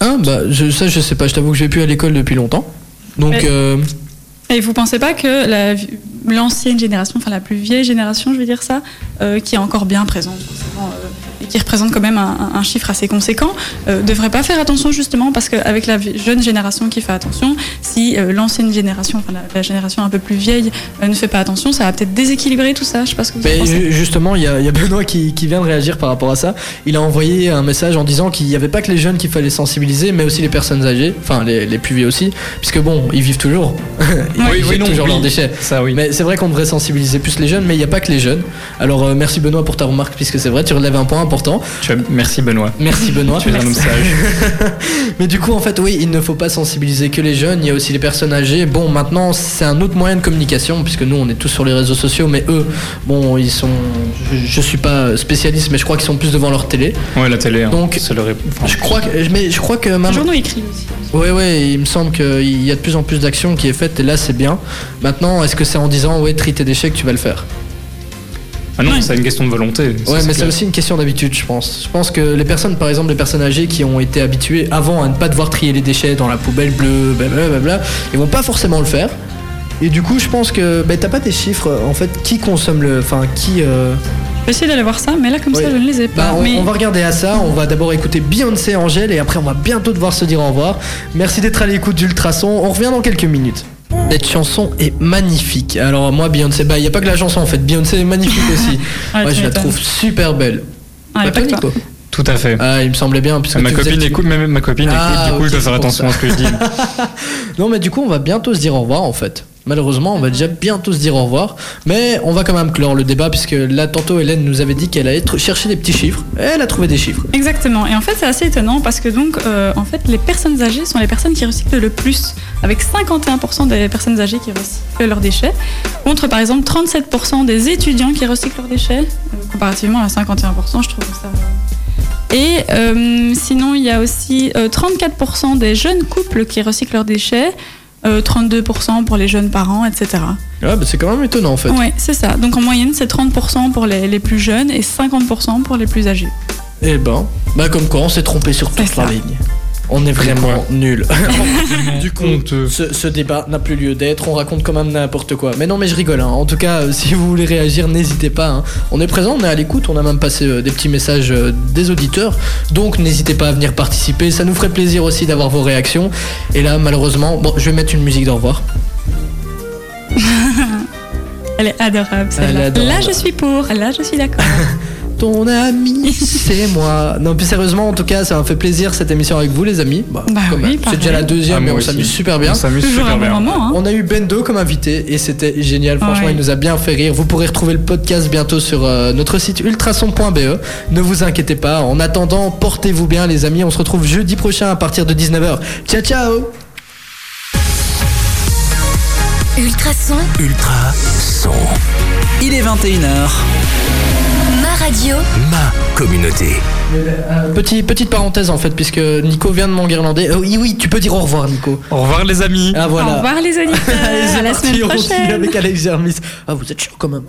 Speaker 1: Hein, bah, je, ça, je sais pas. Je t'avoue que je vais plus à l'école depuis longtemps. Donc.
Speaker 4: Mais-
Speaker 1: euh,
Speaker 4: Et vous pensez pas que la vie- l'ancienne génération, enfin la plus vieille génération, je vais dire ça, euh, qui est encore bien présente forcément, euh, et qui représente quand même un, un- un chiffre assez conséquent, euh, devrait pas faire attention justement parce qu'avec la vie- jeune génération qui fait attention, si euh, l'ancienne génération, enfin la, la génération un peu plus vieille euh, ne fait pas attention, ça va peut-être déséquilibrer tout ça. Je sais pas ce que vous en
Speaker 1: Mais euh,
Speaker 4: pensez.
Speaker 1: ju- justement, il y, a il y a Benoît qui, qui vient de réagir par rapport à ça. Il a envoyé un message en disant qu'il n'y avait pas que les jeunes qu'il fallait sensibiliser, mais aussi les personnes âgées, enfin les, les plus vieux aussi, puisque bon, ils vivent toujours. *laughs* ils
Speaker 3: Oui,
Speaker 1: jettent
Speaker 3: oui, non,
Speaker 1: toujours
Speaker 3: oui.
Speaker 1: leurs déchets.
Speaker 3: Ça, oui.
Speaker 1: Mais c'est vrai qu'on devrait sensibiliser plus les jeunes, mais il n'y a pas que les jeunes. Alors euh, merci Benoît pour ta remarque, puisque c'est vrai, tu relèves un point important.
Speaker 3: Tu as- Merci Benoît.
Speaker 1: Merci Benoît.
Speaker 3: Tu es un homme sage.
Speaker 1: *laughs* Mais du coup, en fait, oui, il ne faut pas sensibiliser que les jeunes, il y a aussi les personnes âgées. Bon, maintenant, c'est un autre moyen de communication, puisque nous, on est tous sur les réseaux sociaux, mais eux, bon, ils sont. Je, je suis pas spécialiste, mais je crois qu'ils sont plus devant leur télé.
Speaker 3: Ouais, la télé. hein.
Speaker 1: Donc,
Speaker 3: c'est le ré- enfin,
Speaker 1: Je crois que. Mais je crois que
Speaker 4: Les
Speaker 1: maintenant.
Speaker 4: journaux écrits aussi.
Speaker 1: Ouais, ouais, il me semble qu'il y a de plus en plus d'action qui est faite, et là, c'est bien. Maintenant, est-ce que c'est en disant, ouais, trie tes déchets que tu vas le faire
Speaker 3: Ah non, c'est une question de volonté. ça,
Speaker 1: Ouais, mais c'est
Speaker 3: clair.
Speaker 1: aussi une question d'habitude, je pense. Je pense que les personnes, par exemple, les personnes âgées qui ont été habituées avant à ne pas devoir trier les déchets dans la poubelle bleue, blablabla, ils vont pas forcément le faire. Et du coup, je pense que bah, t'as pas des chiffres en fait qui consomme le, enfin qui. euh,
Speaker 4: Je vais essayer d'aller voir ça, mais là comme
Speaker 1: Oui.
Speaker 4: ça je ne les ai pas.
Speaker 1: Bah, on,
Speaker 4: mais...
Speaker 1: on va regarder à ça. On va d'abord écouter Beyoncé et Angèle et après on va bientôt devoir se dire au revoir. Merci d'être à l'écoute d'Ultrason. On revient dans quelques minutes. Cette chanson est magnifique. Alors moi, Beyoncé, bah il y a pas que la chanson en fait. Beyoncé est magnifique aussi.
Speaker 4: Ouais,
Speaker 1: Moi,
Speaker 4: tu
Speaker 1: je la
Speaker 4: m'étonnes.
Speaker 1: trouve super belle.
Speaker 4: Ah, elle est
Speaker 1: Pas
Speaker 4: pas
Speaker 1: toi,
Speaker 4: que toi.
Speaker 1: Nico
Speaker 3: Tout à fait.
Speaker 1: ah, il me semblait bien. Puisque
Speaker 3: ma
Speaker 1: tu faisais
Speaker 3: copine
Speaker 1: le petit-
Speaker 3: écoute, même ma copine
Speaker 1: Ah,
Speaker 3: écoute, du coup,
Speaker 1: ok,
Speaker 3: je dois faire
Speaker 1: c'est pour
Speaker 3: attention à ce que je dis.
Speaker 1: Non, mais du coup, on va bientôt se dire au revoir en fait. Malheureusement, on va déjà bientôt se dire au revoir. Mais on va quand même clore le débat puisque là, tantôt, Hélène nous avait dit qu'elle allait tr- chercher des petits chiffres. Elle a trouvé des chiffres.
Speaker 4: Exactement. Et en fait, c'est assez étonnant parce que donc, euh, en fait, les personnes âgées sont les personnes qui recyclent le plus, avec 51% des personnes âgées qui recyclent leurs déchets, contre par exemple 37% des étudiants qui recyclent leurs déchets, euh, comparativement à 51%, je trouve ça. euh. Et euh, sinon, il y a aussi euh, 34% des jeunes couples qui recyclent leurs déchets, euh, 32% pour les jeunes parents, etc.
Speaker 1: Ah, bah, c'est quand même étonnant en fait.
Speaker 4: Ouais, c'est ça. Donc en moyenne, c'est 30% pour les, les plus jeunes et 50% pour les plus âgés.
Speaker 1: Eh ben, bah comme quoi, on s'est trompé sur
Speaker 4: C'est
Speaker 1: toute la
Speaker 4: ça.
Speaker 1: ligne. On est vraiment nuls.
Speaker 3: du
Speaker 1: coup,
Speaker 3: *laughs*
Speaker 1: ce, ce débat n'a plus lieu d'être, on raconte quand même n'importe quoi. Mais non, mais je rigole. hein. En tout cas, euh, si vous voulez réagir, n'hésitez pas. hein. On est présent, on est à l'écoute, on a même passé euh, des petits messages euh, des auditeurs. Donc n'hésitez pas à venir participer, ça nous ferait plaisir aussi d'avoir vos réactions. Et là, malheureusement, bon, je vais mettre une musique d'au revoir.
Speaker 4: Elle est adorable,
Speaker 1: Elle est
Speaker 4: celle-là.
Speaker 1: adorable.
Speaker 4: Là, je suis pour. Là, je suis d'accord.
Speaker 1: Ton
Speaker 4: *laughs*
Speaker 1: ami, c'est moi. Non, plus sérieusement, en tout cas, ça m'a fait plaisir cette émission avec vous, les amis.
Speaker 4: Bah
Speaker 1: quand
Speaker 4: oui,
Speaker 1: même. c'est
Speaker 4: pareil.
Speaker 1: déjà la deuxième,
Speaker 3: Ah,
Speaker 1: mais
Speaker 3: moi
Speaker 1: on
Speaker 3: aussi.
Speaker 1: s'amuse super bien.
Speaker 3: On s'amuse
Speaker 4: Toujours
Speaker 3: super
Speaker 4: un bon
Speaker 3: bien.
Speaker 4: moment. Hein.
Speaker 1: On a eu Bendo comme invité et c'était génial. Franchement,
Speaker 4: Ouais.
Speaker 1: il nous a bien fait rire. Vous pourrez retrouver le podcast bientôt sur euh, notre site ultrason.be. Ne vous inquiétez pas. En attendant, portez-vous bien, les amis. On se retrouve jeudi prochain à partir de 19h. Ciao, ciao!
Speaker 5: Ultrason,
Speaker 6: Ultra son. Il est 21h.
Speaker 5: Marc radio,
Speaker 6: ma communauté.
Speaker 1: Euh, petit, petite parenthèse en fait, puisque Nico vient de m'enguirlander. Euh, oui, oui, tu peux dire au revoir, Nico.
Speaker 3: Au revoir, les amis.
Speaker 1: Ah, voilà.
Speaker 4: Au revoir, les auditeurs.
Speaker 1: Allez, *laughs* c'est
Speaker 4: à la
Speaker 1: parti,
Speaker 4: semaine
Speaker 1: on
Speaker 4: prochaine.
Speaker 1: continue avec Alex Hermis. Ah, vous êtes chaud quand même.